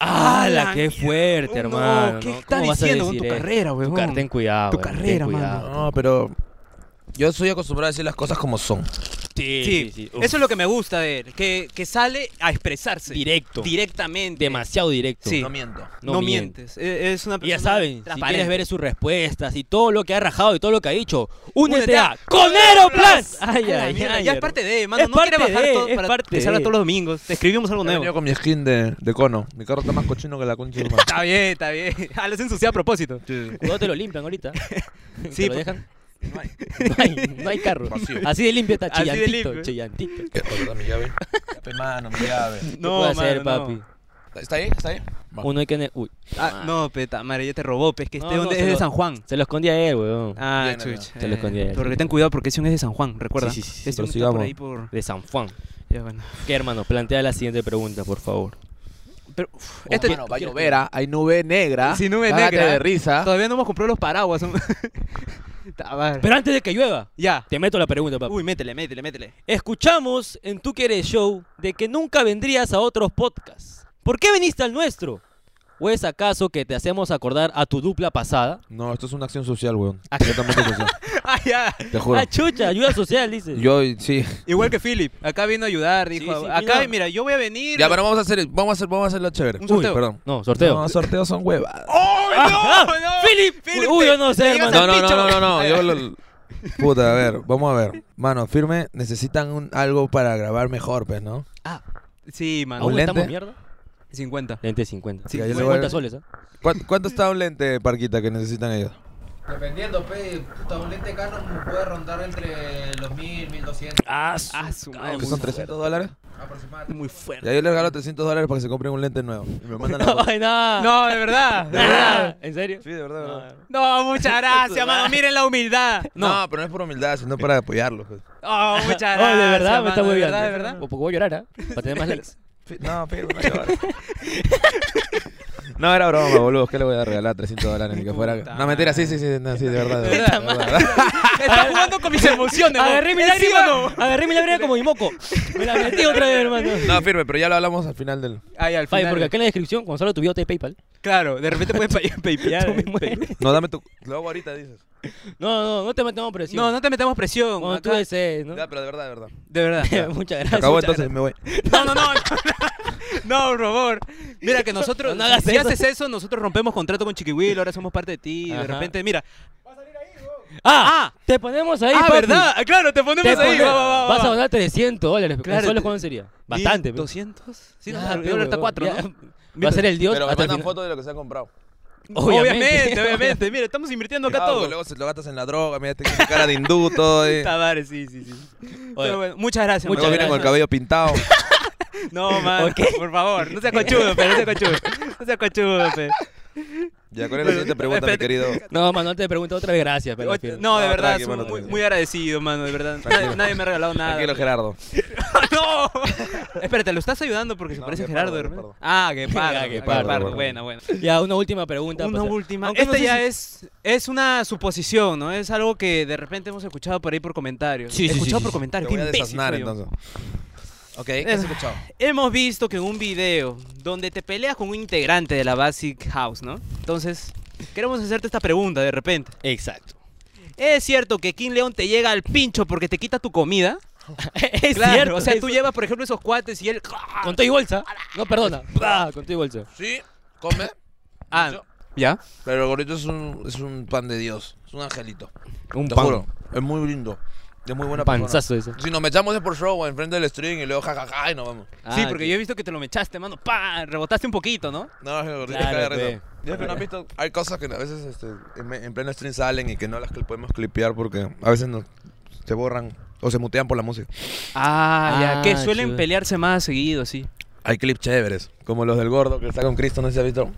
C: ¡Hala!
B: la
C: ¡Qué
B: mierda!
C: fuerte,
B: Oh, no,
C: hermano!
B: ¿Qué
C: ¿no?
B: estás
C: ¿Cómo vas a
B: diciendo con
C: decir
B: tu
C: eso?
B: carrera,
C: Tu
B: weón?
C: car- ten cuidado.
B: Tu
C: weón, ten
B: carrera, mano.
C: cuidado.
A: No, pero yo soy acostumbrado a decir las cosas como son.
C: Sí,
B: Sí,
C: sí, sí. Uf,
B: eso es lo que me gusta de él, que, que sale a expresarse.
C: Directo.
B: Directamente.
C: Demasiado directo.
B: Sí.
A: No miento.
B: No, mientes. E- Es una
C: Y ya
B: persona
C: saben, si
B: transparente.
C: quieres ver sus respuestas y todo lo que ha rajado y todo lo que ha dicho, únete
B: Únete
C: a
B: a
C: Conero Plus.
B: Ay,
C: Ay, ay,
B: mierda,
C: ay.
B: ya es parte de, mano.
C: Es
B: no quiere
C: parte
B: bajar
C: de,
B: todo
C: es
B: para
C: parte
B: que salga
C: de.
B: todos los domingos. Te escribimos algo
A: He venido
B: nuevo.
A: con mi skin de, de cono. Mi carro está más cochino que la concha de tu madre.
B: Está bien, está bien. Ah, lo has ensuciado a propósito.
C: Cuidado, te lo limpian ahorita.
B: Sí, pues,
C: ¿Te lo
B: por-
C: dejan? No hay, no hay carro.
A: Vacío.
C: Así de limpio está
B: Así de
C: chillantito,
B: limpio.
C: chillantito.
A: ¿Qué? Otra, mi llave. Pe, mano, mi llave.
C: No, puede hacer,
B: mano,
C: papi?
B: no.
A: ¿Está ahí? ¿Está ahí?
C: Uno hay que... ne- Uy,
B: Ah, no, peta, madre, ya te robó. Es que
C: No,
B: este
C: no,
B: donde
C: se
B: es de
C: lo-
B: San Juan.
C: se lo escondí a él, weón.
B: Ah,
A: Bien,
B: chuch.
C: Te lo escondí ahí.
B: Porque ten cuidado porque ese un es de San Juan, recuerda.
C: Sí, sí, sí, sí,
B: Ese
A: pero
B: un está por
A: sigamos.
B: ahí por...
C: De San Juan.
B: Ya, bueno.
C: ¿Qué, hermano? Plantea la siguiente pregunta, por favor.
B: Pero, uf,
A: Este
B: este-
A: mano, va a llover, ah, hay nube negra.
B: Sí, nube
A: Cágate
B: negra.
A: de risa.
B: Todavía no hemos comprado los paraguas. hombre. Ta madre.
C: Pero antes de que llueva,
B: ya.
C: te meto la pregunta, papi.
B: Uy, métele, métele, métele.
C: Escuchamos en Tu Quieres Show de que nunca vendrías a otros podcasts. ¿Por qué viniste al nuestro? ¿O es acaso que te hacemos acordar a tu dupla pasada?
A: No, esto es una acción social, weón. Completamente social.
B: Ah, ya.
A: Te juro.
C: Ah, chucha, ayuda social, dice.
A: Yo, sí.
B: Igual que Philip. Acá vino a ayudar, dijo.
C: sí,
B: acá,
C: vino.
B: mira, yo voy a venir.
A: Ya, pero vamos a hacer, vamos a hacer, vamos a hacerlo chévere.
B: Un sorteo.
A: Uy, perdón.
C: No, sorteo.
A: No, sorteos son huevas.
B: ¡Oh,
C: Ah,
B: no, no!
C: Philip, uy,
B: te-
C: yo no sé,
B: te llegas
C: hermano.
A: No, no,
B: al
A: no,
B: pincho.
A: no, no, no, Yo lo- Puta, a ver, vamos a ver. Mano, firme, necesitan un, algo para grabar mejor, pues, ¿no?
B: Ah, sí, mano.
C: ¿Aún
A: ¿Un
C: estamos
A: lente?
C: mierda?
B: 50.
C: Lente 50.
A: Sí, ahí le
C: 50
A: voy.
C: soles, ¿ah?
A: ¿Cuánto, cuánto está un lente, Parquita, que necesitan ellos?
J: Dependiendo, pe, puta, un lente Canon puede rondar entre los 1000, 1200
C: Ah,
B: Ah, su madre,
C: cabrón.
A: ¿Que
B: muy
A: son 300 dólares?
J: aproximadamente.
B: Muy
A: Ya
B: fuerte.
A: yo les regalo 300 dólares para que se compren un lente nuevo. Y me mandan la foto.
C: Ay, nada.
B: No, de verdad. de
C: Ah,
B: verdad.
C: ¿En serio?
A: Sí, de verdad, de verdad.
B: No, muchas gracias, mano. Miren la humildad.
A: No. pero no es por humildad, sino para apoyarlos. pues.
B: Oh, muchas
C: Ay,
B: gracias.
C: de verdad, me está
B: mano,
C: muy
B: De
C: bien.
B: verdad, de verdad.
C: voy a llorar, ¿ah? Para tener más likes.
A: No, pero no llores. No, era broma, boludo. ¿Qué le voy a regalar 300 dólares? Ni que fuera.
B: Puta
A: No, mentira, sí, sí, sí, no, sí, de verdad. De
B: Puta
A: verdad, de verdad.
B: Está jugando con mis emociones. ¿no?
C: Agarré mi
B: Encima,
C: lágrima,
B: no.
C: agarré mi lágrima como mi moco. Me la metí otra vez, hermano.
A: No, firme, pero ya lo hablamos al final del.
B: Ay, al
C: Fabi,
B: final.
C: porque acá en la descripción, Gonzalo, tu biota de PayPal.
B: Claro, de repente puedes pay- paypear.
C: Tú mismo eres.
A: No, dame tu. Lo hago ahorita, dices.
C: No, no, no te metamos presión.
B: No, no te metamos presión.
C: Como tú
B: acá.
C: desees, ¿no?
A: Ya, pero de verdad, de verdad.
B: De verdad.
C: Muchas gracias.
A: Acabó
C: muchas
A: entonces, me voy.
B: No, no, no. No, por favor. Mira que nosotros,
C: No hagas
B: si
C: eso.
B: haces eso, nosotros rompemos contrato con Chiquiwil, ahora somos parte de ti. y
C: Ajá.
B: De repente, mira.
C: gracias. Ah, te ponemos ahí,
B: ah,
C: papi.
B: ¿verdad? Ah, Claro, te ponemos
C: Te
B: ahí.
C: pone-
B: Va, va, va,
C: Vas a
B: va.
C: donar 300 dólares.
B: Claro,
C: ¿Solo
B: te-
C: cuánto sería? Bastante. pe.
B: ¿200? Sí, no,
C: Ya,
B: el
C: pe,
B: dólar está
C: huevón,
B: 4,
C: ya.
B: ¿no?
C: Va a ser el dios.
A: Pero me
C: hasta el
A: mandan
C: final.
A: fotos de lo que se han comprado.
B: Obviamente, obviamente. Mira, estamos invirtiendo acá
A: Ah,
B: todo.
A: pues Luego se lo gastas en la droga, mira, tengo cara de hindú, todo. eh.
B: Tabares, sí, sí, sí.
C: Oye,
B: Pero bueno, muchas gracias.
A: Luego
C: muchas
B: mano.
A: viene con el cabello pintado.
B: No, man.
C: Ok.
B: Por favor, no seas cochudo, pero no seas cochudo. No seas cochudo, pe.
A: Ya, ¿cuál es la siguiente pregunta, mi
B: espérate.
A: querido?
C: No, mano, te pregunto otra vez. Gracias. pues, pero al final.
B: No, de
A: No,
B: verdad,
A: tranqui,
B: soy
A: mano,
B: muy,
A: tranqui.
B: muy agradecido, mano, de verdad. Nadie, nadie me ha regalado nada.
A: Tranquilo, Gerardo.
B: ¡No! Espérate, ¿lo estás ayudando porque se
A: No,
B: parece a
A: qué
B: Gerardo,
A: pardo,
B: de
A: qué
B: repente?
A: pardo.
B: Ah, que
C: Ah,
B: pardo,
C: qué
B: que
A: pardo,
B: pardo.
A: bueno.
B: Buena, buena.
C: Ya, una última pregunta.
B: Una
C: pues,
B: última.
C: aunque no
B: Esta
C: sé
B: ya
C: si-
B: es, es una suposición, ¿no? Es algo que de repente hemos escuchado por ahí por comentarios.
C: Sí, sí, sí,
B: escuchado
C: sí,
B: por
A: Te
C: sí.
B: comentarios,
A: voy
B: qué
A: a
B: imbécil
A: desasnar,
B: soy yo.
A: entonces. Eh. Ok, ¿qué has escuchado?
B: Hemos visto que en un video donde te peleas con un integrante de la Basic House, ¿no? Entonces, queremos hacerte esta pregunta de repente.
C: Exacto.
B: ¿Es cierto que King León te llega al pincho porque te quita tu comida?
C: es
B: Claro,
C: cierto.
B: o sea,
C: es-
B: tú llevas, por ejemplo, esos cuates y él... ¡ah!
C: Con todo y bolsa. No, perdona. Bla, Con todo y bolsa.
A: Sí, come.
B: Ah,
A: Yo-
B: ¿ya?
A: Pero el gorrito es un, es un pan de Dios. Es un angelito.
C: Un
A: Te
C: pan.
A: juro. Es muy lindo. Es muy buena
C: Un panzazo
A: persona.
C: ese.
A: Si nos echamos es por show, enfrente del stream y luego jajaja y nos vamos.
B: sí,
C: Ah,
B: porque
C: que-
B: yo he visto que te lo mechaste, mano. ¡Pah! Rebotaste un poquito, ¿no?
A: No, el gorrito
C: Claro,
A: caga de risa.
K: Ya, pero no has visto-
A: Hay cosas que a veces este, en, en pleno stream salen y que no las cl- podemos clipear porque a veces nos, se borran o se mutean por la música.
B: Ah, ya.
C: Ah,
B: Que suelen
C: chuda.
B: pelearse más seguido, sí.
A: Hay clips chéveres, como los del gordo que está con Cristo, no sé si has visto.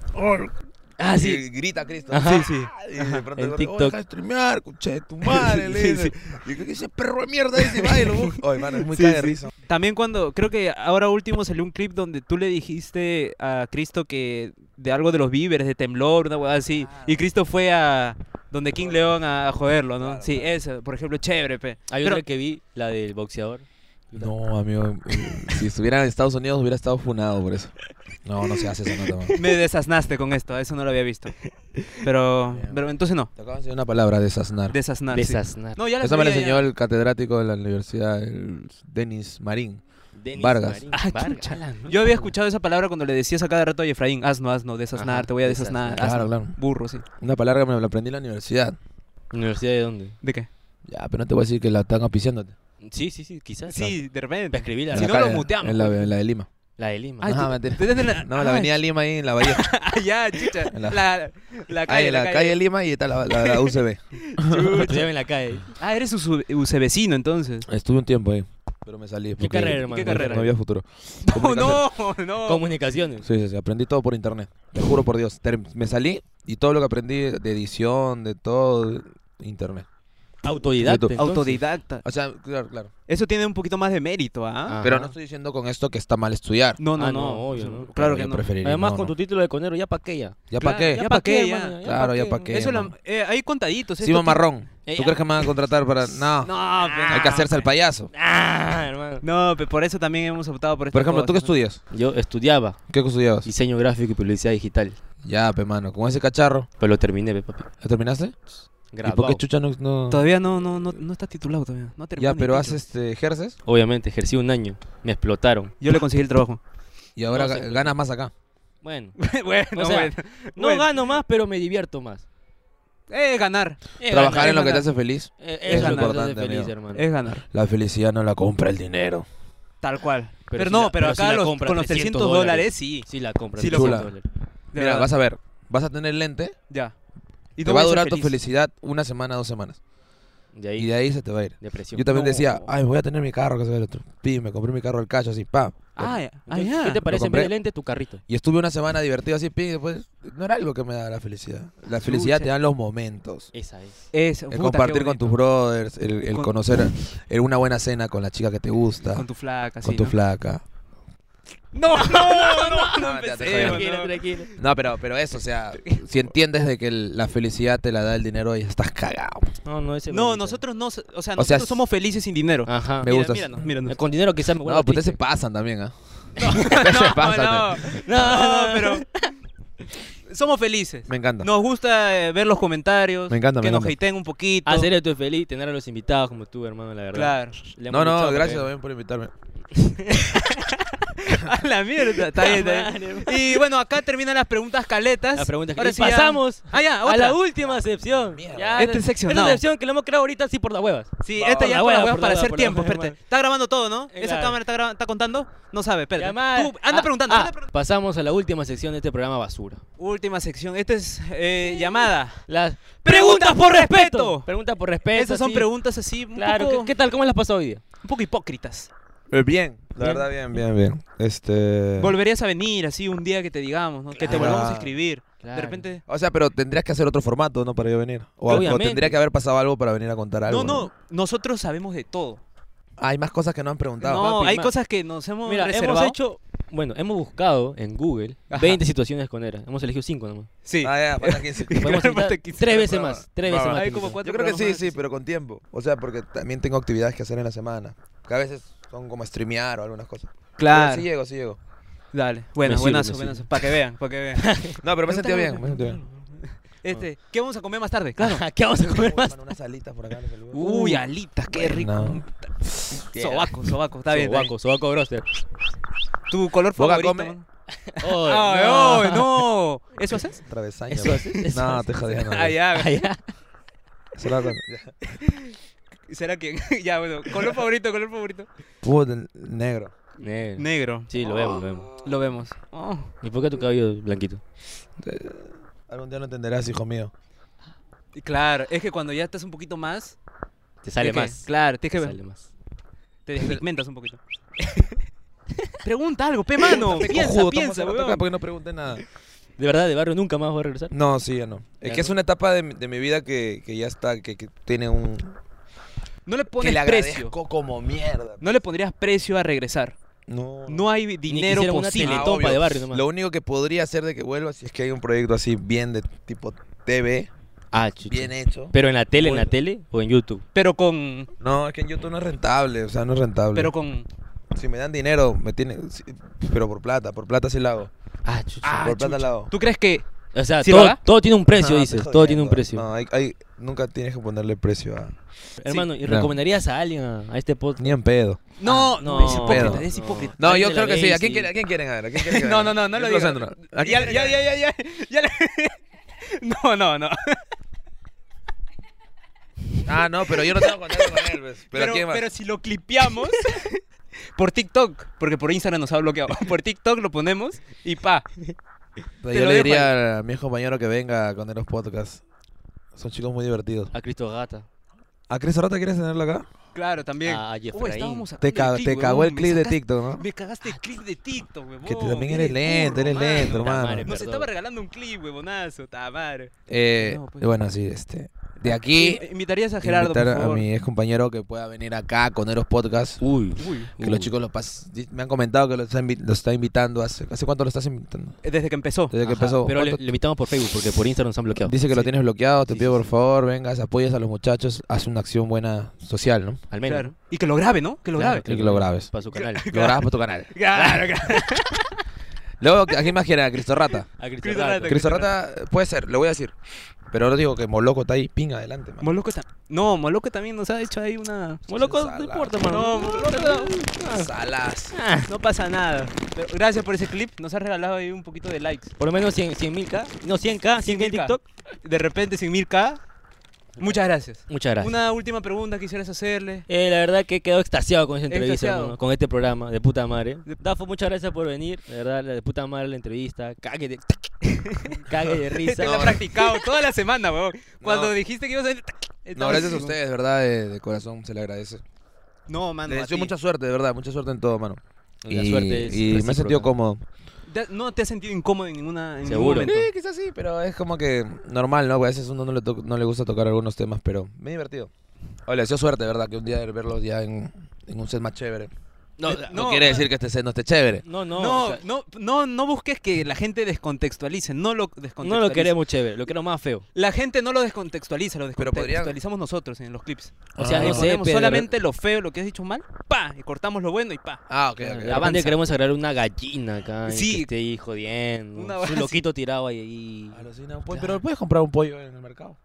C: Ah, sí.
A: Y grita Cristo.
C: Ajá.
A: Sí, sí. Y de pronto
C: En
A: el gordo,
C: TikTok.
A: "Oh, deja de streamear, cuche de tu madre,
C: Sí,
A: le dice. Y que ese perro de mierda dice, va y lo busca. Oye, mano, es muy cae de risa.
B: También cuando, creo que ahora último salió un clip donde tú le dijiste a Cristo que de algo de los víveres, de temblor, una huevada así,
A: Ah.
B: y Cristo fue a donde King León a, a joderlo, ¿no? sí, eso, por ejemplo, chévere, pe.
C: Hay
B: Pero-
C: otra que vi, la del boxeador.
A: No, amigo, si estuviera en Estados Unidos hubiera estado funado por eso. No, no se hace eso, no,
B: Me desasnaste con esto, eso no lo había visto. Pero,
A: Bien.
B: pero entonces no,
A: Te acabo de enseñar una palabra, desasnar.
B: desasnar. Ah, sí.
C: Desasnar.
B: No, ya la
A: Eso me lo
B: sabía,
A: enseñó
B: ya.
A: el catedrático de la universidad, el Denis Marín.
C: Denis
A: Vargas.
C: Marín.
B: Ah,
C: Vargas.
B: chucha.
C: Alan, ¿no?
B: Yo había escuchado esa palabra cuando le decías a cada rato a Efraín, hazno, hazno, desasnar,
C: Ajá,
B: te voy a desasnar.
C: desasnar.
B: hazno".
A: Claro, claro.
B: Burro, sí.
A: Una palabra que me la aprendí en la universidad.
C: ¿Universidad de dónde?
B: ¿De qué?
A: Ya, pero no te voy a decir que la están apiciándote.
C: Sí, sí, sí, quizás.
B: Sí, de
C: Para
B: repente.
C: escribir la,
B: Si no, lo muteamos.
A: En la, en la de Lima.
C: la de Lima.
B: Ay,
A: Ajá,
B: tú-
A: mentira.
B: tú eres de la-
A: No, la
B: Ay.
A: avenida Lima ahí en la bahía.
B: Ah, ya, chucha.
A: En
B: La,
A: la-
B: la
A: Ahí
B: calle,
A: en la calle, Lima y está la, la- la UCB.
C: Estudiaba en la calle.
B: Ah, eres su vecino entonces.
A: Estuve un tiempo ahí, pero me salí. porque
C: carrera, hermano?
B: ¿Qué carrera?
A: No había futuro.
B: No,
A: Comunicación.
B: no, no.
C: Comunicaciones.
A: Sí, sí, sí, aprendí todo por internet. Te juro por Dios. Ter- Me salí y todo lo que aprendí de edición, de todo, internet.
C: Autodidacta.
A: YouTube.
C: entonces.
B: Autodidacta.
A: O sea, claro, claro.
B: Eso tiene un poquito más de mérito, ¿ah?
C: Ajá.
A: Pero no estoy diciendo con esto que está mal estudiar.
B: No, no,
C: Ah,
B: no.
C: no, obvio, ¿no?
B: Claro que
A: yo
B: no.
A: preferiría-
C: Además,
A: no,
C: con
A: no.
C: tu título de conero, ya pa' qué ya.
A: ¿Ya
B: Claro,
A: para qué?
B: ya
C: pa'
B: pa' qué,
C: hermano,
B: ya.
A: Claro, ya pa' qué.
B: Eso la-
A: mano.
B: eh, hay contaditos. esto
A: Simón
B: tiene-
A: Marrón,
C: Eh,
A: ¿tú
C: ah.
A: crees que me van a contratar para...? No,
B: No, pe,
A: hay que hacerse al payaso.
C: Ah, hermano.
B: No, pe, por eso también hemos optado por este esto.
A: Por ejemplo, ¿tú qué estudias?
C: Yo estudiaba
A: ¿Qué estudiabas?
C: diseño gráfico y publicidad digital.
A: Ya, pe mano, con ese cacharro.
C: Pero lo terminé, ve, papi.
A: ¿Lo terminaste? ¿Y por
C: Graduado.
A: qué chucha no...? no-
B: Todavía no, no, no, no estás titulado todavía. No terminas
A: Ya,
B: ni
A: pero
B: título.
A: haces, este, ejerces
C: Obviamente, ejercí un año. Me explotaron.
B: Yo le conseguí el trabajo.
A: y ahora
C: No
A: ga-
C: sé.
A: ganas más acá.
C: Bueno,
B: bueno,
C: O sea,
B: bueno.
C: no
B: Bueno.
C: gano más, pero me divierto más.
B: Es ganar.
C: Es
A: Trabajar
C: ganar,
A: en lo que te
C: ganar.
A: hace feliz.
C: Eh,
A: es lo
C: Es ganar, te hace
A: importante,
C: feliz,
A: amigo.
C: hermano.
B: Es ganar.
A: La felicidad no la compra el dinero.
B: Tal cual. Pero,
C: si
B: no,
C: la-
B: pero
C: pero si
B: acá
C: la
B: los-
C: compra
B: con los 300
C: 300
B: dólares,
C: dólares,
B: sí.
C: Sí, la compra.
B: Sí,
C: en
B: lo
C: 300
A: compro.
C: dólares.
B: De
A: Mira,
B: verdad.
A: vas a ver, vas a tener lente,
B: Ya. Y
A: te
B: tú
A: va a
B: vas ser
A: durar tu
B: feliz.
A: felicidad una semana, dos semanas.
C: De
A: Y
C: ahí,
A: de ahí se te va a ir.
C: depresión.
A: Yo también
C: No.
A: decía, ay, voy a tener mi carro, que se ve el otro. Pi, me compré mi carro al cacho, así, pam.
B: Ah, ya. Ah,
C: Entonces,
B: ya.
C: ¿Qué te parece en vez
A: compré.
C: de lente tu carrito?
A: Y estuve una semana divertido así, ping, y después no era algo que me daba la felicidad. La felicidad
B: Chucha.
A: te dan los momentos.
C: Esa es.
B: Es,
A: El
B: puta,
A: compartir
B: qué
A: con tus
B: bonito.
A: brothers, el, el
B: Con-
A: conocer el una buena cena con la chica que te gusta,
B: Con
A: con
B: tu flaca,
A: tu,
B: sí, ¿no?
A: flaca.
B: No, no, no,
A: no,
B: no
A: ya te
B: empecé.
A: jodí.
B: no.
C: tranquilo.
A: No, pero, pero eso, o sea, si entiendes de que el- la felicidad te la da el dinero y estás cagado.
C: No, no, ese
B: No,
C: bonito.
B: nosotros no, o sea, nosotros
A: sea,
B: somos felices sin dinero.
C: Ajá.
A: Me
B: Mira,
A: gustas.
B: Míranos, míranos.
C: Con dinero quizás me vuelva
A: no, pues se
C: triste.
A: pasan también, ¿ah? Ustedes se pasan.
B: no, no, pero somos felices.
A: Me encanta.
B: Nos gusta eh, ver los comentarios,
A: Me encanta,
B: que
A: me
B: nos
A: encanta.
B: hateen un poquito.
C: Hacer esto es Ah, feliz, tener a los invitados como tú, hermano, la verdad.
B: Claro.
C: Le
A: No,
C: hemos luchado
A: no,
C: para
A: gracias
C: que-
A: también por invitarme.
B: A la mierda. Está bien, está bien. Y bueno, acá terminan las preguntas caletas.
C: Las preguntas que-
B: Ahora
C: y
B: sí ya-
C: pasamos
B: Ah, ya,
C: A
B: otra.
C: la última sección. Ya,
B: Este
C: la-
B: seccionado.
C: Esta sección que le hemos creado ahorita sí por las huevas.
B: Sí,
C: Vamos,
B: esta ya
C: la
B: es para
C: hueva,
B: huevas
C: por
B: para
C: la hueva,
B: hacer
C: por la
B: tiempo,
C: hueva,
B: espérate.
C: hermano.
B: Está grabando todo, ¿no?
C: Eh,
B: Esa
C: claro.
B: cámara está, gra- está contando. No sabe, espérate.
C: Llamar.
B: Tú anda
C: Ah,
B: preguntando, anda
C: ah,
B: preguntando.
C: Pasamos a la última sección de este programa basura.
B: Última sección. Esta es eh, llamada.
C: Las
B: Preguntas por respeto.
C: Preguntas por respeto.
B: Esas son
C: sí.
B: preguntas así un,
C: Claro,
B: poco,
C: ¿qué, qué tal? ¿Cómo las pasó hoy día?
B: un poco hipócritas.
A: Eh, Bien, la
C: Bien.
A: verdad, bien, bien, bien. Este.
B: Volverías a venir así un día que te digamos, ¿no? que te
C: Eh. Claro.
B: volvamos a escribir. De
C: Claro.
B: repente.
A: O sea, pero tendrías que hacer otro formato, ¿no? Para yo venir. O, o
C: Obviamente.
A: tendría que haber pasado algo para venir a contar algo.
B: no, no, nosotros sabemos de todo.
A: Ah, Hay más cosas que no han preguntado.
B: no,
C: papi,
B: hay
C: ma-
B: cosas que nos hemos
C: Mira,
B: reservado.
C: hemos hecho. Bueno, hemos buscado en Google
B: Ajá.
C: 20 situaciones con era. Hemos elegido 5 nomás.
B: Sí.
A: Ah, ya, faltan 15.
C: Podemos
B: Claro,
C: invitar
B: falta 15
C: tres veces
A: programas.
C: más. Tres
A: Va,
C: veces
A: va.
C: más.
B: Hay
C: que
B: como
C: nosotros.
B: cuatro
A: Yo creo que sí,
B: programas
A: sí,
B: más,
A: pero con tiempo. O sea, porque también tengo actividades que hacer en la semana. Que a veces son como streamear o algunas cosas. Pero
B: Claro.
A: sí llego, sí llego.
B: Dale. Bueno,
C: Me sirve,
B: buenazo,
C: me
B: buenazo. Para que vean, para que vean.
A: No, pero me sentía bien. Me sentía bien.
B: Este, ¿qué vamos a comer más tarde? Claro.
C: ¿Qué vamos a comer más?
A: Unas alitas por acá.
B: Uy, alitas, qué rico.
A: No.
B: Sobaco, sobaco, está bien. está bien.
C: Sobaco, sobaco broster.
B: Tu color
A: Boca
B: favorito.
A: come.
B: man?
C: Oh,
B: Ay,
C: no.
B: ay, no. ¿Eso haces?
A: Travesaña.
C: Eso es- eso
A: No,
C: es-
A: te jodía. No,
B: Ah, ya.
C: Allá.
A: Solo con-
B: ¿Será quién? ya, bueno. Color favorito, color favorito.
A: Puta, negro.
C: Negro.
B: Negro.
C: Sí, lo vemos, lo vemos.
B: Lo vemos. Oh.
C: ¿Y por qué tu cabello es blanquito?
A: Algún día lo entenderás, hijo mío.
B: Y Claro, es que cuando ya estás un poquito más.
C: Te sale
B: es que-
C: más.
B: Claro, tienes que
C: Te
B: ver.
C: sale más.
B: Te despigmentas un poquito. Pregunta algo, pe mano. piensa,
A: Cojudo, estamos
B: piensa,
A: en la
B: weón.
A: toca porque no pregunté nada.
C: De verdad, de barrio nunca más voy a regresar.
A: No, sí, ya no. Es
C: Ya
A: que es
C: no.
A: una etapa de, mi- de mi vida que, que ya está, que, que tiene un...
B: No le
A: Que
B: pones
A: le
B: precio.
A: agradezco como mierda.
B: No le pondrías precio a regresar.
A: No.
B: No hay dinero
C: quisiera una
B: posible.
C: tele. Teletopa
A: obvio.
C: de barrio nomás.
A: Lo único que podría hacer de que vuelva si es que hay un proyecto así bien de tipo TV,
C: Ah, chucha.
A: bien hecho.
C: Pero en la tele, en la tele o en YouTube.
B: Pero con.
A: No, es que en YouTube no es rentable, o sea, no es rentable.
B: Pero con.
A: Si me dan dinero, me tiene... sí, pero por plata, por plata sí la hago.
C: Ah, chucha.
B: Ah,
A: por plata
B: chucha.
A: la hago.
B: ¿Tú crees que.?
C: O sea,
B: ¿Sí lo
C: todo,
B: haga?
C: todo tiene un precio,
A: Ah, No,
C: dices.
A: estoy
C: Todo tiene un
A: jodiendo.
C: precio.
A: No, hay- hay- nunca tienes que ponerle precio a...
C: Hermano, ¿y
A: Claro.
C: recomendarías a alguien a, a este podcast?
A: Ni en pedo.
B: No,
C: Ah,
B: no, es
C: no,
B: hipócrita,
A: no.
B: es hipócrita.
A: No,
C: Ahí
A: yo
C: te
A: creo
C: la
A: que sí.
C: ven,
A: ¿A quién
C: sí.
A: quieren, a quién quieren a ver? ¿A quién quieren
B: No, no, no, no lo digo.
A: ¿A quién
B: Ya, ya, ya, ya, ya. ya le- No, no, no.
A: Ah, no, pero yo no tengo contacto con él, pues. Pero, ¿a
B: Pero,
A: quién más?
B: pero si lo clipeamos por TikTok, porque por Instagram nos ha bloqueado. Por TikTok lo ponemos y pa.
A: Pero
B: te
A: yo
B: lo
A: le
B: dejo
A: diría a mi compañero que venga con los podcasts. Son chicos muy divertidos.
C: A Cristo Gata.
A: ¿A Cris Arata quieres tenerlo acá?
B: Claro, también.
C: A Jeffrey.
B: Oh, estábamos
A: Te,
B: sacando
A: ca- te
B: clip,
A: cagó
B: huevón,
A: el
B: me
A: clip de
B: sacaste-
A: TikTok, ¿no?
B: Me cagaste el clip de TikTok, huevón.
A: Que te- también eres lento, eres
B: burro,
A: lento,
B: mano.
A: hermano.
C: madre,
B: Nos
C: perdón.
B: estaba regalando un clip, huevonazo, tamar.
A: Eh,
B: No, pues.
A: Bueno, sí, este.
C: Ah,
A: De aquí,
B: Invitarías a Gerardo, por
A: invitar a
B: favor.
A: mi ex compañero que pueda venir acá con Eros Podcast.
C: Uy.
B: Uy.
A: Que
C: Uh.
A: los chicos lo pas- di- me han comentado que lo está, invi- lo está invitando. Hace, ¿Hace cuánto lo estás invitando?
B: Desde que empezó.
A: Desde que
C: Ajá,
A: empezó.
C: Pero le,
A: ¿Cuánto-
C: le invitamos por Facebook porque por Instagram nos han bloqueado.
A: Dice que lo
C: Sí,
A: tienes bloqueado, te
C: Sí,
A: pido
C: sí,
A: por
C: sí.
A: favor, vengas, apoyes a los muchachos, haz una acción buena social, ¿no?
C: Al menos.
B: Claro. Y que lo grabe, ¿no? Que lo
C: Claro,
B: grabe.
A: Y que lo grabes.
C: Para su canal.
A: Lo grabas por tu canal.
B: Claro, claro.
A: Luego, ¿a quién más quieren? A Cristo Rata.
C: A Cristo
B: Cristo
C: Gata.
B: Gata.
A: Cristo Rata eh, puede ser, le voy a decir. Pero ahora digo que Moloco está ahí, pinga adelante, man.
B: Moloco ta- No, Moloco también nos ha hecho ahí una.
C: Moloco,
A: Sala.
C: no importa,
B: No,
C: mano.
B: Moloco, no,
C: Ah.
B: Ah.
A: Salas.
B: no pasa nada. Pero gracias por ese clip. Nos has regalado ahí un poquito de likes.
C: Por lo menos 100 mil K. No, 100 K, 100 K
B: 100.000K.
C: en TikTok.
B: De repente, sin mil K. Muchas gracias.
C: Muchas gracias.
B: Una última pregunta quisieras hacerle.
C: Eh, la verdad que he quedado extasiado con esa entrevista,
B: Extasiado.
C: hermano, con este programa, de puta madre.
B: De-
C: Dafo, muchas gracias por venir, de verdad, la de puta madre la entrevista, cague de, cague
B: Te
C: de risa.
B: la he practicado toda la semana, weón. Cuando
A: No.
B: dijiste que ibas a.
A: No, gracias a ustedes, de verdad, de, de corazón, se le agradece.
B: No, mano.
A: Les
B: a
A: deseo
B: ti.
A: mucha suerte, de verdad, mucha suerte en todo, mano.
C: La
A: y
C: suerte es
A: y me he sentido
C: recíproca.
A: cómodo.
B: Te- No te has sentido incómodo en ninguna. En
C: Seguro.
B: Ningún
A: Sí,
B: momento.
A: quizás sí, pero es como que normal, ¿no? Porque a veces uno no le, to- no le gusta tocar algunos temas, pero me he divertido. Oye, le deseo suerte, ¿verdad? Que un día verlos ya en, en un set más chévere.
C: No,
A: No,
B: Eh, No,
A: quiere decir que este set no esté chévere.
C: no, no,
B: No,
C: o sea,
B: no, no, no busques que la gente descontextualice. No lo descontextualice.
C: no lo queremos chévere, lo queremos más feo.
B: La gente no lo descontextualiza, lo
A: Pero podrían-
B: descontextualizamos nosotros en los clips.
C: O sea,
A: Ah,
C: no
A: ya.
B: Le
C: sé,
B: ponemos
C: pero
B: solamente lo feo, lo que has dicho mal, pa, y cortamos lo bueno y pa.
A: Ah, ok,
C: la
A: ok.
C: banda
B: Avanza.
C: queremos agarrar una gallina acá, sí.
B: Sí.
C: que esté ahí jodiendo,
B: Una
C: su
B: base.
C: loquito tirado ahí, ahí.
A: Alucina, un pollo. Pero puedes comprar un pollo en el mercado.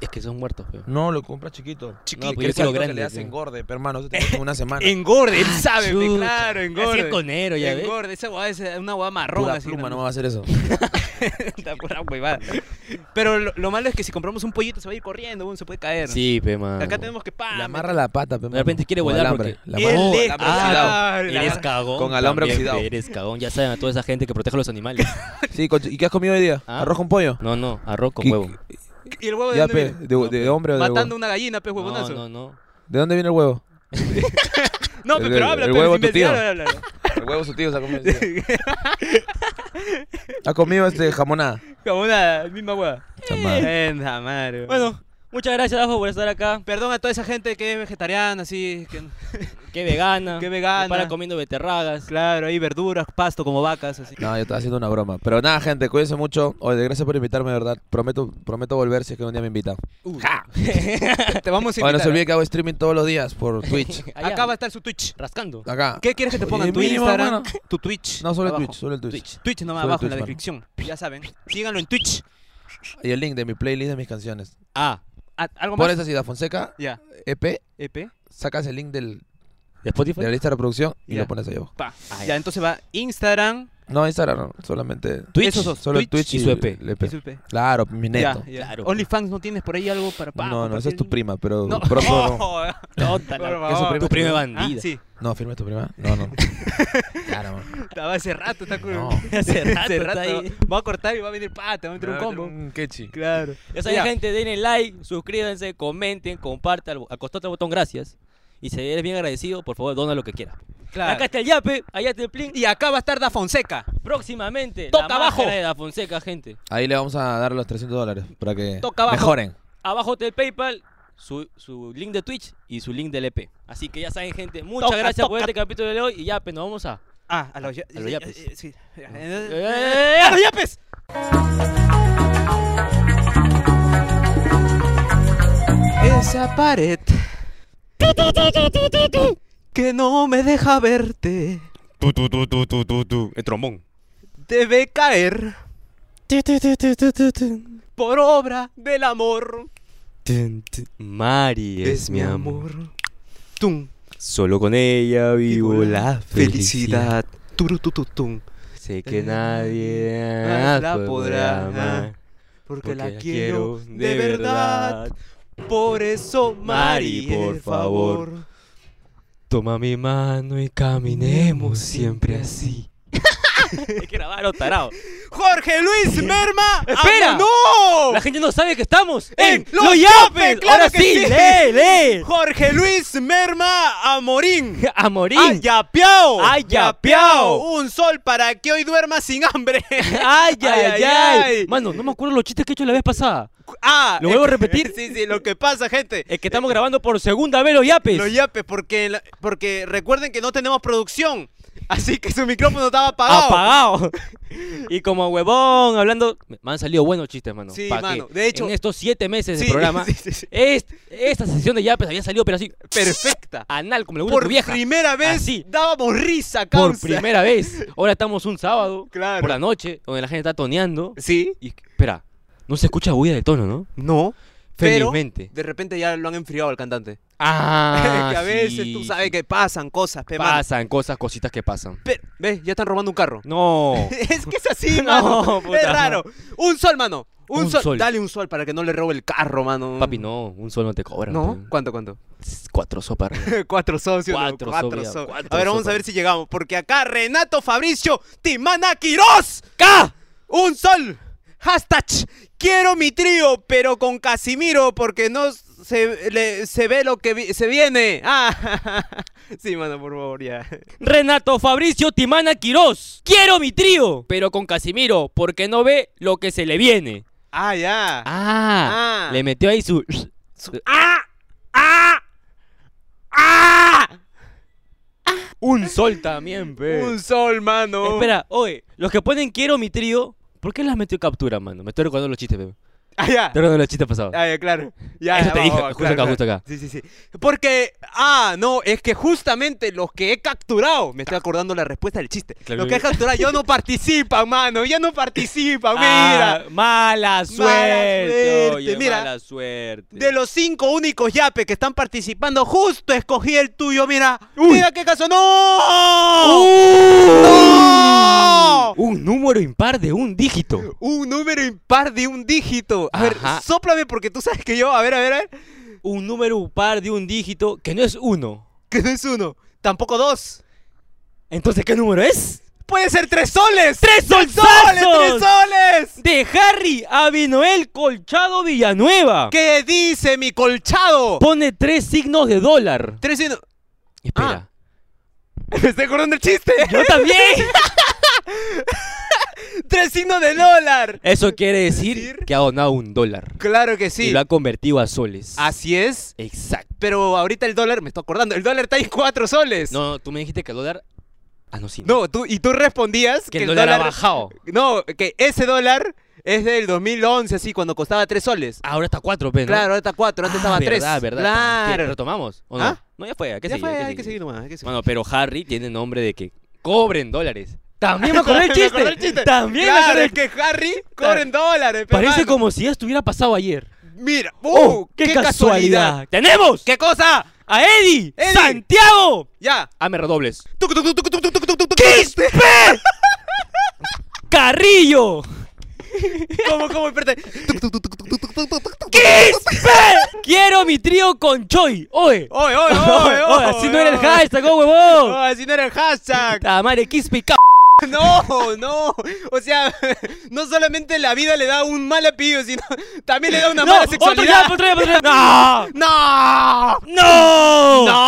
C: Es que son muertos, feo.
A: No, lo compras chiquito.
C: Chiquito.
A: porque
C: yo quiero
A: que
C: grande,
A: le das
C: tío.
A: engorde, pero, hermano. Eso te queda como una semana.
B: Engorde, él sabe, pe,
C: Ah, Chuta.
B: claro,
C: Así
B: engorde.
C: es conero, ya ves.
B: engorde, esa guada es una guada marrón
A: Pura
B: así.
A: pluma, no
B: ¿no?
A: va a hacer eso.
B: Pura huevada. Pero lo, lo malo es que si compramos un pollito se va a ir corriendo, weón, se puede caer.
C: Sí, pe, mano.
B: Acá tenemos que pa.
A: Le
B: meter-
A: amarra la pata, pe,
C: De repente
A: mano.
C: quiere
A: Con
C: volar
A: alambre.
C: porque-
A: La
B: El
A: amarra-
B: de-
A: la amarra oxidado.
B: Ah,
C: Ah,
B: la-
C: eres cagón.
A: Con alambre
C: también,
A: oxidado.
C: pe, Eres cagón. Ya saben a toda esa gente que protege a los animales.
A: Sí, con- ¿y qué has comido hoy día?
C: Ah.
A: ¿Arroz con pollo?
C: No, no, arroz con
A: ¿Qué-
C: huevo.
B: ¿Y el huevo de
A: Ya,
B: dónde
A: pe,
B: viene?
A: de, de hombre o de
B: Matando
A: huevo.
B: una gallina, pe, huevonazo.
C: No, no, no.
A: ¿De dónde viene el huevo?
B: No,
A: El-
B: pe, pero
A: el-
B: habla,
A: el
B: pe,
A: huevo
B: sin
A: de tu tío.
B: pensar, habla, habla.
A: El huevo su tío se ha comido. ha comido este jamonada.
B: Como una misma hueá.
A: Puta madre.
B: Esa madre, weón.
C: Bueno, muchas gracias, Dafo, por estar acá.
B: Perdón a toda esa gente que es vegetariana, así, que,
C: Qué vegana.
B: que vegana.
C: Para comiendo beterragas.
B: Claro, hay verduras, pasto como vacas, así.
A: No, yo estaba haciendo una broma. Pero nada, gente, cuídense mucho. Oye, gracias por invitarme, de verdad. Prometo, prometo volver si es que un día me invitan.
B: Te vamos
A: Oye,
B: a invitar. ¿eh?
A: no se olvide que hago streaming todos los días por Twitch.
B: ¿ah?
C: Allá,
B: Acá va a estar su Twitch.
C: Rascando.
A: Acá.
B: ¿Qué quieres que te
A: Oye,
B: pongan? ¿Tu
A: mínimo,
B: Instagram?
A: mano.
B: ¿Tu Twitch?
A: No, solo el
B: abajo.
A: Twitch, solo el Twitch.
B: Twitch nomás
A: Solo el
B: abajo en
A: Twitch,
B: la
A: mano.
B: descripción. Ya saben. Síganlo en Twitch.
F: y el link de mi playlist de mis canciones.
B: Ah. ah, ¿Algo más?
F: Pones así, Da Fonseca,
B: Ya.
A: E
F: EP,
B: EP.
F: sacas el link del,
C: ¿De Spotify?
F: de la lista de reproducción y
B: Ya.
F: lo pones ahí abajo.
B: Pa.
C: Ah,
B: ya, entonces va Instagram.
F: No, Instagram, no, solamente.
C: Twitch.
B: Esos dos.
F: Solo
B: Twitch
F: Twitch, Twitch
C: y su EP.
A: E
F: el EP.
B: y su EP.
F: Claro, mi neto.
B: Ya, ya.
C: Claro.
B: OnlyFans, ¿no tienes por ahí algo para pa,
F: No, no, esa es tu
B: compartir?
F: prima, pero
B: No.
F: pronto. No,
C: Tótala,
B: Por
C: que su
B: favor.
C: prima- tu prima es
B: Ah,
C: bandida.
B: sí.
F: no firme tu prima. No, no. claro, man.
B: Estaba hace rato, está con...
F: No.
C: Hace rato está ahí.
B: Va a cortar y va a venir pa, te va a meter un combo.
F: Un quechi.
B: Claro.
C: Ya saben, gente, denle like, suscríbanse, comenten, compartan, al- acostate al botón gracias. Y si eres bien agradecido, por favor, dona lo que quieras.
B: Claro.
C: Acá está el yape, allá está el plin. Y
B: Y acá va a estar Da Fonseca.
C: próximamente,
B: Toca
C: la
B: abajo.
C: máscara de Da Fonseca, gente.
F: Ahí le vamos a dar los 300 dólares para que
C: Toca abajo.
F: mejoren.
C: Abajo está el PayPal, su, su link de Twitch y su link del EP. Así que ya saben, gente, muchas
B: Toca,
C: gracias por
B: toca.
C: este capítulo de hoy. Y yape, nos vamos a...
B: Ah, a los, ya-
C: A los pues. yapes.
B: eh, eh, sí.
C: ¡Eh!
B: ¡A los yapes! Esa pared que no me deja verte
L: Tú, tú, tú, tú, tú, tú, tú. El trombón.
B: debe caer por obra del amor.
C: Mari es mi amor.
B: Tum,
L: Solo con ella vivo la felicidad.
B: felicidad. Turutututum.
C: Sé
B: que
C: que
B: nadie Ah, la
C: nadie
B: podrá
C: la podrá
B: amar,
C: amar.
B: Porque, la quiero de verdad. Por eso, Mari,
C: Mari, por
B: por
C: favor.
B: favor.
C: Toma mi mano y caminemos siempre así. Hay que grabarlo, tarado.
B: Jorge Luis Merma.
C: ¡Espera!
B: ¡Ah, ¡No!
C: La gente no sabe que estamos en,
B: En
C: Los
B: Los
C: Yapes.
B: Yapes, claro
C: Ahora
B: que
C: sí,
B: sí.
C: lee, lee.
B: Jorge Luis Merma Amorín.
C: A morir.
B: ¡Ay, yapeao!
C: ¡Ay, yapeao!
B: Un sol para que hoy duerma sin hambre.
C: Ay, ay,
B: ay,
C: ay,
B: ay.
C: Mano, no me acuerdo los chistes que he hecho la vez pasada.
B: ah,
C: ¿Lo vuelvo a
B: es que-
C: repetir?
B: Sí, sí, lo que pasa, gente.
C: Es que estamos grabando por segunda vez los yapes.
B: Los yapes, porque, la- porque recuerden que no tenemos producción. Así que su micrófono estaba apagado.
C: Apagado. y como huevón, hablando. Me han salido buenos chistes, mano.
B: Sí,
C: Pa' que
B: mano, de hecho-
C: En estos siete meses
B: Sí,
C: de programa,
B: sí, sí, sí.
C: est- esta sesión de yapes había salido, pero así.
B: Perfecta.
C: Anal, como le gusta a
B: Por
C: Ah, tu vieja.
B: primera vez
C: Así.
B: dábamos risa, causa.
C: Por primera vez. Ahora estamos un sábado.
B: Claro.
C: Por la noche, donde la gente está toneando.
B: ¿Sí?
C: Y espera, no se escucha bulla de tono, ¿no?
B: No.
C: Felizmente.
B: Pero de repente ya lo han enfriado al cantante.
C: Ah,
B: que a veces
C: sí,
B: tú sabes
C: sí.
B: que pasan cosas, pe, mano.
C: pasan cosas, cositas que pasan.
B: Pe- ¿Ves? Ya están robando un carro.
C: No.
B: es que es así,
C: No,
B: mano.
C: puta.
B: es raro. Un sol, mano. Un,
C: Un
B: sol.
C: sol.
B: Dale un sol para que no le robe el carro, mano.
C: Papi, no, un sol no te cobra.
B: ¿No?
C: pe.
B: ¿Cuánto, cuánto?
C: Cuatro sopas. re-
B: cuatro socios. no,
C: Cuatro sobrios,
B: so-
C: cuatro
B: A ver, vamos a
C: sobrios.
B: ver si llegamos. Porque acá Renato Fabricio Timana Quirós. ¡K! ¡Un sol! Hashtag, quiero mi trío, pero con Casimiro, porque no se, le- se ve lo que vi- se viene. Ah, sí, mano, por favor, ya.
C: Renato Fabricio Timana Quirós. Quiero mi trío, pero con Casimiro, porque no ve lo que se le viene.
B: Ah, ya.
C: Ah,
B: Ah.
C: le metió ahí su.
B: ¡Ah! ¡Ah! ¡Ah!
C: Un sol también, pe.
B: Un sol, mano.
C: Espera, oye, los que ponen quiero mi trío, ¿por qué las metió captura, mano? Me estoy recordando los chistes, pe. Estoy
B: Ah, ya.
C: recordando los chistes pasados.
B: Ah, ya, claro. Ya,
C: Eso
B: ya,
C: te
B: va,
C: dije,
B: va, va,
C: justo
B: claro,
C: acá,
B: claro.
C: justo acá.
B: Sí, sí, sí. Porque, ah, no, es que justamente los que he capturado, me estoy acordando la respuesta del chiste.
C: Ah. Claro.
B: Los que he capturado ya no participan, mano. Ya no participan, mira.
C: Ah, mala suerte.
B: suerte,
C: Oye,
B: mira.
C: mala suerte.
B: De los cinco únicos yapes que están participando, justo escogí el tuyo, mira. Mira qué caso.
C: Uh.
B: ¡No! ¡No!
C: ¡Oh! Un número impar de un dígito.
B: Un número impar de un dígito. A ver,
C: Ajá.
B: sóplame porque tú sabes que yo, a ver, a ver, a ver,
C: Un número impar de un dígito que no es uno.
B: que no es uno, tampoco dos.
C: Entonces, ¿qué número es?
B: Puede ser tres soles.
C: ¡Tres
B: soles, tres
C: solsazos!
B: soles.
C: De Harry Abinoel Colchado Villanueva.
B: ¿Qué dice mi colchado?
C: Pone tres signos de dólar.
B: Tres y no- Ah.
C: Espera.
B: Me estoy acordando el chiste.
C: ¡Yo también!
B: Tres signos de dólar.
C: Eso quiere decir
B: ¿Decir?
C: que ha donado un dólar.
B: Claro que sí.
C: Y lo ha convertido a soles.
B: Así es.
C: Exacto.
B: Pero ahorita el dólar, me estoy acordando, el dólar está en cuatro soles.
C: No, no, tú me dijiste que el dólar. Ah, no, sí.
B: No, tú, y tú respondías
C: que el dólar, ha bajado.
B: No, que ese dólar es del 2011, así, cuando costaba tres soles.
C: Ahora está cuatro, pe, ¿no?
B: Claro, ahora está cuatro, antes
C: Ah,
B: estaba tres.
C: verdad, verdad.
B: Claro.
C: ¿Qué, ¿Retomamos? ¿O no?
B: ¿Ah?
C: No, ya fue. ¿a ¿Qué
B: Ya
C: sigue?
B: fue,
C: ¿A qué
B: hay que
C: sigue?
B: seguir nomás, hay que seguir.
C: Bueno, pero Harry tiene nombre de que cobren dólares. También me acordé el
B: Me
C: chiste.
B: acordé el chiste.
C: También me
B: claro,
C: acordé el
B: es que Harry cobra en dólares. pe,
C: Parece
B: mano.
C: como si ya estuviera pasado ayer.
B: Mira,
C: ¡Oh!
B: ¡uh! ¡Qué, casualidad!
C: ¡Tenemos!
B: ¿Qué cosa?
C: ¡A Eddie!
B: Eddie.
C: ¡Santiago!
B: Ya.
C: Ame redobles.
B: Tuc, tuc, tuc, tuc, tuc, tuc, tuc, tuc.
C: ¡Quispe! ¡Carrillo!
B: ¿Cómo, cómo? Espérate.
C: ¡Quispe! Quiero mi trío con Choi. ¡Oe!
B: ¡Oye, oye, oye!
C: Oye,
B: oye,
C: así no
B: oye,
C: era el
B: oye.
C: hashtag, oh
B: No,
C: huevón.
B: así no era el hashtag.
C: Ta madre, Quispe y cap.
B: No, no. O sea, no solamente la vida le da un mal apellido, sino también le da una mala
C: otro ya, pues.
B: sexualidad.
C: otro ya, otro ya. ¡No!
B: ¡No!
C: ¡No!
B: ¡No!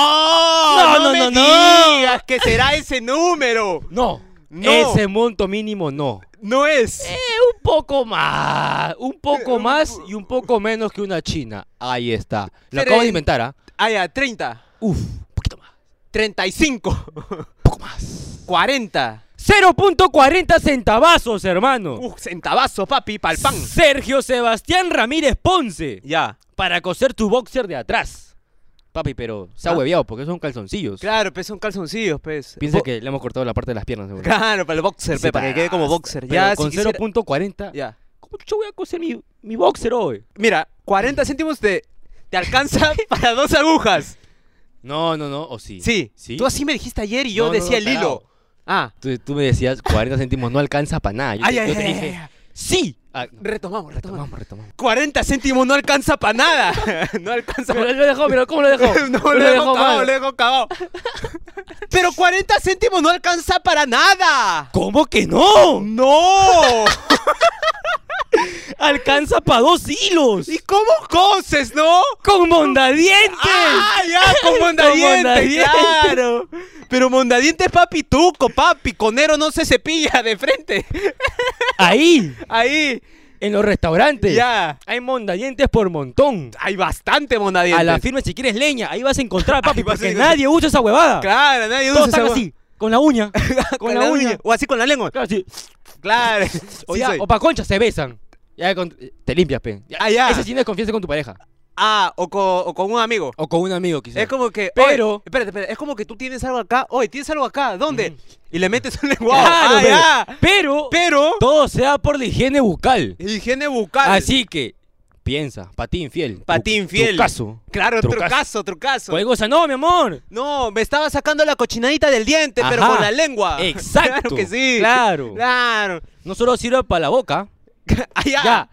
C: No, no,
B: me
C: no, no.
B: digas que será ese número.
C: No.
B: No.
C: Ese monto mínimo no.
B: No es.
C: Eh, un poco más. Eh, Un poco más y un poco menos que una china. Ahí está. Lo acabo de inventar, ¿ah?
B: Ah, ya, 30.
C: Uf, un poquito más.
B: 35.
C: Poco más.
B: 40.
C: 0.40 centavazos, hermano.
B: Uh, centavazo, papi, pa'l pan.
C: Sergio Sebastián Ramírez Ponce.
B: Ya.
C: Para coser tu boxer de atrás. Papi, pero se ha
B: Ah.
C: hueveado porque son calzoncillos.
B: Claro, pues son calzoncillos, pues.
C: Piensa
B: Bo-
C: que le hemos cortado la parte de las piernas, seguro.
B: Claro, para el boxer, pe, para que quede como boxer.
C: Pero
B: Ya,
C: con
B: si quisiera-
C: 0.40.
B: Ya.
C: ¿Cómo yo voy a coser mi, mi boxer hoy?
B: Mira, 40 céntimos te, te alcanza para dos agujas.
C: No, no, no, o sí.
B: Sí.
C: ¿Sí?
B: Tú así me dijiste ayer y yo
C: No, no,
B: decía
C: no,
B: el hilo.
C: tarao.
B: Ah.
C: Tú, tú me decías 40 céntimos no alcanza para nada. Yo, te-
B: Ay, ay,
C: yo te
B: ay,
C: dije,
B: ay, ay.
C: sí. Ah, no.
B: Retomamos, retomamos.
C: retomamos, retomamos.
B: 40 céntimos no alcanza para nada. no alcanza
C: Pero
B: para
C: él lo dejó, mira cómo lo dejó.
B: No,
C: Él
B: lo dejo cagado,
C: mal.
B: lo dejo cagado. Pero 40 céntimos no alcanza para nada.
C: ¿Cómo que no?
B: ¡No!
C: Alcanza para dos hilos.
B: ¿Y cómo coses, no?
C: con mondadientes.
B: ¡Ah, ya! Con mondadientes,
C: mondadientes.
B: claro. Pero mondadientes, papi, tuco, papi. Conero no se cepilla de frente.
C: Ahí,
B: Ahí,
C: en los restaurantes.
B: ya.
C: Hay mondadientes por montón.
B: Hay bastante mondadientes.
C: A la firma, si quieres leña, ahí vas a encontrar, papi,
B: Ahí vas a
C: porque
B: encontrar.
C: nadie usa esa huevada.
B: Claro, nadie usa
C: Todos están
B: esa
C: así, con la uña.
B: hua-
C: con la uña.
B: O así "Ah, con la lengua.
C: Claro, así.
B: Claro.
C: O,
B: Sí
C: ya,
B: soy.
C: o pa' concha, se besan. Ya con- te limpias, pe. Ya,
B: Ah, ya.
C: Ese sí no es confianza con tu pareja.
B: Ah, o co- o con un amigo.
C: O con un amigo, quizás.
B: Es como que.
C: Pero-
B: "Oye, espérate, espérate. Es como que tú tienes algo acá. Oye, tienes algo acá. ¿Dónde?
C: Ujú.
B: Y le metes un lenguaje.
C: Claro, pe.
B: ah, ya.
C: pero,
B: Pero.
C: todo sea por la higiene bucal.
B: Higiene bucal.
C: Así que, piensa, pa' ti infiel.
B: Pa'
C: Tu-
B: ti infiel.
C: Tu caso.
B: Claro,
C: Trucazo.
B: trucazo, trucazo.
C: Cualquier cosa, no, mi amor.
B: No, me estaba sacando la cochinadita del diente, pero
C: Ajá.
B: con la lengua.
C: Exacto.
B: Claro que sí.
C: Claro.
B: Claro.
C: No solo sirve para la boca.
B: Allá.
C: Ya.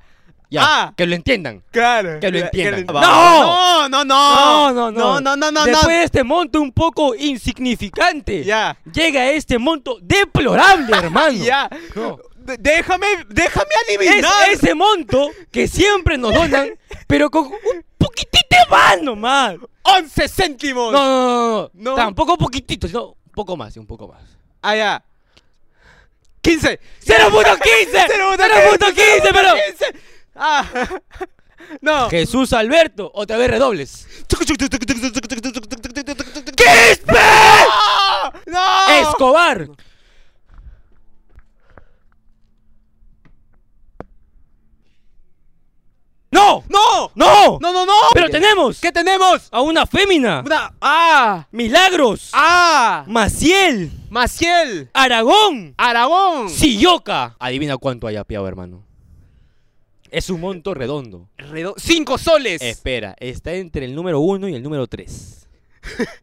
C: Ya.
B: Ah.
C: Que lo entiendan.
B: Claro.
C: Que lo
B: Ya,
C: entiendan.
B: ¡No! No, no, no.
C: No, no, no.
B: No, no, no, no.
C: Después de este monto un poco insignificante,
B: Ya.
C: llega este monto deplorable, hermano.
B: Ya.
C: No.
B: De- Déjame, déjame
C: Es
B: adivinar.
C: ese monto que siempre nos donan, pero con un poquitito más nomás.
B: 11 céntimos.
C: No, no, no, no.
B: No.
C: Tampoco poquitito, sino un poco más, sí, un poco más.
B: Allá. 15.
C: 0.15, 0.15, pero-
B: 0.15. Ah. No.
C: Jesús Alberto, otra vez redobles.
B: ¡Quispe! Ah, ¡No!
C: Escobar. ¡No!
B: ¡No!
C: ¡No!
B: ¡No, no, no!
C: ¡Pero tenemos!
B: ¿Qué tenemos?
C: ¡A una fémina!
B: Una- ¡Ah!
C: ¡Milagros!
B: ¡Ah!
C: ¡Maciel!
B: Maciel.
C: ¡Aragón!
B: Aragón.
C: ¡Silloca! Ah. Adivina cuánto haya piado, hermano. Es un monto redondo.
B: Redo- Cinco soles.
C: Espera, está entre el número 1 y el número 3.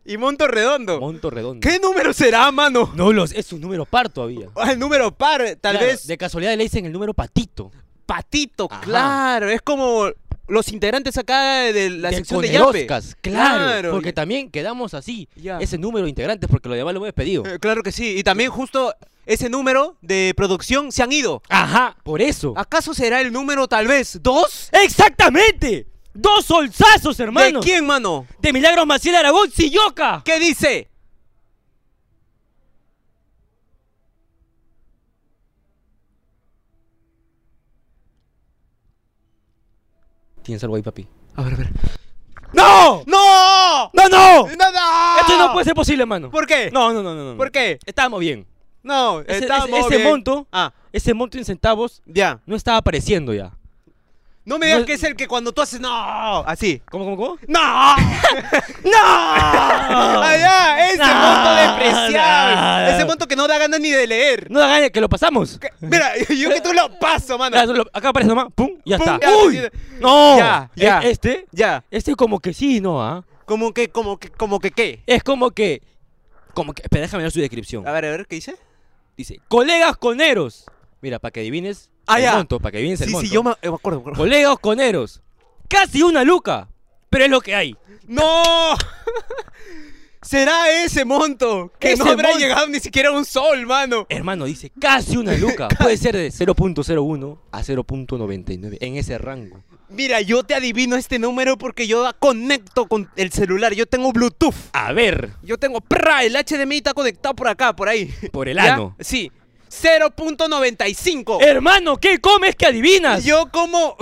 B: Y monto redondo.
C: Monto redondo.
B: ¿Qué número será, mano?
C: No los, es un número par todavía.
B: Ah, El número par, tal
C: Claro,
B: vez.
C: De casualidad le dicen el número patito.
B: Patito,
C: Ajá.
B: claro. Es como los integrantes acá de la
C: De-
B: sección
C: con
B: de
C: el
B: Yape.
C: Oscars, claro,
B: Claro.
C: Porque también quedamos así.
B: Ya.
C: Ese número de integrantes, porque lo demás lo hemos pedido.
B: Eh, claro que sí. Y también justo ese número de producción se han ido.
C: Ajá, por eso.
B: ¿Acaso será el número tal vez dos?
C: ¡Exactamente! ¡Dos solsazos, hermano!
B: ¿De quién, mano?
C: De Milagros Maciel Aragón Silloca.
B: ¿Qué dice?
C: ¿Tienes algo ahí, papi?
B: A ver, a ver.
C: ¡No!
B: ¡No!
C: ¡No,
B: ¡No,
C: no!
B: no!
C: Esto no puede ser posible, hermano.
B: ¿Por qué?
C: No, no, no, no. no.
B: ¿Por qué?
C: Estábamos bien.
B: No,
C: Ese- ese-
B: estamos
C: ese
B: bien.
C: monto-
B: Ah,
C: Ese monto en centavos
B: ya.
C: no estaba apareciendo ya.
B: No me digas
C: No-
B: que es el que cuando tú haces no, así.
C: ¿Cómo, cómo, cómo?
B: ¡No! ¡No! Allá, Ah, ese
C: No,
B: monto despreciable.
C: no, no.
B: Ese monto que no da ganas ni de leer.
C: No da gaña, que lo pasamos.
B: Que- Mira, yo que tú lo paso, mano.
C: Ah, lo- Acá aparece nomás, pum, ya
B: Pum,
C: está.
B: ya,
C: ¡Uy!
B: ya.
C: ¡No!
B: Ya,
C: E-
B: ya.
C: Este,
B: Ya.
C: este como que sí, no, ¿ah?
B: Como que, como que, como que qué.
C: Es como que. Como que. Espera, déjame ver su descripción.
B: A ver, a ver, ¿qué dice?
C: Dice, colegas coneros. Mira, para que adivines
B: Ah,
C: el
B: ya.
C: monto, para que adivines el
B: Sí,
C: monto.
B: sí, yo me, eh, me acuerdo. me acuerdo.
C: Colegas coneros. Casi una luca. Pero es lo que hay.
B: ¡No! Será ese monto que no
C: Ese
B: habrá
C: monto.
B: llegado ni siquiera a un sol, mano.
C: Hermano, dice casi una luca. Puede ser de 0.01 a 0.99. En ese rango.
B: Mira, yo te adivino este número porque yo conecto con el celular. Yo tengo Bluetooth.
C: A ver,
B: Yo tengo ¡prra! el HDMI está conectado por acá, por ahí.
C: por el
B: ¿Ya?
C: ano.
B: Sí. 0.95.
C: Hermano, ¿qué comes que adivinas?
B: Oh. Yo como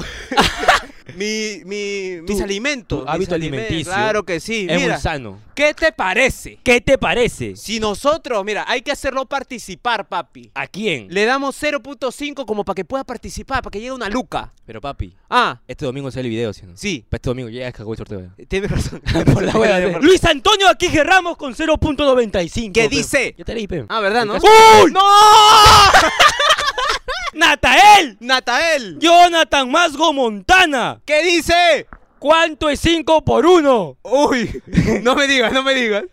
B: mi, mi- mis alimentos.
C: tu
B: mis
C: hábito
B: alimentos,
C: alimenticio
B: Claro que sí.
C: es
B: Mira,
C: muy sano.
B: ¿qué te parece?
C: ¿Qué te parece?
B: Si nosotros, mira, hay que hacerlo participar, papi.
C: ¿A quién?
B: Le damos 0.5 como para que pueda participar, para que llegue una luca.
C: Pero papi,
B: Ah,
C: este domingo sale el video, ¿sí? o no?
B: sí.
C: Para este domingo ya cagó el sorteo. ya.
B: Tienes razón.
C: Por la hueva, pe. Luis Antonio aquí Ramos con 0.95.
B: ¿Qué
C: pe.
B: dice?
C: Ya te leí, pe.
B: Ah, ¿verdad, no?
C: ¡Gol!
B: ¡No!
C: ¡Natael!
B: ¡Natael!
C: ¡Jonathan Masgo Montana!
B: ¿Qué dice?
C: ¿Cuánto es 5 por 1?
B: Uy, no me digas, no me digas.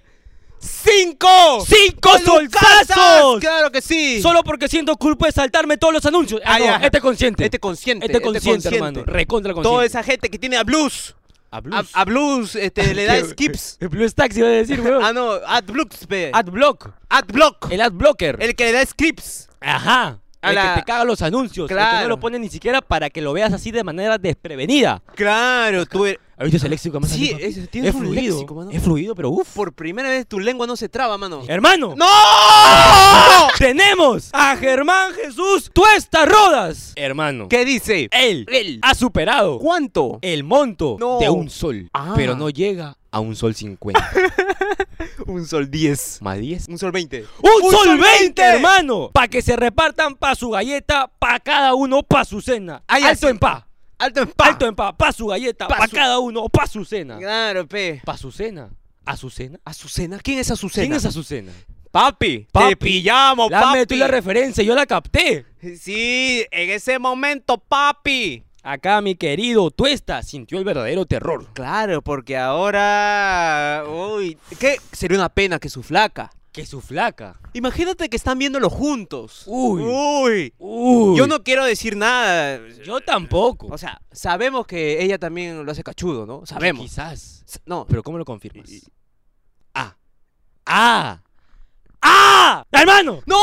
B: ¡Cinco!
C: ¡Cinco
B: ¡Lucasas!
C: soltazos!
B: Claro que sí.
C: Solo porque siento culpa de saltarme todos los anuncios. Ah,
B: Ah,
C: no,
B: ya.
C: este consciente.
B: Este consciente.
C: Este consciente, hermano. Recontra consciente.
B: Toda esa gente que tiene a blues.
C: A
B: A,
C: Blues.
B: a blues, este, le da
C: ¿Qué?
B: skips.
C: El Blues Taxi iba a decir, weón.
B: Ah, no, ad blues, pe. Ad,
C: Adblock.
B: block. El,
C: El Adblocker.
B: que le da skips.
C: Ajá.
B: A
C: el
B: la-
C: que te caga los anuncios. El que no
B: Claro.
C: lo pone ni siquiera para que lo veas así de manera desprevenida.
B: Claro, tú eres-
C: ¿Has visto ese léxico más
B: Sí,
C: antiguo?
B: es- tienes
C: Es
B: un
C: fluido.
B: léxico, mano.
C: Es fluido, pero uff.
B: Por primera vez tu lengua no se traba, mano.
C: Hermano.
B: ¡No!
C: Tenemos a Germán Jesús Tuesta Rodas. Hermano.
B: ¿Qué dice?
C: Él, ha superado
B: ¿Cuánto?
C: el monto
B: No.
C: de un sol,
B: Ah.
C: pero no llega a un sol 50
B: Un sol 10.
C: más 10.
B: Un sol 20.
C: ¡Un, sol, 20,
B: 20!
C: hermano! Para que se repartan pa' su galleta, pa' cada uno, pa' su cena.
B: Ay,
C: Alto
B: así.
C: en pa.
B: Alto en pacto.
C: Alto en pa. Pa' su galleta, pa',
B: Pa' su-
C: cada uno, pa' su cena.
B: Claro, pe.
C: Pa' su cena. ¿Azucena?
B: ¿Azucena? ¿Quién es Azucena?
C: ¿Quién es Azucena?
B: Papi,
C: Papi.
B: te pillamos,
C: Dame
B: papi.
C: tú la referencia, yo la capté.
B: sí, en ese momento, papi.
C: Acá mi querido Tuesta sintió el verdadero terror.
B: Claro, porque ahora. Uy, ¿qué? Sería una pena que su flaca.
C: Que su flaca.
B: Imagínate que están viéndolo juntos.
C: Uy.
B: Uy.
C: Uy.
B: Yo no quiero decir nada.
C: Yo tampoco.
B: O sea, sabemos que ella también lo hace cachudo, ¿no?
C: Que
B: Sabemos.
C: Quizás.
B: S- No.
C: Pero ¿cómo lo confirmas?
B: Y-
C: ¡Ah! ¡Ah! ¡Ah! ¡Hermano!
B: ¡No!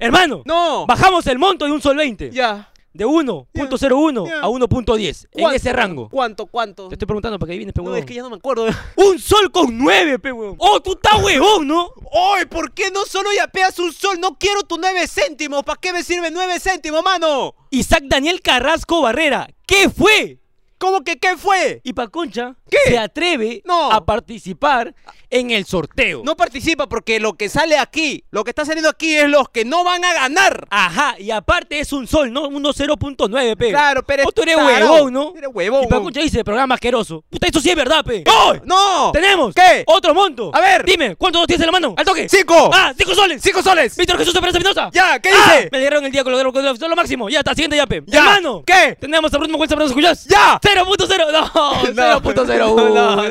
C: ¡Hermano!
B: ¡No!
C: Bajamos el monto de un sol 20.
B: Ya.
C: De 1.01
B: Ya.
C: a 1.10. En
B: ¿Cuánto?
C: ese rango.
B: ¿Cuánto? ¿Cuánto?
C: Te estoy preguntando para que adivines, pe
B: No,
C: huevón.
B: es que ya no me acuerdo.
C: ¡Un sol con 9, pe huevón! ¡Oh, tú estás huevón, no!
B: ¡Oy! ¿Por qué no solo yapeas un sol? No quiero tu nueve céntimos. ¿Para qué me sirve nueve céntimos, mano?
C: Isaac Daniel Carrasco Barrera. ¿Qué fue?
B: ¿Cómo que qué fue?
C: Y Paconcha
B: ¿Qué?
C: se atreve
B: No.
C: a participar en el sorteo.
B: No participa porque lo que sale aquí, lo que está saliendo aquí es los que no van a ganar.
C: Ajá, y aparte es un sol, ¿no? Uno 0.9, pe.
B: Claro, pero
C: Eh, Vos tú eres
B: tarado.
C: huevón, ¿no?
B: Eres huevón.
C: Y Paco ya dice, programa asqueroso. Puta, eso sí es verdad, pe. ¡Ay!
B: ¡No!
C: ¡Tenemos!
B: ¿Qué?
C: ¡Otro monto!
B: A ver.
C: Dime, ¿cuántos dos tienes en la mano? ¡Al toque!
B: ¡Cinco!
C: ¡Ah! ¡Cinco soles!
B: ¡Cinco soles!
C: ¡Víctor Jesús Esperanza Mendoza!
B: ¡Ya! ¿Qué
C: ¡Ah!
B: dice?
C: Me dieron el día con lo, con lo, con lo máximo. Ya está, siguiente ya, pe.
B: Ya.
C: ¡Hermano!
B: ¿Qué?
C: Tenemos a Bruno Juan Sabroso Cuyas.
B: ¡Ya!
C: 0.0. No, 0.01.
B: No,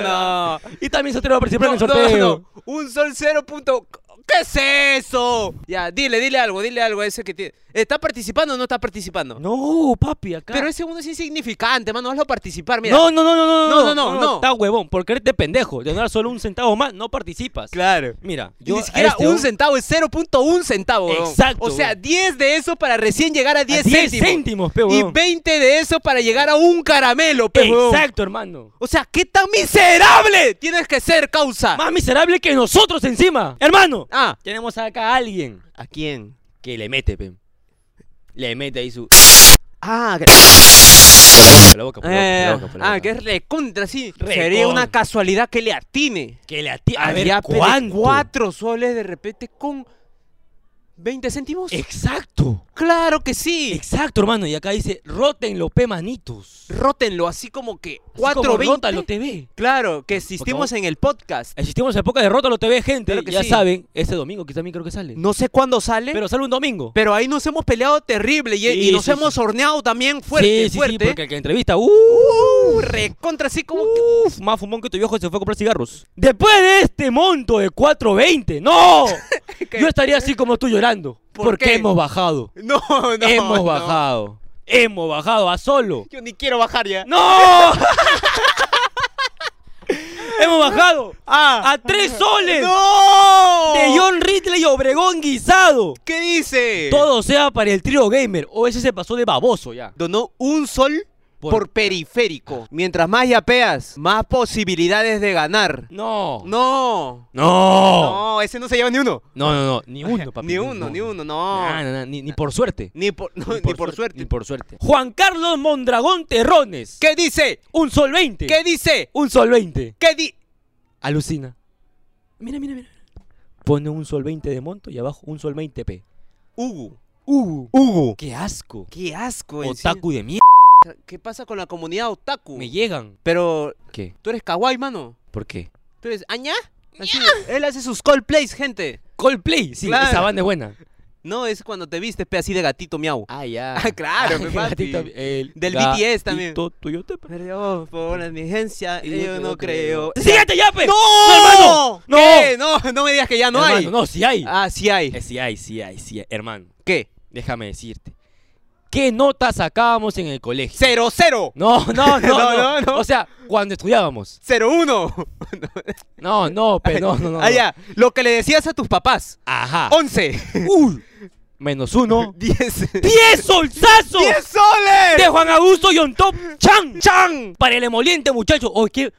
B: no.
C: Y también se atreve a participar en el
B: No, no,
C: sorteo.
B: no. Un sol cero punto. ¿Qué es eso? Ya, dile, dile algo, dile algo a ese que tiene. ¿Está participando o no está participando?
C: No, papi, acá.
B: Pero ese uno es insignificante, mano. Hazlo participar, mira.
C: No, no, no, no, no,
B: No, no, no, no.
C: Está huevón, por quererte pendejo, de ganar solo un centavo más, no participas.
B: Claro.
C: Mira, yo
B: Ni
C: a
B: siquiera
C: este
B: un
C: hom-
B: centavo, es 0.1 centavo. weón.
C: Exacto,
B: O sea,
C: weón.
B: 10 de eso para recién llegar a 10,
C: a 10 céntimos, pe,
B: Y
C: huevón.
B: 20 de eso para llegar a un caramelo, pe, weón.
C: Exacto, hermano.
B: O sea, ¿qué tan miserable tienes que ser, causa?
C: Más miserable que nosotros encima, hermano.
B: ah,
C: Tenemos acá a alguien
B: ¿a quién?
C: que le mete, pe. Le mete ahí su
B: Ah, que-
C: por la boca, por la boca, por la
B: Eh,
C: boca, por la
B: ah,
C: boca.
B: que es recontra, sí.
C: Recontra.
B: Sería una casualidad que le atine.
C: que le ati- a ver
B: Había pe- de
C: cuánto.
B: cuatro soles de repente con ¿20 céntimos?
C: Exacto.
B: ¡Claro que sí!
C: Exacto, hermano. Y acá dice, rótenlo, pe manitos.
B: Rótenlo así como que
C: Así como
B: 4.20.
C: Rótalo TV.
B: Claro, que existimos en el podcast.
C: Existimos en la época de Rótalo TV, gente.
B: Claro que
C: ya
B: sí.
C: saben, este domingo que también creo que sale.
B: No sé cuándo sale, pero,
C: Pero sale un domingo.
B: ahí nos hemos peleado terrible y, y
C: Sí,
B: nos
C: sí,
B: hemos
C: sí.
B: horneado también fuerte,
C: sí, sí,
B: fuerte.
C: Sí, porque el que entrevista, uh,
B: Uh, recontra así como que-
C: Uf, más fumón que tu viejo se fue a comprar cigarros. Después de este monto de 4.20, ¡no! Yo estaría así como tú llorando.
B: ¿Por
C: porque
B: qué?
C: hemos bajado.
B: No, no.
C: hemos
B: no.
C: bajado. Hemos bajado a solo.
B: Yo ni quiero bajar ya.
C: ¡No! hemos bajado a tres soles
B: Ah. ¡No!
C: de John Ridley y Obregón guisado.
B: ¿Qué dice?
C: Todo sea para el trío gamer. O ese se pasó de baboso ya.
B: Donó un sol por,
C: Por-
B: periférico. Mientras más yapeas, más posibilidades de ganar.
C: No.
B: No.
C: No.
B: No, ese no se lleva ni uno.
C: No, no, no. Ni uno, papi.
B: Ni uno, ni uno, no.
C: Nah, nah, nah, Ni ni por suerte.
B: Ni por, no, ni por suerte.
C: Ni por suerte. Juan Carlos Mondragón Terrones.
B: ¿Qué dice?
C: Un sol 20.
B: ¿Qué dice?
C: Un sol 20.
B: ¿Qué di?
C: Alucina. Mira, mira, mira. Pone un sol 20 de monto y abajo un sol 20 p.
B: Hugo.
C: Hugo.
B: Hugo.
C: Qué asco.
B: Qué asco, en
C: Otaku de mierda.
B: serio. ¿Qué pasa con la comunidad otaku?
C: Me llegan.
B: Pero
C: ¿Qué?
B: tú eres kawaii, mano.
C: ¿Por qué?
B: Tú eres aña. Así, él hace sus callplays, gente.
C: Coldplay. Sí,
B: Claro.
C: esa banda es buena.
B: No, es cuando te viste pe, así de gatito miau.
C: Ah, ya.
B: Ah, claro, mi papi. Del BTS también. Pero por la emergencia,
C: Y yo
B: yo
C: te
B: no
C: lo
B: creo.
C: creo. ¡Síguete ya, pe!
B: ¡No!
C: ¡No, hermano! ¡No!
B: ¿Qué? No, no me digas que ya no
C: Hermano,
B: hay.
C: No, sí hay.
B: Ah, sí hay.
C: Eh, Sí hay, sí hay, sí hay. Hermano,
B: ¿Qué?
C: déjame decirte. ¿Qué notas sacábamos en el colegio?
B: ¡Cero, cero!
C: No,
B: No,
C: no, no, no,
B: no,
C: no,
B: no.
C: O sea, cuando estudiábamos.
B: ¡Cero uno!
C: No, no, pero no, no, Ah. no.
B: Ah, ya. Lo que le decías a tus papás.
C: Ajá.
B: Once.
C: Uy. Menos uno.
B: Diez.
C: ¡Diez solsazos!
B: ¡Diez soles!
C: De Juan Augusto y on top. ¡Chan!
B: ¡Chan!
C: Para el emoliente, muchacho. Oh, ¿qué?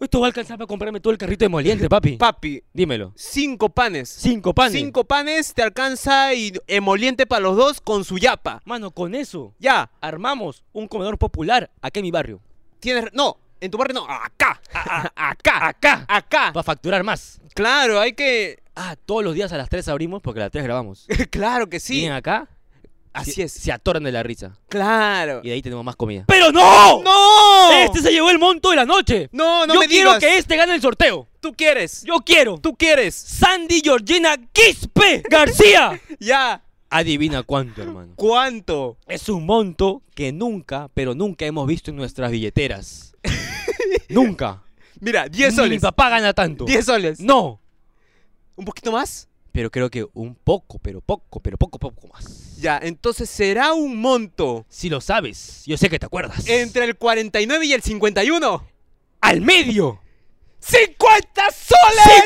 C: Esto va a alcanzar para comprarme todo el carrito de emoliente, papi.
B: Papi,
C: Dímelo.
B: cinco panes.
C: Cinco panes.
B: Cinco panes te alcanza y emoliente para los dos con su yapa.
C: Mano, con eso
B: Ya,
C: armamos un comedor popular aquí en mi barrio.
B: tienes. No, en tu barrio no. Acá. a- a- acá.
C: Ah, Acá.
B: Acá.
C: Para facturar más.
B: Claro, hay que.
C: Ah, todos los días a las 3 abrimos porque a las 3 grabamos.
B: claro que sí.
C: Vienen acá.
B: Así
C: se-
B: es.
C: Se atoran de la risa.
B: Claro.
C: Y de ahí tenemos más comida. ¡Pero no!
B: ¡No!
C: Este se llevó el monto de la noche.
B: No, no
C: Yo
B: me
C: quiero
B: digas.
C: que este gane el sorteo.
B: Tú quieres.
C: Yo quiero.
B: Tú quieres.
C: Sandy Georgina Quispe García.
B: Ya.
C: Adivina cuánto, hermano.
B: ¿Cuánto?
C: Es un monto que nunca, pero nunca hemos visto en nuestras billeteras. nunca.
B: Mira, 10
C: Ni Mi
B: soles.
C: papá gana tanto.
B: 10 soles.
C: No.
B: ¿Un poquito más?
C: Pero creo que un poco, pero poco, pero poco, poco más.
B: Ya, entonces será un monto
C: Si lo sabes, yo sé que te acuerdas.
B: entre el 49 y el 51.
C: al medio.
B: ¡50 soles!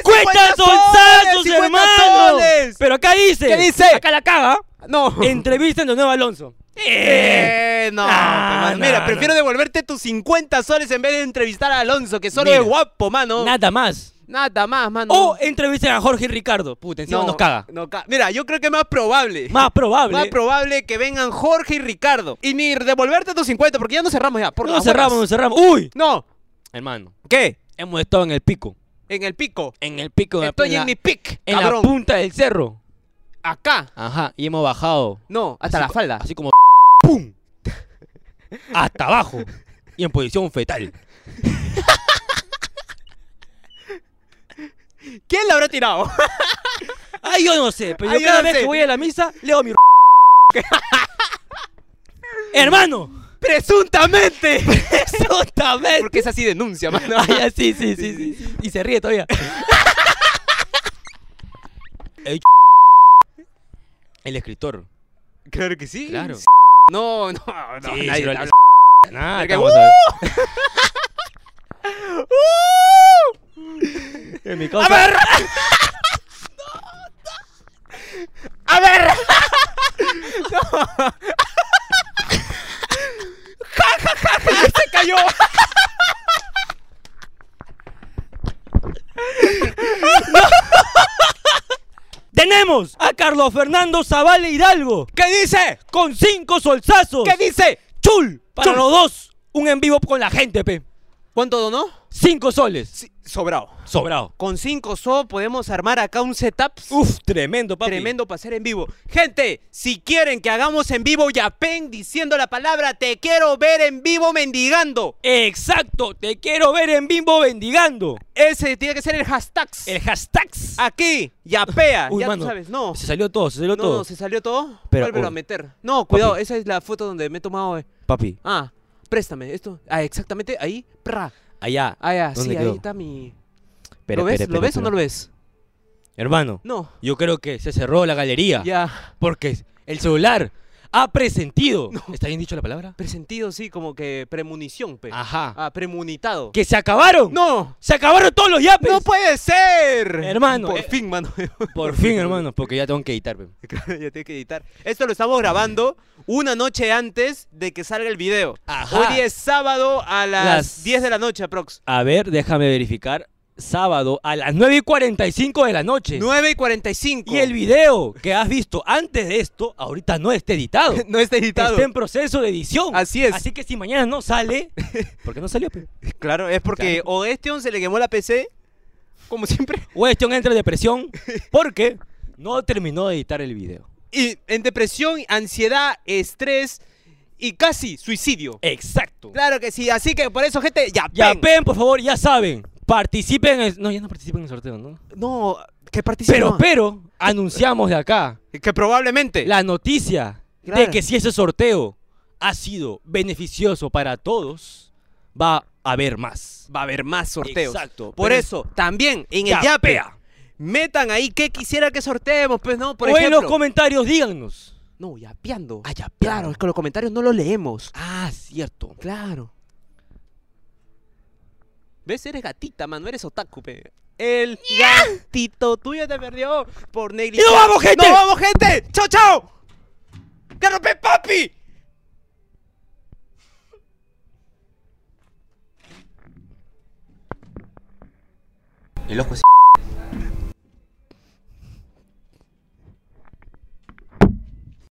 C: 50 solsazos,
B: 50
C: hermano.
B: soles!
C: Pero acá dice.
B: ¿Qué dice?
C: Acá la caga.
B: No.
C: Entrevista en Nuevo Alonso. Eh.
B: Eh, no,
C: Ah,
B: hermano, mira,
C: no,
B: prefiero devolverte tus 50 soles en vez de entrevistar a Alonso, que solo
C: Mira.
B: es guapo, mano.
C: Nada más.
B: Nada más, mano.
C: O entrevisten a Jorge y Ricardo. Puta, encima nos caga.
B: no ca- mira, yo creo que más probable.
C: Más probable.
B: Más probable que vengan Jorge y Ricardo. Y ni devolverte tus 50, porque ya no cerramos ya. Por
C: no
B: las
C: cerramos, no
B: huevas.
C: cerramos. Uy.
B: No.
C: Hermano,
B: ¿Qué?
C: hemos estado en el pico.
B: En el pico.
C: En el pico. de
B: Estoy
C: la,
B: en mi pic,
C: en la
B: cabrón.
C: punta del cerro.
B: Acá.
C: Ajá. Y hemos bajado.
B: No, hasta
C: Así
B: la
C: co-
B: falda.
C: Así como. ¡Pum! Hasta abajo. Y en posición fetal.
B: ¿Quién la habrá tirado?
C: Ay, yo no sé. Pero yo
B: Ay, yo
C: cada
B: no
C: vez
B: sé.
C: que voy a la misa, leo mi. r- Hermano.
B: Presuntamente.
C: Absolutamente.
B: porque es así denuncia, mano.
C: Ah, ya, sí, sí, sí, sí, sí. Y se ríe todavía. El, el escritor.
B: Claro que sí.
C: Claro.
B: Sí. No, no, no.
C: Sí,
B: nadie te
C: sí, lo-
B: habla. uh,
C: Nada,
B: Porque,
C: acá vamos a ver. En mi casa-
B: A ver. Se cayó.
C: Tenemos a Carlos Fernando Zavala Hidalgo
B: ¿Qué dice?
C: con cinco solsazos.
B: ¿Qué dice?
C: Chul. Para
B: Chul.
C: los dos, un en vivo con la gente, pe.
B: ¿Cuánto donó?
C: Cinco soles.
B: Sí, sobrado.
C: Sobrado.
B: Con 5 so podemos armar acá un setup
C: Uf, tremendo, papi.
B: tremendo para hacer en vivo. Gente, si quieren que hagamos en vivo Yapen diciendo la palabra te quiero ver en vivo mendigando.
C: Exacto, te quiero ver en Bimbo bendigando.
B: Ese tiene que ser el hashtag.
C: El hashtag.
B: Aquí, yapea.
C: Uy,
B: ya
C: mano,
B: tú sabes, Ah, no.
C: Se salió todo, se salió
B: No,
C: todo.
B: no, se salió todo.
C: Pero,
B: Vuélvelo
C: oh.
B: a meter. No, cuidado, esa es la foto donde me he tomado. eh.
C: Papi,
B: Ah, préstame esto. Ah, exactamente ahí. Pra.
C: allá.
B: Ah, ya, sí,
C: ¿Dónde quedó?
B: ahí está mi.
C: Espera,
B: ¿Lo ves?
C: espera,
B: ¿Lo ves
C: espera,
B: o no lo ves?
C: espera. Hermano,
B: No.
C: yo creo que se cerró la galería.
B: Ya.
C: Porque el celular ha presentido. ¿Está bien dicho la palabra?
B: Presentido, sí, como que premonición, pe.
C: Ajá.
B: Ah, premunitado.
C: ¡Que se acabaron!
B: ¡No! pues.
C: ¡Se acabaron todos los yapes!
B: ¡No puede ser!
C: Hermano,
B: Por
C: eh,
B: fin, mano.
C: Por fin, hermano, porque ya tengo que editar. pe.
B: Claro, ya tengo que editar. Esto lo estamos grabando una noche antes de que salga el video.
C: Ajá.
B: Hoy es sábado a las,
C: Las-
B: 10 de la noche, aprox.
C: A ver, déjame verificar. Sábado a las 9 y 45 de la noche.
B: 9 y 45.
C: Y el video que has visto antes de esto, ahorita no está editado.
B: no está editado.
C: Está en proceso de edición.
B: Así es.
C: Así que si mañana no sale, ¿por qué no salió? pe?
B: Claro, es porque o Estion se le quemó la PC, como siempre,
C: Weston entra en depresión porque no terminó de editar el video.
B: y en depresión, ansiedad, estrés y casi suicidio.
C: Exacto.
B: Claro que sí, así que por eso, gente, ya.
C: Ya
B: ven.
C: pen, por favor, ya saben. Participen en el... No, ya no participen en el sorteo, ¿no?
B: No, que participen.
C: Pero, pero, anunciamos de acá
B: que probablemente.
C: la noticia de
B: Claro.
C: que si ese sorteo ha sido beneficioso para todos, va a haber más.
B: va a haber más sorteos.
C: Exacto,
B: Por
C: pero-
B: eso, también en el Yape,
C: Yapea.
B: metan ahí qué quisiera que sorteemos, pues no, por
C: o en
B: ejemplo.
C: los comentarios díganos.
B: no, yapeando.
C: Ah, yapeando.
B: Claro, es que los comentarios no los leemos.
C: Ah, cierto.
B: Claro. ¿Ves? Eres gatita, mano, eres otaku, pe. El gatito tuyo te perdió por negligencia.
C: ¡Y nos vamos, gente!
B: ¡Nos vamos, gente! ¡Chao, chao! ¡Te rompe, papi!
G: El ojo es